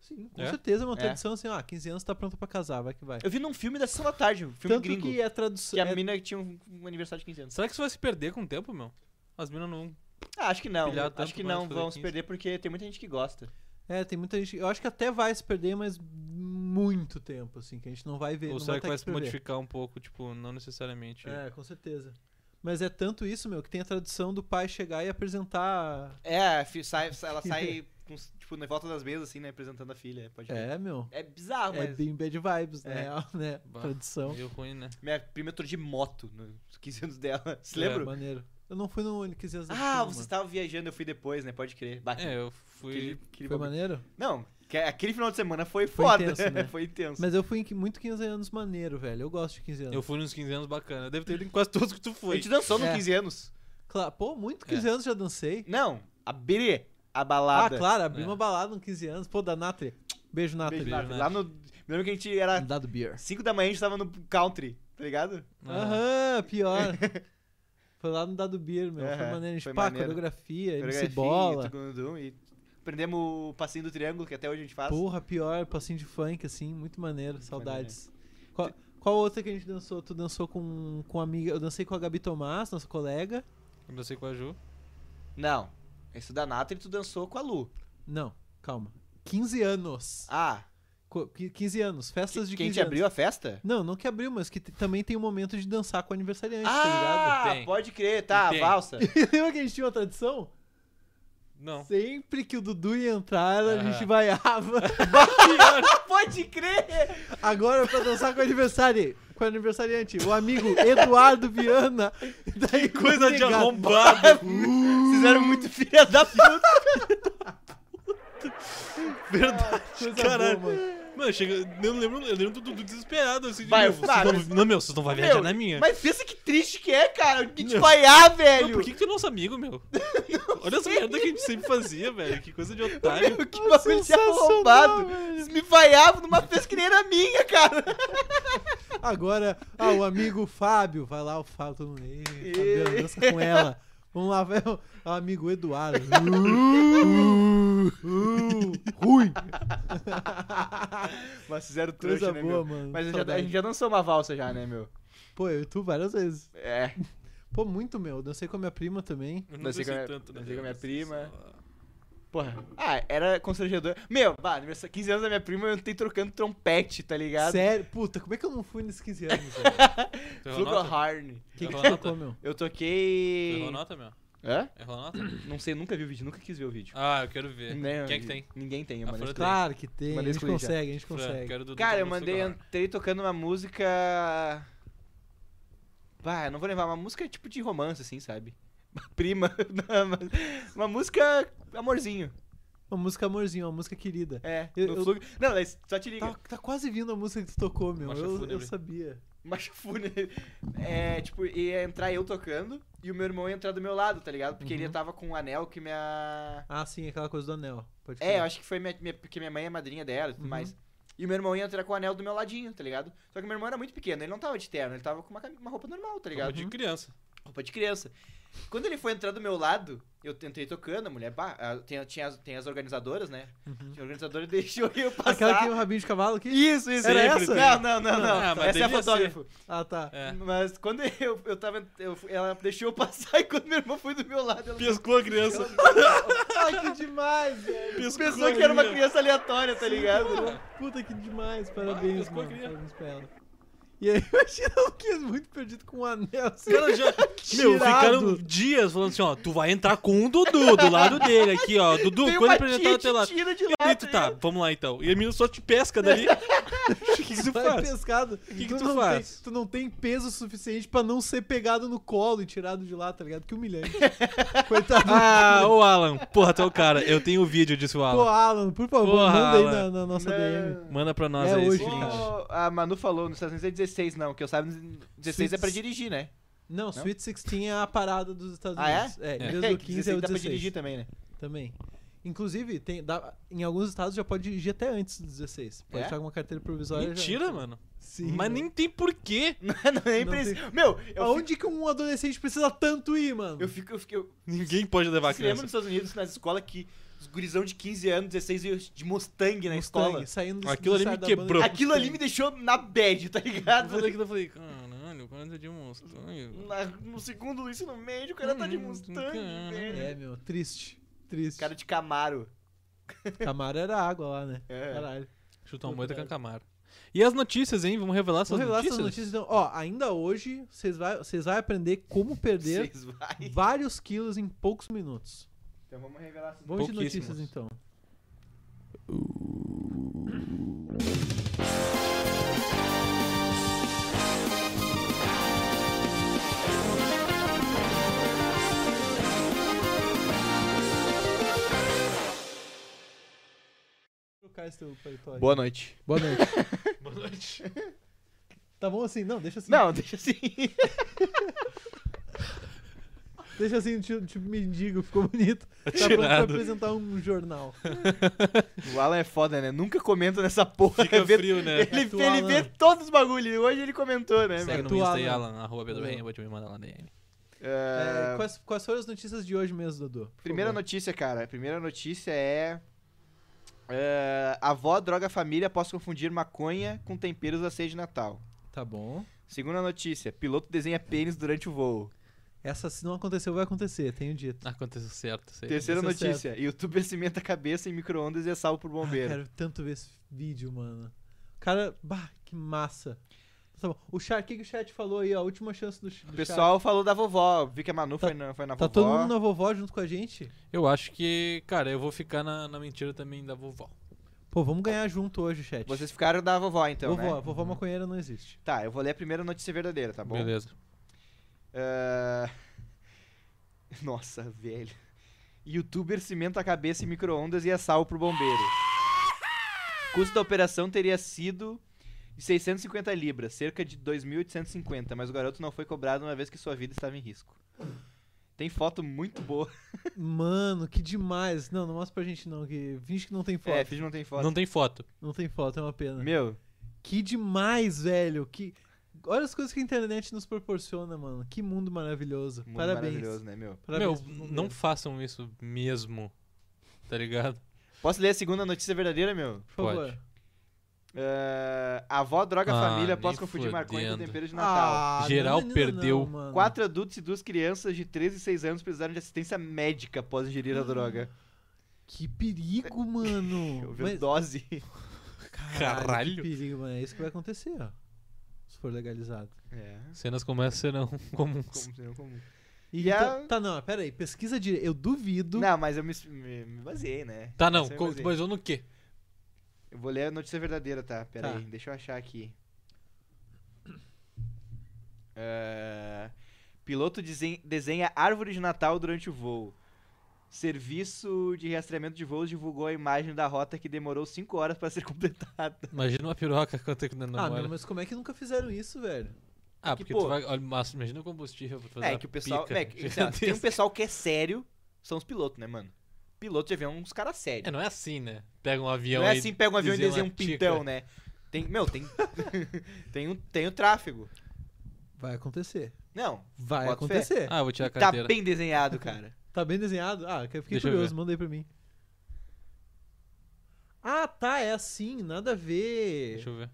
S4: Sim, com
S3: É?
S4: certeza é uma
S1: É.
S4: tradição assim, ó, 15 anos tá pronta pra casar, vai que vai.
S1: Eu vi num filme da Sessão da Tarde, um filme
S4: Tanto
S1: gringo.
S4: que
S1: Que,
S4: é tradução.
S1: a mina tinha um, um aniversário de 15 anos.
S3: Será que isso vai se perder com o tempo, meu? As minas não.
S1: Ah, acho que não.
S3: Pilhar tanto
S1: Acho que
S3: mais
S1: não
S3: pra fazer
S1: vão se
S3: 15.
S1: perder porque tem muita gente que gosta.
S4: É, tem muita gente. Eu acho que até vai se perder, mas muito tempo, assim, que a gente não vai ver.
S3: Ou
S4: não
S3: será
S4: ter
S3: que vai
S4: que
S3: se
S4: prever.
S3: modificar um pouco? Tipo, não necessariamente.
S4: É, com certeza. Mas é tanto isso, meu, que tem a tradição do pai chegar e apresentar.
S1: É, fi- sai- sai- ela sai com, tipo, na volta das mesas, assim, né? Apresentando a filha. Pode ver.
S4: É, meu.
S1: É bizarro,
S4: é
S1: mas.
S4: bem bad vibes, né? né?
S3: Bah,
S4: Tradição.
S3: Meio ruim, né?
S1: Minha prima entrou de moto nos 15 anos dela. Se
S3: É.
S1: lembra?
S4: maneiro. Eu não fui no 15 anos da
S1: ah,
S4: China,
S1: você
S4: mano.
S3: tá
S1: estava viajando, eu fui depois, né? Pode crer. Bah,
S3: É, eu
S1: aquele-
S3: fui.
S1: aquele
S4: Foi
S1: bagulho-
S4: maneiro?
S1: Não, que- é, aquele final de semana foi,
S4: Foi
S1: foda.
S4: intenso, né?
S1: foi intenso.
S4: Mas eu fui em que- muito 15 anos maneiro, velho. Eu gosto de 15 anos.
S3: Eu fui nos 15 anos bacana. Deve ter ido em quase todos que tu
S1: A
S3: foi.
S1: gente dançou
S4: É.
S1: nos 15 anos.
S4: Cla- Pô, muito
S3: É.
S4: 15 anos já dancei.
S1: Não, a Berê, a
S4: Ah,
S1: balada.
S4: claro, abri
S3: É.
S4: uma balada com 15 anos. Pô, da Natri. Beijo, né? Natri.
S1: Beijo,
S3: Beijo,
S1: Nath.
S3: Nath.
S1: Lá no. Me lembro que a gente era
S4: Dado beer.
S1: 5 da manhã a gente tava no country, tá ligado?
S3: Ah,
S4: Aham, pior. Foi lá no Dado Beer, meu. Foi
S1: Aham,
S4: maneiro. A gente
S1: foi
S4: pá,
S1: maneiro.
S4: coreografia, É, MC
S1: Coreografia,
S4: Bola.
S1: tucundum, E prendemos o passinho do triângulo, que até hoje a gente faz.
S4: Porra, pior. Passinho de funk, assim. Muito maneiro. saudades. Qual, qual outra que a gente dançou? Tu dançou com, com amiga. Eu dancei com a Gabi Tomás, nossa colega.
S3: eu dancei com a Ju.
S1: Não. Isso da Nathalie tu dançou com a Lu.
S4: Não, calma. 15 anos.
S1: Ah,
S4: Co- qui- 15 anos. Festas de 15
S1: que a gente
S4: anos.
S1: abriu a festa?
S4: Não, não que abriu, mas que t- também tem o momento de dançar com o aniversariante, tá ligado?
S1: Ah,
S3: Tem.
S1: pode crer, tá,
S3: Tem.
S1: a valsa.
S4: Lembra que a gente tinha uma tradição?
S3: Não.
S4: Sempre que o Dudu ia entrar, a
S3: Aham.
S4: gente vaiava.
S1: pode crer!
S4: Agora pra dançar com o aniversário. Com o aniversariante, o amigo Eduardo Viana. Daí
S3: Coisa de
S4: ligado.
S3: arrombado.
S1: Vocês eram muito filha da puta.
S3: Verdade.
S4: Coisa
S3: Caralho.
S4: boa, mano.
S3: Mano, chega, eu lembro, eu lembro do Dudu desesperado, assim, de
S1: Vai,
S3: meu, vocês
S1: vai,
S3: não,
S1: mas-
S3: não, meu, vocês não vão viajar na minha.
S1: Mas pensa que triste que é, cara. A gente
S3: Não.
S1: vaiar,
S3: Não,
S1: velho.
S3: por que, que tu é nosso amigo, meu? Olha essa merda que a gente sempre fazia, velho. Que coisa de otário.
S1: Meu, que bagulho de arrombado. Vocês me vaiavam numa festa que nem era minha, cara.
S4: Agora, ah, o amigo Fábio. Vai lá, o Fábio, todo mundo. Ei,
S1: Ei.
S4: Fabiano, dança com ela. Vamos lá, vai o o amigo Eduardo. Ruim.
S1: Mas fizeram trouxa,
S4: Coisa
S1: né, meu?
S4: boa, mano.
S1: Mas eu já- tá- a
S4: Saudade.
S1: gente já dançou uma valsa já, né, meu?
S4: Pô, eu e tu várias vezes.
S1: É.
S4: Pô, muito meu. Dancei com a minha prima também.
S3: Eu não
S1: Dancei com a
S3: pensei
S1: minha,
S3: tanto, né?
S1: dancei com a minha prima.
S3: Só-
S1: Porra. Ah, era constrangedor. Meu, bah, aniversário, 15 anos da minha prima, eu não tenho trocando trompete, tá ligado?
S4: Sério? Puta, como é que eu não fui nesses 15 anos? velho?
S3: Tu errou a nota?
S1: Flugelhorn.
S4: O que que
S3: Errou
S4: tu
S3: a nota?
S4: tocou, meu?
S1: Eu
S3: Tu errou
S1: toquei.
S3: a nota, meu?
S1: Hã?
S3: Errou a nota?
S1: Não sei, nunca vi o vídeo, nunca quis ver o vídeo.
S3: Ah, eu quero ver.
S1: Nem-
S3: Quem é que tem?
S1: Ninguém tem, tá eu
S3: A
S1: mandei
S3: Fran
S1: escolher.
S4: Claro que tem.
S1: Mandei
S4: a gente
S1: excluir já.
S4: consegue, a gente
S3: Fran,
S4: consegue.
S3: quero do
S1: Cara,
S3: Dr.
S1: eu
S4: é
S1: mandei,
S3: Bolsonaro.
S1: entrei tocando uma música. Bah, eu não vou levar, uma música tipo de romance, assim, sabe? Prima, não, mas- uma música amorzinho.
S4: Uma música amorzinho, uma música querida.
S1: É,
S4: Eu-
S1: no
S4: eu-
S1: Flug- Não, mas só te liga.
S4: Tá, tá quase vindo a música que tu tocou, meu.
S3: Marcha
S4: Eu, eu
S3: fúnebre.
S4: sabia.
S1: Macho fúnebre. É, tipo, ia entrar eu tocando e o meu irmão ia entrar do meu lado, tá ligado? Porque ele
S4: Uhum.
S1: tava com um anel que minha.
S4: Ah, sim, aquela coisa do anel. Pode
S1: É, eu acho que foi minha, minha- porque minha mãe é madrinha dela e tudo
S4: Uhum.
S1: mais. E o meu irmão ia entrar com o anel do meu ladinho, tá ligado? Só que meu irmão era muito pequeno, ele não tava de terno, ele tava com uma, cami- uma roupa normal, tá ligado?
S3: Roupa de criança.
S1: Roupa de criança. Quando ele foi entrar do meu lado, eu tentei tocando, a mulher, bah, ah, tem, tinha as, tem as organizadoras, né? A organizadora deixou eu passar.
S4: Uhum. Aquela que tem o rabinho de cavalo aqui?
S1: Isso, isso.
S4: Era
S1: sempre
S4: essa?
S1: tem. Não, não, não, não.
S3: Ah, mas
S1: Essa é a
S3: devia ser.
S1: fotógrafo.
S4: Ah, tá.
S3: É.
S1: Mas quando eu, eu tava. eu fui- ela deixou eu passar e quando meu irmão foi do meu lado, ela
S3: Pescou a criança.
S1: Ai, que demais, velho.
S3: Pescou
S1: Pensou
S3: a
S1: que era uma
S3: guria.
S1: criança aleatória, tá ligado?
S4: Puta que demais, parabéns,
S3: pescou a
S4: mano.
S3: criança.
S4: Parabéns pra ela. E aí, eu achei o Luquinhas muito perdido com o anel. Assim.
S3: Cara, já... Meu, ficaram dias falando assim, ó, tu vai entrar com o Dudu do lado dele aqui, ó. Dudu,
S1: Tem
S3: quando
S1: uma
S3: apresentar
S1: tia
S3: o teu
S1: te
S3: lado.
S1: tira de
S3: E
S1: lá,
S3: aí tu tá, vamos lá então. E a menina só te pesca dali. O que, que tu
S4: Vai
S3: faz?
S4: pescado. O
S3: que tu faz?
S4: tu não tem peso suficiente pra não ser pegado no colo e tirado de lá, tá ligado? Que humilhante. Coitado.
S3: Ah, ô Alan, porra, tu é o cara. Eu tenho o vídeo disso,
S4: Pô,
S3: Alan.
S4: Alan, por favor,
S3: Porra,
S4: manda aí na,
S3: Alan.
S4: na nossa DM.
S3: Manda pra nós
S4: É
S3: aí
S4: hoje,
S3: esse link.
S4: cara.
S1: Ô, Né? A Manu falou, nos Estados Unidos é 16, não, que eu saiba, 16 é pra dirigir, né?
S4: Não, Sweet 16 é a parada dos Estados
S1: Ah, é?
S4: Unidos. é? em vez do 15 é o
S1: dá pra dirigir
S4: 16
S1: também, né?
S4: também. Inclusive, tem, dá- em alguns estados já pode dirigir até antes do 16. Pode
S1: É?
S4: estar com uma carteira provisória. já.
S3: Mentira, mano.
S4: Sim. né?
S3: Mas nem tem porquê.
S1: Não, não é
S4: Não
S1: impressão. Meu, eu
S4: Aonde que um adolescente precisa tanto ir, mano?
S1: fico. Eu fico, eu fico eu...
S3: Ninguém pode levar a
S1: Você lembra
S3: criança.
S1: nos Estados Unidos, nas escolas, que os gurizão de 15 anos, 16 iam de Mustang na escola?
S4: Mustang, saindo do
S3: Aquilo ali me
S4: saindo da banda
S3: quebrou.
S4: do
S1: Aquilo ali
S4: Mustang.
S1: me deixou na bad, tá
S3: Eu
S1: ligado?
S3: falei que eu falei, caralho, 40 de monstro.
S1: Na- no segundo do ensino médio, o cara tá de
S3: Hum,
S1: Mustang,
S3: cara.
S1: velho.
S4: É, meu, triste. Triste.
S1: Cara de Camaro.
S4: Camaro era água lá, né?
S1: É.
S4: Caralho.
S3: Chuta uma moita com a Camaro. E as notícias, hein? Vamos revelar essas
S4: Vamos revelar
S3: notícias?
S4: essas notícias então. Ó, ainda hoje vocês vai- vocês vão aprender como perder
S1: Vocês vai.
S4: vários quilos em poucos minutos.
S1: Então vamos revelar essas
S4: Vamos de
S3: Pouquíssimos.
S4: notícias então. Trocar esse teu paletó aí.
S1: Boa noite.
S4: Boa noite.
S3: Boa noite.
S4: Tá bom assim? Não, deixa assim.
S1: Não, deixa assim.
S4: Deixa assim, tipo, tipo mendigo, ficou bonito. Tá pronto pra
S3: Tirado.
S4: apresentar um jornal.
S1: O Alan é foda, né? Nunca comenta nessa porra.
S3: Fica
S1: Vê-
S3: frio, né?
S1: Ele,
S4: É tu,
S1: ele vê
S4: Alan.
S1: todos os bagulhos. Hoje ele comentou, né?
S3: Segue
S1: mano?
S3: no
S4: tu,
S3: Insta aí,
S4: Alan.
S3: Alan, arroba Pedro
S4: Boa.
S3: Henrique, pode me mandar lá na DM.
S1: É,
S4: É, quais, quais foram as notícias de hoje mesmo, Dudu? Por
S1: Primeira
S4: favor.
S1: notícia, cara. Primeira notícia é... é, avó droga a família após confundir maconha com temperos da ceia de Natal.
S4: Tá bom.
S1: Segunda notícia. Piloto desenha pênis durante o voo.
S4: Essa, se não aconteceu, vai acontecer, tenho
S1: Tá
S4: dito.
S3: Ah, Aconteceu certo, sei.
S1: Terceira
S4: isso é
S1: notícia. Youtuber cimenta a cabeça em micro-ondas e é salvo por
S4: Ah,
S1: bombeiro.
S4: quero tanto ver esse vídeo, mano. Cara, bah, que massa. Tá bom. O chat, o que, que o chat falou aí? ó, A última chance do, ch- do
S1: o pessoal falou da vovó. Vi que a Manu foi na, foi na
S4: chat. Tá
S1: vovó.
S4: todo mundo na vovó junto com a gente?
S3: Eu acho que, cara, eu vou ficar na, na mentira também da vovó.
S4: Pô, vamos ganhar junto hoje, chat.
S1: Vocês ficaram da vovó, então,
S4: vovó,
S1: né?
S4: vovó maconheira não existe.
S1: Tá, eu vou ler a primeira notícia verdadeira, tá bom?
S3: Beleza.
S1: Ah, Nossa, velho. Youtuber cimenta a cabeça em micro-ondas e é salvo pro bombeiro. Custo da operação teria sido de 650 libras, cerca de 2.850, mas o garoto não foi cobrado uma vez que sua vida estava em risco. Tem foto muito boa.
S4: Mano, que demais. Não, não mostra pra gente não, que finge que não tem foto.
S1: É, finge que não tem foto.
S3: Não tem foto.
S4: Não tem foto, é uma pena.
S1: Meu,
S4: Que demais, velho. Que... Olha as coisas que a internet nos proporciona, mano. Que mundo maravilhoso.
S1: muito
S4: Parabéns.
S1: maravilhoso, né, meu?
S3: Meu,
S4: Parabéns. pro
S3: não
S4: bombeiro.
S3: façam isso mesmo. Tá ligado?
S1: Posso ler a segunda notícia verdadeira, meu?
S4: Por favor.
S3: pode.
S1: Ah, Ah, avó droga a
S3: Ah,
S1: família
S3: nem
S1: após confundir maconha com
S3: fudendo.
S1: tempero de Natal.
S4: Ah,
S3: Geral
S4: não, menina,
S3: perdeu.
S4: não, mano.
S1: Quatro adultos e duas crianças de 13 e 6 anos precisaram de assistência médica após ingerir a droga.
S4: Que perigo,
S3: Hum,
S4: mano.
S1: Houve
S4: Mas,
S1: dose.
S4: caralho,
S3: Caralho.
S4: que perigo, mano. É isso que vai acontecer, ó. Se for legalizado.
S1: É,
S3: Cenas como um essa serão comuns.
S1: como, não, como.
S4: E
S1: E a-
S4: então- Tá, não, pera aí. Pesquisa direito. Eu duvido.
S1: Não, mas eu me, me, me baseei, né?
S3: Tá, não.
S1: Essa eu me
S3: co-
S1: baseei.
S3: Baseou no quê?
S1: Eu vou ler a notícia verdadeira, tá? Pera
S4: Tá.
S1: aí, deixa eu achar aqui. É, Piloto desen- desenha árvore de Natal durante o voo. Serviço de rastreamento de voos divulgou a imagem da rota que demorou 5 horas pra ser completada.
S3: Imagina uma piroca que eu tenho que
S4: ah, meu,
S3: namorar.
S4: mas como é que nunca fizeram isso, velho?
S3: Ah,
S1: é que,
S3: porque
S1: pô-
S3: tu vai. Olha, massa, imagina o combustível pra fazer.
S1: É
S3: uma
S1: que o pessoal.
S3: pica
S1: é que, sei lá, tem um
S3: gigantesca.
S1: pessoal que é sério, são os pilotos, né, mano? Piloto de avião, uns caras sérios.
S3: É, não é assim, né? Pega um avião.
S1: Não é
S3: aí,
S1: assim, pega um avião e desenha um
S3: uma tica.
S1: pintão, né? Tem, meu, tem. tem, um, tem o tráfego.
S4: Vai acontecer.
S1: Não,
S4: Vai
S1: Bota fé.
S4: acontecer.
S3: Ah, eu vou tirar a
S1: tá
S3: carteira.
S1: bem desenhado, cara.
S4: Tá bem desenhado? Ah, eu fiquei
S3: Deixa eu
S4: curioso,
S3: ver.
S4: manda aí pra mim. Ah, tá, é assim, nada a ver.
S3: Deixa eu ver.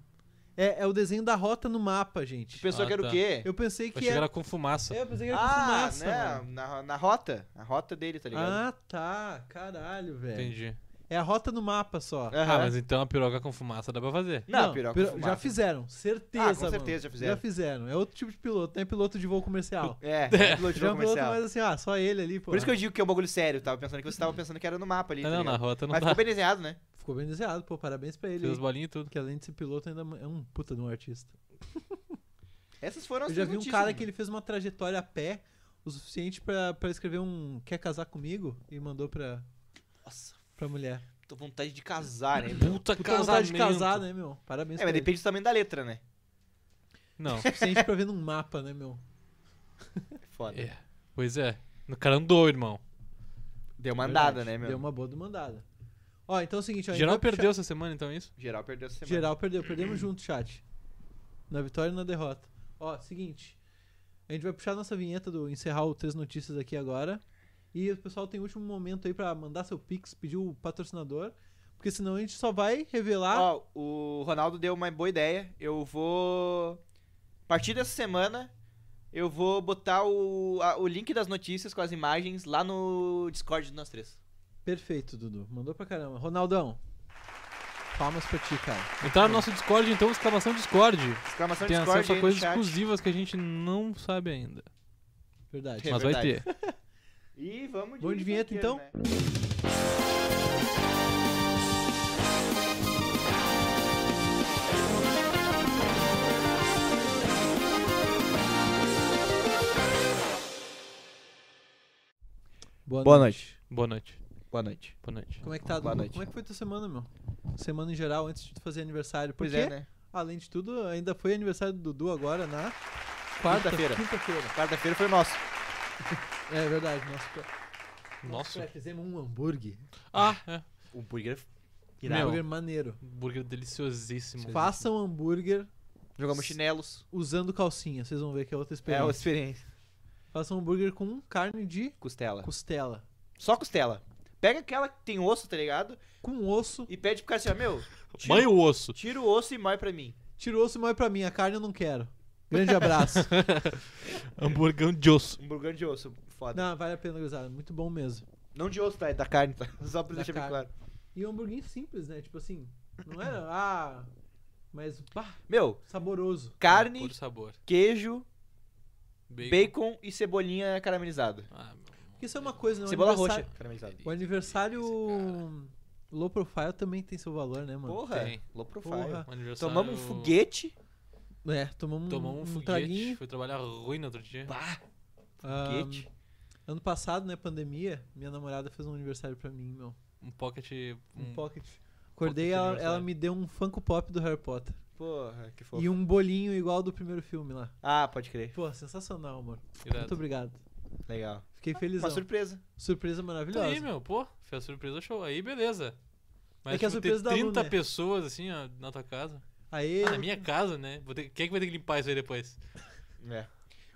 S4: É, é o desenho da rota no mapa,
S1: A
S4: gente.
S1: pessoa
S3: Ah,
S1: quer o
S3: tá.
S1: quê?
S4: Eu pensei
S3: Vai
S4: que
S3: chegar
S4: era.
S3: lá com fumaça.
S4: É, eu pensei que era com
S1: Ah,
S4: fumaça,
S1: né?
S4: mano.
S1: Na, na rota. Na rota dele, tá ligado?
S4: Ah, tá, caralho, velho.
S3: Entendi.
S4: É a rota no mapa só.
S1: Aham.
S3: Ah, mas então a piroca com fumaça dá pra fazer.
S1: É. Não, piroca
S4: piro-
S1: com fumaça.
S4: Já fizeram, certeza.
S1: Ah, com certeza
S4: mano.
S1: já fizeram.
S4: Já fizeram. É outro tipo de piloto, não é piloto de voo comercial.
S1: É, é um piloto de
S4: Já é
S1: jogo
S4: um piloto
S1: comercial.
S4: mais assim, ah, só ele ali, pô.
S1: Por isso que eu digo que é um bagulho sério. Tava pensando que você tava pensando que era no mapa ali.
S3: Não,
S1: tá
S3: não, na
S1: ligado?
S3: rota não
S1: Mas
S3: dá.
S1: ficou bem desenhado, né?
S4: Ficou bem desenhado, pô, parabéns pra ele.
S3: Fez as
S4: hein?
S3: bolinhas e tudo.
S4: Que além de ser piloto, ainda é um puta de um artista.
S1: Essas foram as
S4: eu já
S1: três
S4: vi um
S1: notícias,
S4: cara que
S1: mano.
S4: ele fez uma trajetória a pé o suficiente pra, pra escrever um Quer casar comigo? E mandou pra,
S1: Nossa,
S4: pra mulher.
S1: tô com vontade de casar, né? meu?
S3: Puta,
S4: Puta vontade de casar, né, meu? Parabéns
S1: É, mas
S4: pra ele.
S1: depende do tamanho da letra, né?
S3: Não.
S4: Suficiente pra ver num mapa, né, meu?
S1: É Foda.
S3: É. Pois é. O cara andou, irmão.
S1: Deu uma andada,
S4: Verdade.
S1: né, meu?
S4: Deu uma boa demandada. Ó, então é o seguinte... Ó, a gente
S3: Geral
S4: vai puxar-
S3: perdeu essa semana, então, é isso?
S1: Geral perdeu essa semana.
S4: Geral perdeu. Perdemos junto, chat. Na vitória e na derrota. Ó, seguinte. A gente vai puxar nossa vinheta do encerrar o Três Notícias aqui agora. E o pessoal tem o último momento aí pra mandar seu pix, pedir o patrocinador. Porque senão a gente só vai revelar...
S1: Ó, o Ronaldo deu uma boa ideia. Eu vou. A partir dessa semana, eu vou botar o, a- o link das notícias com as imagens lá no Discord de nós três.
S4: Perfeito, Dudu. Mandou pra caramba. Ronaldão. Palmas pra ti, cara.
S3: Entrar no nosso Discord, então, exclamação Discord.
S1: Exclamação
S3: Tem
S1: Discord Então aí
S3: acesso a
S1: no
S3: coisas
S1: chat.
S3: exclusivas que a gente não sabe ainda.
S4: Verdade.
S1: É
S3: Mas vai
S1: verdade.
S3: ter.
S1: E vamos de,
S4: Vamos de vinheta, então?
S1: né? Boa noite.
S3: Boa noite.
S1: Boa noite.
S3: Boa noite.
S4: Como é que tá,
S1: Boa
S4: Dudu?
S1: noite.
S4: Como é que foi tua semana, meu? Semana em geral, antes de tu fazer aniversário.
S1: Pois
S4: Porque,
S1: é, né?
S4: além de tudo, ainda foi aniversário do Dudu agora na quarta-
S1: Quinta-feira.
S4: Quinta-feira.
S1: Quarta-feira foi nosso.
S4: É verdade. Nosso, pre-
S3: é
S4: nosso
S3: Nossa.
S4: pré- fizemos um hambúrguer.
S3: Ah, é.
S1: O burger.
S4: Um
S3: Meu.
S4: hambúrguer maneiro.
S3: Hambúrguer deliciosíssimo.
S4: Façam hambúrguer
S1: Jogamos chinelos.
S4: usando calcinha. Vocês vão ver que é outra
S1: É,
S4: experiência.
S1: outra experiência.
S4: Façam hambúrguer com carne de
S1: Costela.
S4: costela.
S1: Só costela. Pega aquela que tem osso, tá ligado?
S4: Com osso.
S1: E pede pro cara assim, ó, meu,
S3: Mãe o osso.
S1: tira o osso e mói pra mim.
S4: Tira o osso e moe pra mim. A carne eu não quero. Grande abraço.
S3: Hamburgão de osso.
S1: Um burgão de osso, foda.
S4: Não, vale a pena, gurizada. Muito bom mesmo.
S1: Não de osso, tá? É da carne, tá? Só pra
S4: Da
S1: deixar bem
S4: carne.
S1: claro.
S4: E um hambúrguer simples, né? Tipo assim, não era, ah, mas, bah,
S1: Meu,
S4: saboroso.
S1: carne,
S3: Por sabor.
S1: queijo,
S3: Bacon.
S1: bacon e cebolinha caramelizada.
S3: Ah, meu.
S4: Porque isso é uma coisa, né? O
S1: Cebola roxa
S4: aniversário-
S1: caramelizada.
S4: O aniversário low profile também tem seu valor, né, mano?
S1: Porra,
S3: Tem.
S1: low profile.
S4: Porra.
S3: Um aniversário-
S1: Tomamos um foguete.
S4: É, tomamos um,
S3: Tomamos
S4: um
S3: um foguete.
S4: traguinho.
S3: Foi trabalhar ruim no outro dia.
S1: Bah,
S4: Ahn,
S1: foguete.
S4: ano passado, né, pandemia, minha namorada fez um aniversário pra mim, meu.
S3: Um pocket.
S4: Um
S3: Um
S4: pocket. Acordei,
S3: pocket
S4: ela,
S3: aniversário.
S4: ela me deu um Funko Pop do Harry Potter.
S1: Porra, que fofo.
S4: E um bolinho igual ao do primeiro filme lá.
S1: Ah, pode crer.
S4: Pô, sensacional, amor.
S3: Irado. Tá Ah,
S4: Muito obrigado.
S1: Legal.
S4: Fiquei feliz.
S1: Uma surpresa.
S4: Surpresa
S3: Tá
S4: maravilhosa.
S3: aí, meu, pô. Foi a surpresa show. Aí, beleza. Mas
S4: É que a
S3: tipo,
S4: surpresa da
S3: ter 30
S4: Lu, né?
S3: pessoas, assim, ó, na tua casa.
S4: Aí,
S3: Ah, na minha casa, né? Vou ter- Quem é que vai ter que limpar isso aí depois?
S1: É.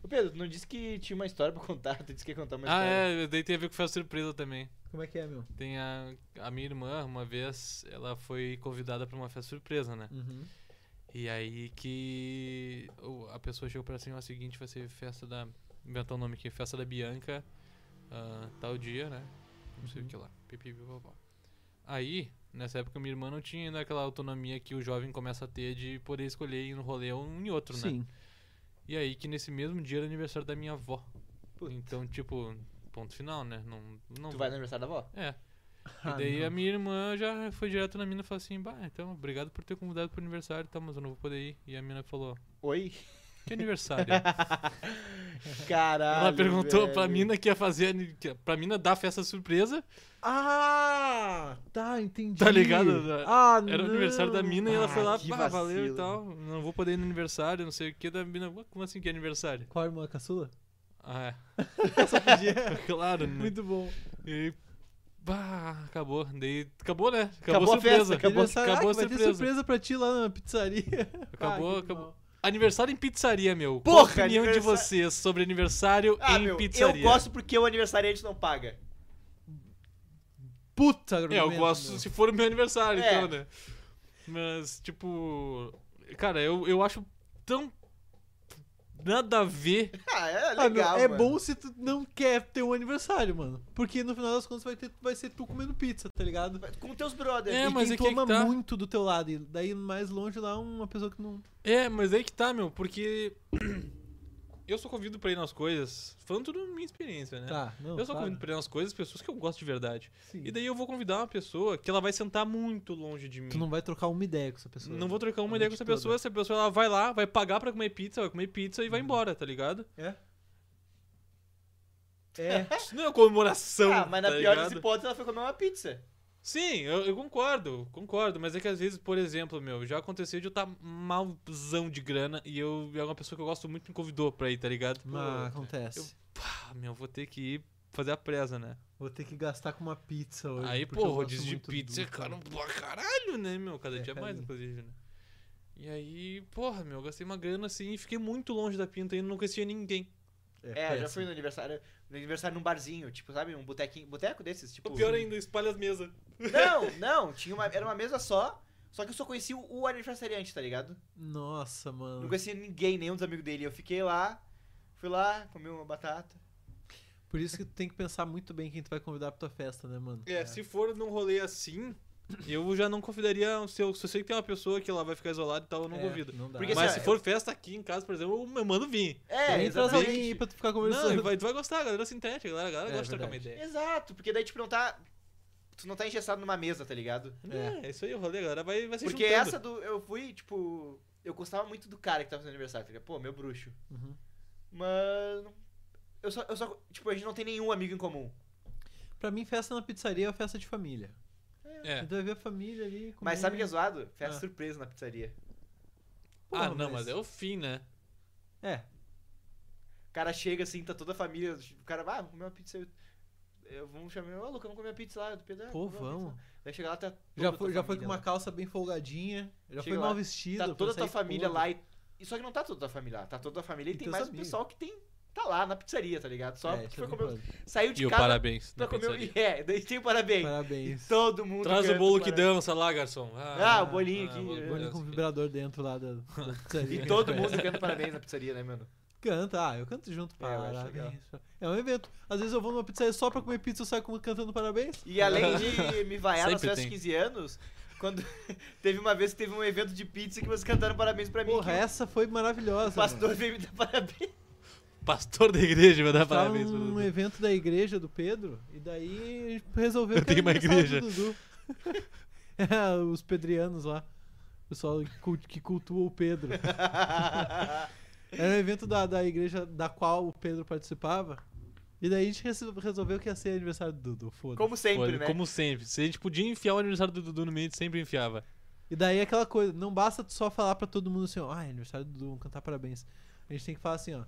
S1: Ô Pedro, tu não disse que tinha uma história pra contar? Tu disse que ia contar uma
S3: ah,
S1: história.
S3: é. Daí tem a ver com foi a surpresa também.
S4: como é que é, meu?
S3: Tem a, a minha irmã, uma vez, ela foi convidada pra uma festa surpresa, né?
S4: Uhum.
S3: E aí que o- a pessoa chegou pra ela assim, ó, seguinte, vai ser festa da... Inventou o nome aqui, festa da Bianca, ah, tal dia, né? Não
S1: Uhum.
S3: sei o que lá. Pipi, pipopó. Aí, nessa época, minha irmã não tinha ainda aquela autonomia que o jovem começa a ter de poder escolher ir no rolê um e outro, né?
S4: Sim.
S3: E aí que nesse mesmo dia era aniversário da minha avó. Então, tipo, ponto final, né? Não, não
S1: Tu
S3: vou-
S1: vai no aniversário da avó?
S3: É.
S1: Ah,
S3: e daí
S1: não.
S3: a minha irmã já foi direto na mina e falou assim: Bah, então, obrigado por ter convidado pro aniversário, tá? Mas eu não vou poder ir. E a mina falou:
S1: Oi?
S3: Que aniversário?
S1: Caralho,
S3: Ela perguntou pra
S1: velho.
S3: mina que ia fazer. ani- que- Pra mina dar festa surpresa.
S1: Ah!
S4: Tá, entendi.
S3: Tá ligado?
S4: Ah,
S3: Era o aniversário da
S4: não.
S3: mina e ela foi
S4: Ah,
S3: lá,
S4: que
S3: pá, valeu e
S4: vacilo."
S3: tal. Não vou poder ir no aniversário, não sei o que. Da mina, "Ué, como assim que é aniversário?
S4: Qual a irmã caçula?
S3: Ah,
S4: é. Só podia.
S3: claro, né?
S4: Muito bom.
S3: E aí, bah, acabou. Daí, acabou, né?
S4: Acabou a
S3: surpresa.
S4: festa,
S3: acabou,
S4: aniversário.
S3: acabou
S4: Ah,
S3: a
S4: que vai ter
S3: surpresa.
S4: surpresa pra ti lá na pizzaria.
S3: Acabou,
S4: Ah, que
S3: acabou. Aniversário em pizzaria, meu. Qual
S1: Porra,
S3: a opinião de
S1: aniversário-
S3: vocês sobre aniversário
S1: Ah,
S3: em
S1: meu, eu
S3: pizzaria?
S1: gosto porque o aniversariante não paga.
S4: Puta,
S3: É, eu
S4: argumento,
S3: gosto
S4: meu.
S3: se for o meu aniversário,
S1: É.
S3: então, né? Mas, tipo. Cara, eu, eu acho tão. Nada a ver.
S1: Ah, é
S4: Ah, meu,
S1: legal,
S4: é
S1: mano.
S4: bom se tu não quer ter um aniversário, mano. Porque no final das contas vai, ter, vai ser tu comendo pizza, tá ligado?
S1: Com teus brothers.
S3: É,
S4: e
S3: mas
S4: quem
S3: é que é que
S4: toma
S3: tá.
S4: muito do teu lado. E daí mais longe lá uma pessoa que não.
S3: É, mas aí que tá, meu, porque. Eu sou convido pra ir nas coisas, falando tudo na minha experiência, né?
S4: Tá, não,
S3: eu sou
S4: claro.
S3: convido pra ir nas coisas, pessoas que eu gosto de verdade.
S4: Sim.
S3: E daí eu vou convidar uma pessoa que ela vai sentar muito longe de mim.
S4: Tu não vai trocar uma ideia com essa pessoa.
S3: Não vou trocar uma
S4: A
S3: ideia com
S4: noite
S3: essa pessoa, essa pessoa ela vai lá, vai pagar pra comer pizza, vai comer pizza
S4: Hum.
S3: e vai embora, tá ligado?
S4: É. É.
S3: Isso não é uma comemoração.
S1: Ah, mas na
S3: tá
S1: pior das
S3: ligado?
S1: hipóteses ela foi comer uma pizza.
S3: Sim, eu, eu concordo, concordo. Mas é que às vezes, por exemplo, meu, já aconteceu de eu estar malzão de grana e eu é uma pessoa que eu gosto muito me convidou pra ir, tá ligado? Pô,
S4: Mas acontece.
S3: pá, meu, vou ter que ir fazer a presa, né?
S4: Vou ter que gastar com uma pizza hoje.
S3: Aí,
S4: porque
S3: pô,
S4: eu gosto
S3: rodízio de
S4: muito
S3: pizza é
S4: do-
S3: caro pra caralho, né, meu? Cada
S4: É,
S3: dia mais,
S4: carinho.
S3: inclusive, né? E aí, porra, meu, eu gastei uma grana assim e fiquei muito longe da pinta e não conhecia ninguém.
S1: É, eu já fui no aniversário, no aniversário num barzinho, tipo, sabe, um botequinho, boteco desses, tipo.
S3: O pior ainda, espalha as mesas.
S1: Não, não, tinha uma, era uma mesa só, só que eu só conhecia o, o aniversariante, tá ligado?
S4: Nossa, mano.
S3: Ah.
S1: Não conhecia ninguém, nenhum dos amigos dele. Eu fiquei lá, fui lá, comi uma batata.
S4: Por isso que tu tem que pensar muito bem quem tu vai convidar pra tua festa, né, mano?
S3: É, se for num rolê assim, eu já não convidaria. Se eu, se eu sei que tem uma pessoa que ela vai ficar isolada e tal, eu não
S4: É,
S3: convido.
S4: não dá.
S1: Porque
S3: Mas
S1: assim,
S3: se for festa aqui em casa, por exemplo, eu eu mando vir.
S1: É,
S4: Vem trazer alguém aí
S1: exatamente.
S4: pra tu ficar
S3: Não,
S4: conversando.
S3: e vai, tu vai gostar, a galera se entende, a galera, a galera
S4: É,
S3: gosta de trocar uma
S4: verdade.
S3: ideia.
S1: Exato, porque daí, tipo, não tá. Tu não tá engessado numa mesa, tá ligado?
S3: É, isso aí, o rolê, a galera vai, vai se
S1: Porque
S3: juntando.
S1: essa do. Eu fui, tipo. Eu gostava muito do cara que tava fazendo aniversário, tá ligado? Pô, meu bruxo.
S4: Uhum.
S1: Mas. Eu só, eu só. Tipo, a gente não tem nenhum amigo em comum.
S4: Pra mim, festa na pizzaria é uma festa de família.
S3: É.
S4: Então vai ver a família ali. comer.
S1: Mas sabe o que é zoado? Festa
S4: Ah.
S1: surpresa na pizzaria.
S4: Porra,
S3: ah, não, mas... é o fim, né?
S4: É.
S1: O cara chega assim, tá toda a família. O cara, ah, vamos comer uma pizza. Eu, eu vamos chamar, ô Luca, vamos comer uma pizza lá. Do Pedro, ah,
S4: é, Pô,
S1: vamos comer uma
S4: vamos.
S1: pizza lá. Daí chega lá, tá.
S4: Já
S1: toda a
S4: foi,
S1: tua
S4: já foi
S1: família
S4: com
S3: né?
S4: uma
S1: lá.
S4: calça bem folgadinha. Já
S1: Chega
S4: foi
S1: lá,
S4: mal vestida.
S1: Tá
S4: foi
S1: toda a tua
S4: sair
S1: família
S4: toda.
S1: lá e. E só que não tá toda a tua família lá. Tá toda a família e,
S4: E
S1: tem
S4: teus
S1: mais
S4: amigos.
S1: o pessoal que tem. Tá lá na pizzaria, tá ligado? Só
S4: É,
S1: que
S4: isso
S1: foi
S4: é
S1: comer.
S4: verdade.
S1: Saiu
S3: E
S1: de
S3: o
S1: casa
S3: parabéns
S1: pra
S3: na
S1: comer.
S3: pizzaria.
S1: o- É, daí tem o parabéns.
S4: Parabéns.
S1: Todo mundo.
S3: Traz o
S1: canta
S3: bolo que
S1: parabéns.
S3: dança lá, garçom.
S1: Ah, o bolinho aqui.
S3: bolo que
S4: Olha com o
S3: dança.
S4: vibrador dentro lá da, da pizzaria.
S1: E todo mundo canta parabéns na pizzaria, né, mano?
S4: Canta, ah, eu canto junto.
S1: É, eu acho
S4: Parabéns. É um evento. Às vezes eu vou numa pizzaria só pra comer pizza e saio com- cantando parabéns.
S1: E além de me vaiar nas festas
S3: Sempre tem.
S1: de 15 anos, quando teve uma vez que teve um evento de pizza que vocês cantaram parabéns pra mim.
S4: Porra,
S3: é
S1: que
S4: essa foi maravilhosa.
S1: o pastor veio me dar parabéns.
S3: Pastor da igreja vai dar
S4: Tava
S3: parabéns.
S1: um
S3: pra
S4: num
S3: você.
S4: Tá um evento da igreja do Pedro, e daí a gente resolveu
S3: Eu
S4: que
S3: tenho
S4: era
S3: uma
S4: aniversário do Dudu. é, os pedrianos lá. O pessoal que cult- que cultua o Pedro. Era um evento da, da igreja da qual o Pedro participava. E daí a gente rece- resolveu que ia ser aniversário do Dudu, foda-se.
S1: Como sempre,
S3: Olha,
S1: né?
S3: Como sempre. Se a gente podia enfiar o aniversário do Dudu no meio, a gente sempre enfiava.
S4: E daí é aquela coisa, não basta tu só falar pra todo mundo assim, ó, ah, é aniversário do Dudu, vamos cantar parabéns. A gente tem que falar assim, ó.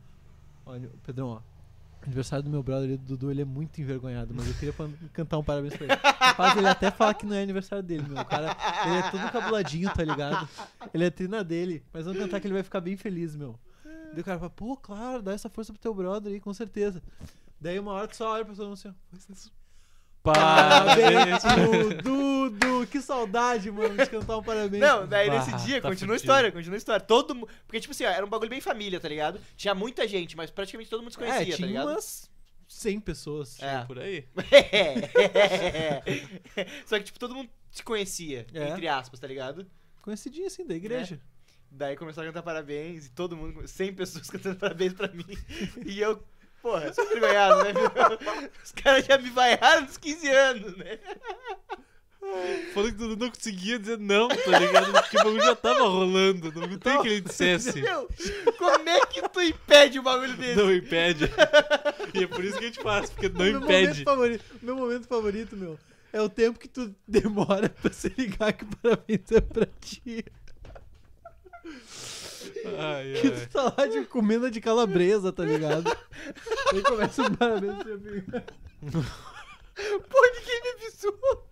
S4: Olha, Pedrão, ó. Aniversário do meu brother, ele- do Dudu, ele é muito envergonhado, mas eu queria pan- cantar um parabéns pra ele. Rapaz, ele até fala que não é aniversário dele, meu. O cara, ele é todo cabuladinho, tá ligado? Ele é trina dele, mas vamos cantar que ele vai ficar bem feliz, meu. Daí o cara fala, pô, claro, dá essa força pro teu brother aí, com certeza. Daí uma hora tu só olha pra todo mundo assim, ó, "Pois é, Parabéns pro Dudu! Que saudade, mano, de cantar um parabéns.
S1: Não, né, daí
S3: Ah,
S1: nesse
S4: Bah,
S1: dia,
S4: tá
S1: continua a
S4: fudido.
S1: história, continua a história. Todo mundo. Porque, tipo assim, ó, era um bagulho bem família, tá ligado? Tinha muita gente, mas praticamente todo mundo se
S4: É,
S1: conhecia, tá
S4: tinha
S1: ligado?
S4: umas 100 pessoas.
S1: É.
S3: Por aí.
S1: Só que, tipo, todo mundo se conhecia,
S4: É.
S1: entre aspas, tá ligado?
S4: Conhecidinha, assim, da igreja.
S1: Daí começaram a cantar parabéns e todo mundo, 100 pessoas cantando parabéns pra mim. E eu, porra, sou vergonhado, né, meu? Os caras já me vaiaram dos 15 anos, né?
S3: Falou que tu não conseguia dizer não, tá ligado? Porque o bagulho já tava rolando. Não tem que ele dissesse.
S1: É. Meu, como é que tu impede o bagulho desse?
S3: Não impede. E é por isso que a gente faz, porque não
S4: meu Momento
S3: impede.
S4: favorito, meu momento favorito, meu, é o tempo que tu demora pra se ligar que o parabéns é pra ti.
S3: Ai,
S4: Que tu
S3: ai.
S4: tá lá de comida de calabresa, tá ligado? Aí começa o parabéns pra mim.
S1: Pô, ninguém me avisou.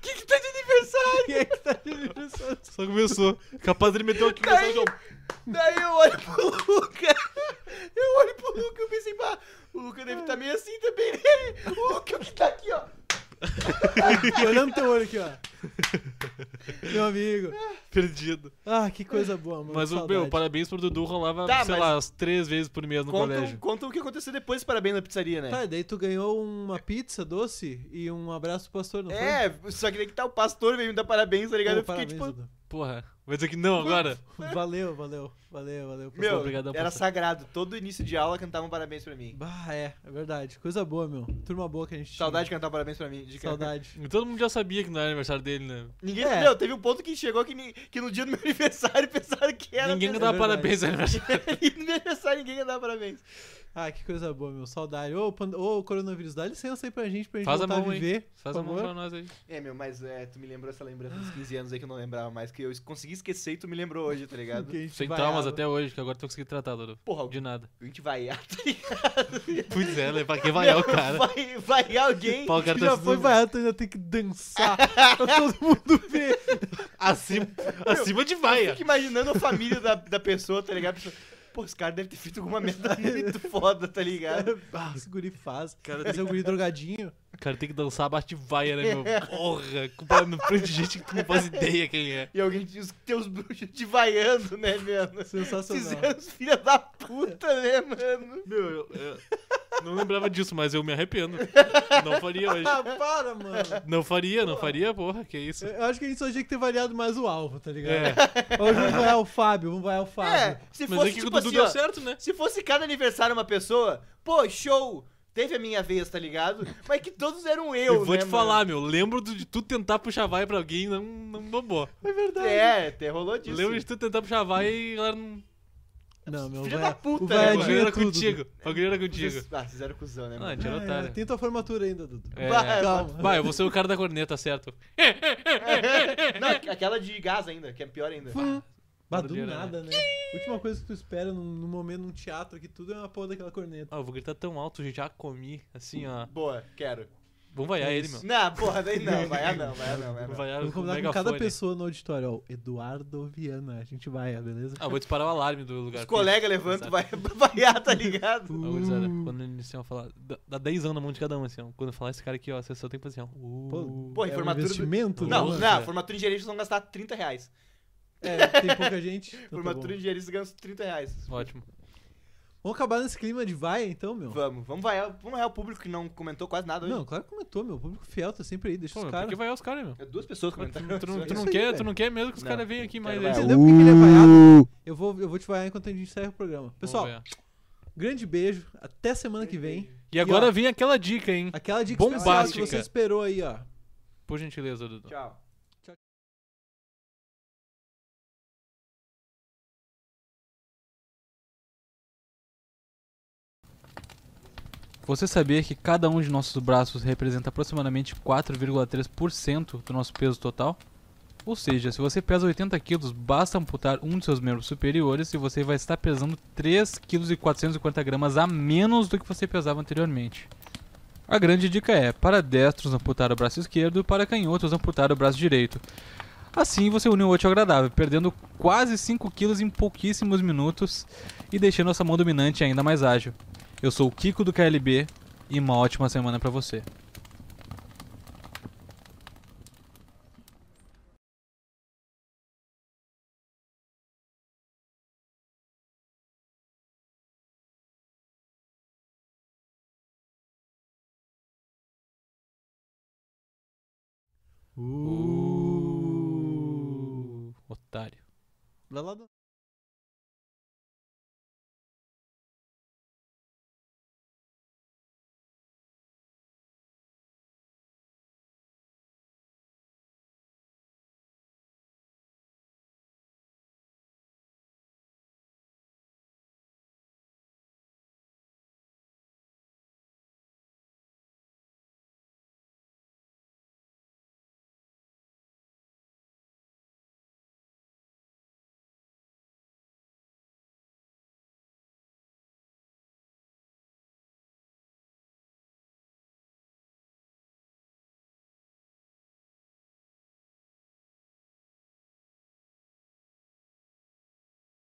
S1: Quem que tá de aniversário?
S4: Quem é que tá de aniversário?
S3: Só começou. Capaz dele meter aqui
S1: Daí-
S3: mensagem, ó.
S1: Daí eu olho pro Luca. Eu olho pro Luca e eu pensei, pá, o Luca deve estar meio assim também, né? O Luca que tá aqui, ó.
S4: Tô Olhando teu olho aqui, ó. Meu amigo.
S3: Perdido.
S4: Ah, que coisa boa, mano.
S3: Mas,
S4: que
S3: o meu,
S4: saudade.
S3: parabéns pro Dudu rolava,
S1: Tá,
S3: sei
S1: mas-
S3: lá, as três vezes por mês no
S1: Conta,
S3: colégio.
S1: conta o que aconteceu depois do parabéns na pizzaria, né?
S4: Tá, daí tu ganhou uma pizza doce e um abraço pro pastor, não foi?
S1: É, só que daí que tá o pastor veio me dar parabéns, tá ligado?
S4: Pô,
S1: eu fiquei
S4: parabéns,
S1: tipo.
S4: Dudu.
S3: Porra. Vai dizer que não agora?
S4: Valeu, valeu, valeu, valeu. pastor.
S1: Meu,
S3: Obrigadão,
S1: era
S3: pastor.
S1: sagrado. Todo início de aula cantavam parabéns pra mim.
S4: Bah, é, é verdade. Coisa boa, meu. Turma boa que a gente tinha.
S1: Saudade de cantar parabéns pra mim. de cara.
S4: Saudade.
S3: E Todo mundo já sabia que não era aniversário dele, né?
S1: Ninguém.
S4: É.
S1: Meu, teve um ponto que chegou que, ni- que no dia do meu aniversário pensaram que era.
S3: Ninguém
S1: mesmo.
S3: que dava
S4: É verdade.
S3: parabéns no aniversário.
S1: E no meu aniversário ninguém ia dar parabéns.
S4: Ah, que coisa boa, meu. Saudade. Ô, pand... ô, coronavírus, dá licença aí pra gente, pra gente
S3: Faz a
S4: voltar
S3: mão,
S4: a
S3: hein?
S4: viver.
S3: Faz
S4: por
S3: a mão
S4: favor.
S3: pra nós aí.
S1: É, meu, mas é, tu me lembrou essa lembrança dos 15 anos aí que eu não lembrava mais, que eu es- consegui esquecer e tu me lembrou hoje, tá ligado?
S4: Que a gente
S3: Sem
S4: vaiava.
S3: traumas até hoje, que agora tu consegui tratar, Dudu.
S1: Porra,
S3: De nada.
S1: a gente vai tá ligado?
S3: Pois é, né? Pra que vaiar o cara?
S1: Vai, vai alguém.
S3: Pô, o cara
S4: Tu
S3: tá
S4: já
S3: sendo-
S4: foi vaiado, tu ainda tem que dançar pra todo mundo ver.
S3: Acima, acima de vaia.
S1: Fica imaginando a família da, da pessoa, tá ligado? Pessoa, Pô, esse cara deve ter feito alguma merda muito foda, tá ligado?
S4: Ah, esse guri faz.
S3: Cara,
S4: Esse é um guri drogadinho.
S3: O cara tem que dançar abaixo de vaia, né, meu? Porra, comparado no frente de gente que tu não faz ideia quem é.
S1: E alguém diz que tem os bruxos te vaiando, né, mano?
S4: Sensacional.
S1: Fizeram os filhos da puta, né, mano?
S3: Meu, eu, eu não lembrava disso, mas eu me arrependo. Não faria hoje.
S4: Ah, para, mano.
S3: Não faria, não faria, porra, que isso.
S1: É.
S4: Eu acho que a gente só tinha que ter variado mais o alvo, tá ligado?
S3: É,
S4: Hoje vamos vaiar o Fábio, vamos vaiar o
S1: É,
S4: Fábio.
S1: se
S3: mas
S1: fosse
S3: é que o
S1: tipo
S3: Dudu
S1: assim,
S3: deu
S1: ó,
S3: certo, né?
S1: Se fosse cada aniversário uma pessoa, pô, show! Teve a minha vez, tá ligado? Mas que todos eram eu,
S3: Eu vou
S1: né,
S3: te
S1: mano?
S3: falar, meu, lembro do- de tu tentar puxar vaia pra alguém e não, não bombou.
S4: É verdade.
S1: É, até rolou disso.
S3: Lembro de tu tentar puxar vaia e a galera não...
S4: Não, meu,
S1: Filho
S4: vai-
S1: da puta,
S4: o
S1: né,
S3: O
S1: mano?
S4: vaiadinho
S3: bagulho
S4: é
S3: era
S4: tudo.
S3: contigo. O bagulho era contigo.
S1: Vocês- Ah, fizeram cuzão, né,
S3: Ah, a
S1: mano?
S3: gente era
S4: Ah, é,
S3: otário.
S4: Tem tua formatura ainda, Dudu.
S3: É.
S1: Vai,
S4: Calma.
S3: Vai, eu vou ser o cara da corneta, certo?
S1: Não, aquela de gás ainda, que é pior ainda.
S4: Bah, do
S3: Barulheira,
S4: nada, né? Última coisa que tu espera num, num momento, num teatro, que tudo é uma porra daquela corneta.
S3: Ah, eu vou gritar tão alto, gente, já comi, assim, ó.
S1: Boa, quero.
S3: Vamos vaiar ele, meu.
S1: Não, porra, daí não, vai, ah, não, vai, ah, não, vai, ah,
S3: Vamos
S1: não.
S3: vaiar
S4: Vamos
S3: com o
S4: combinar com cada
S3: megafone.
S4: pessoa no auditório, ó. o Eduardo Viana, a gente vai, beleza?
S3: Ah, vou disparar o alarme do lugar.
S1: Os colegas levantam, vai vaiar, tá ligado?
S3: Ah, gurizada, quando ele assim, ó, falar. Dá, dá 10 anos na mão de cada um, assim, ó. Quando eu falar esse cara aqui, ó, você só tem que fazer assim, ó.
S4: Pô,
S1: Pô,
S4: é um
S1: formatura do-
S4: investimento, né,
S1: Não,
S4: mano?
S1: não, formatura de gerente vão gastar 30 reais.
S4: É, tem pouca gente. então tá
S1: Formatura
S4: bom.
S1: de gerente gasta 30 reais.
S3: Ótimo.
S4: Vamos acabar nesse clima de vai, então, meu?
S1: Vamos, vamos vaiar, vamos vaiar o público que não comentou quase nada hoje.
S4: Não, claro que comentou, meu. O público fiel tá sempre aí, deixa
S3: Pô,
S4: os
S3: meu, por
S4: caras.
S3: que vaiar os caras, meu?
S1: É Duas pessoas comentaram.
S3: Tu, não- tu
S4: isso
S3: não
S4: aí,
S3: quer,
S4: velho.
S3: tu não quer mesmo que os
S1: Não,
S3: caras venham aqui mais
S1: quero
S3: vezes.
S1: vaiar.
S4: Entendeu por que que ele é vaiado? Eu vou, eu vou te vaiar enquanto a gente encerra o programa. Pessoal,
S3: Vamos vaiar.
S4: grande beijo. Até semana que vem.
S3: E agora
S4: ó,
S3: vem aquela dica, hein?
S4: Aquela dica especial que você
S3: Bombástica.
S4: esperou aí, ó.
S3: Por gentileza, Dudu.
S1: Tchau.
S2: Você sabia que cada um de nossos braços representa aproximadamente 4,3% do nosso peso total? Ou seja, se você pesa 80 kg, basta amputar um de seus membros superiores e você vai estar pesando 3,440 kg a menos do que você pesava anteriormente. A grande dica é: para destros, amputar o braço esquerdo, para canhotos, amputar o braço direito. Assim você une o útil ao agradável, perdendo quase 5 kg em pouquíssimos minutos e deixando essa mão dominante ainda mais ágil. Eu sou o Kiko do KLB e uma ótima semana pra você.
S12: Uh, otário.
S4: Uh.
S3: Vai lá, Dona.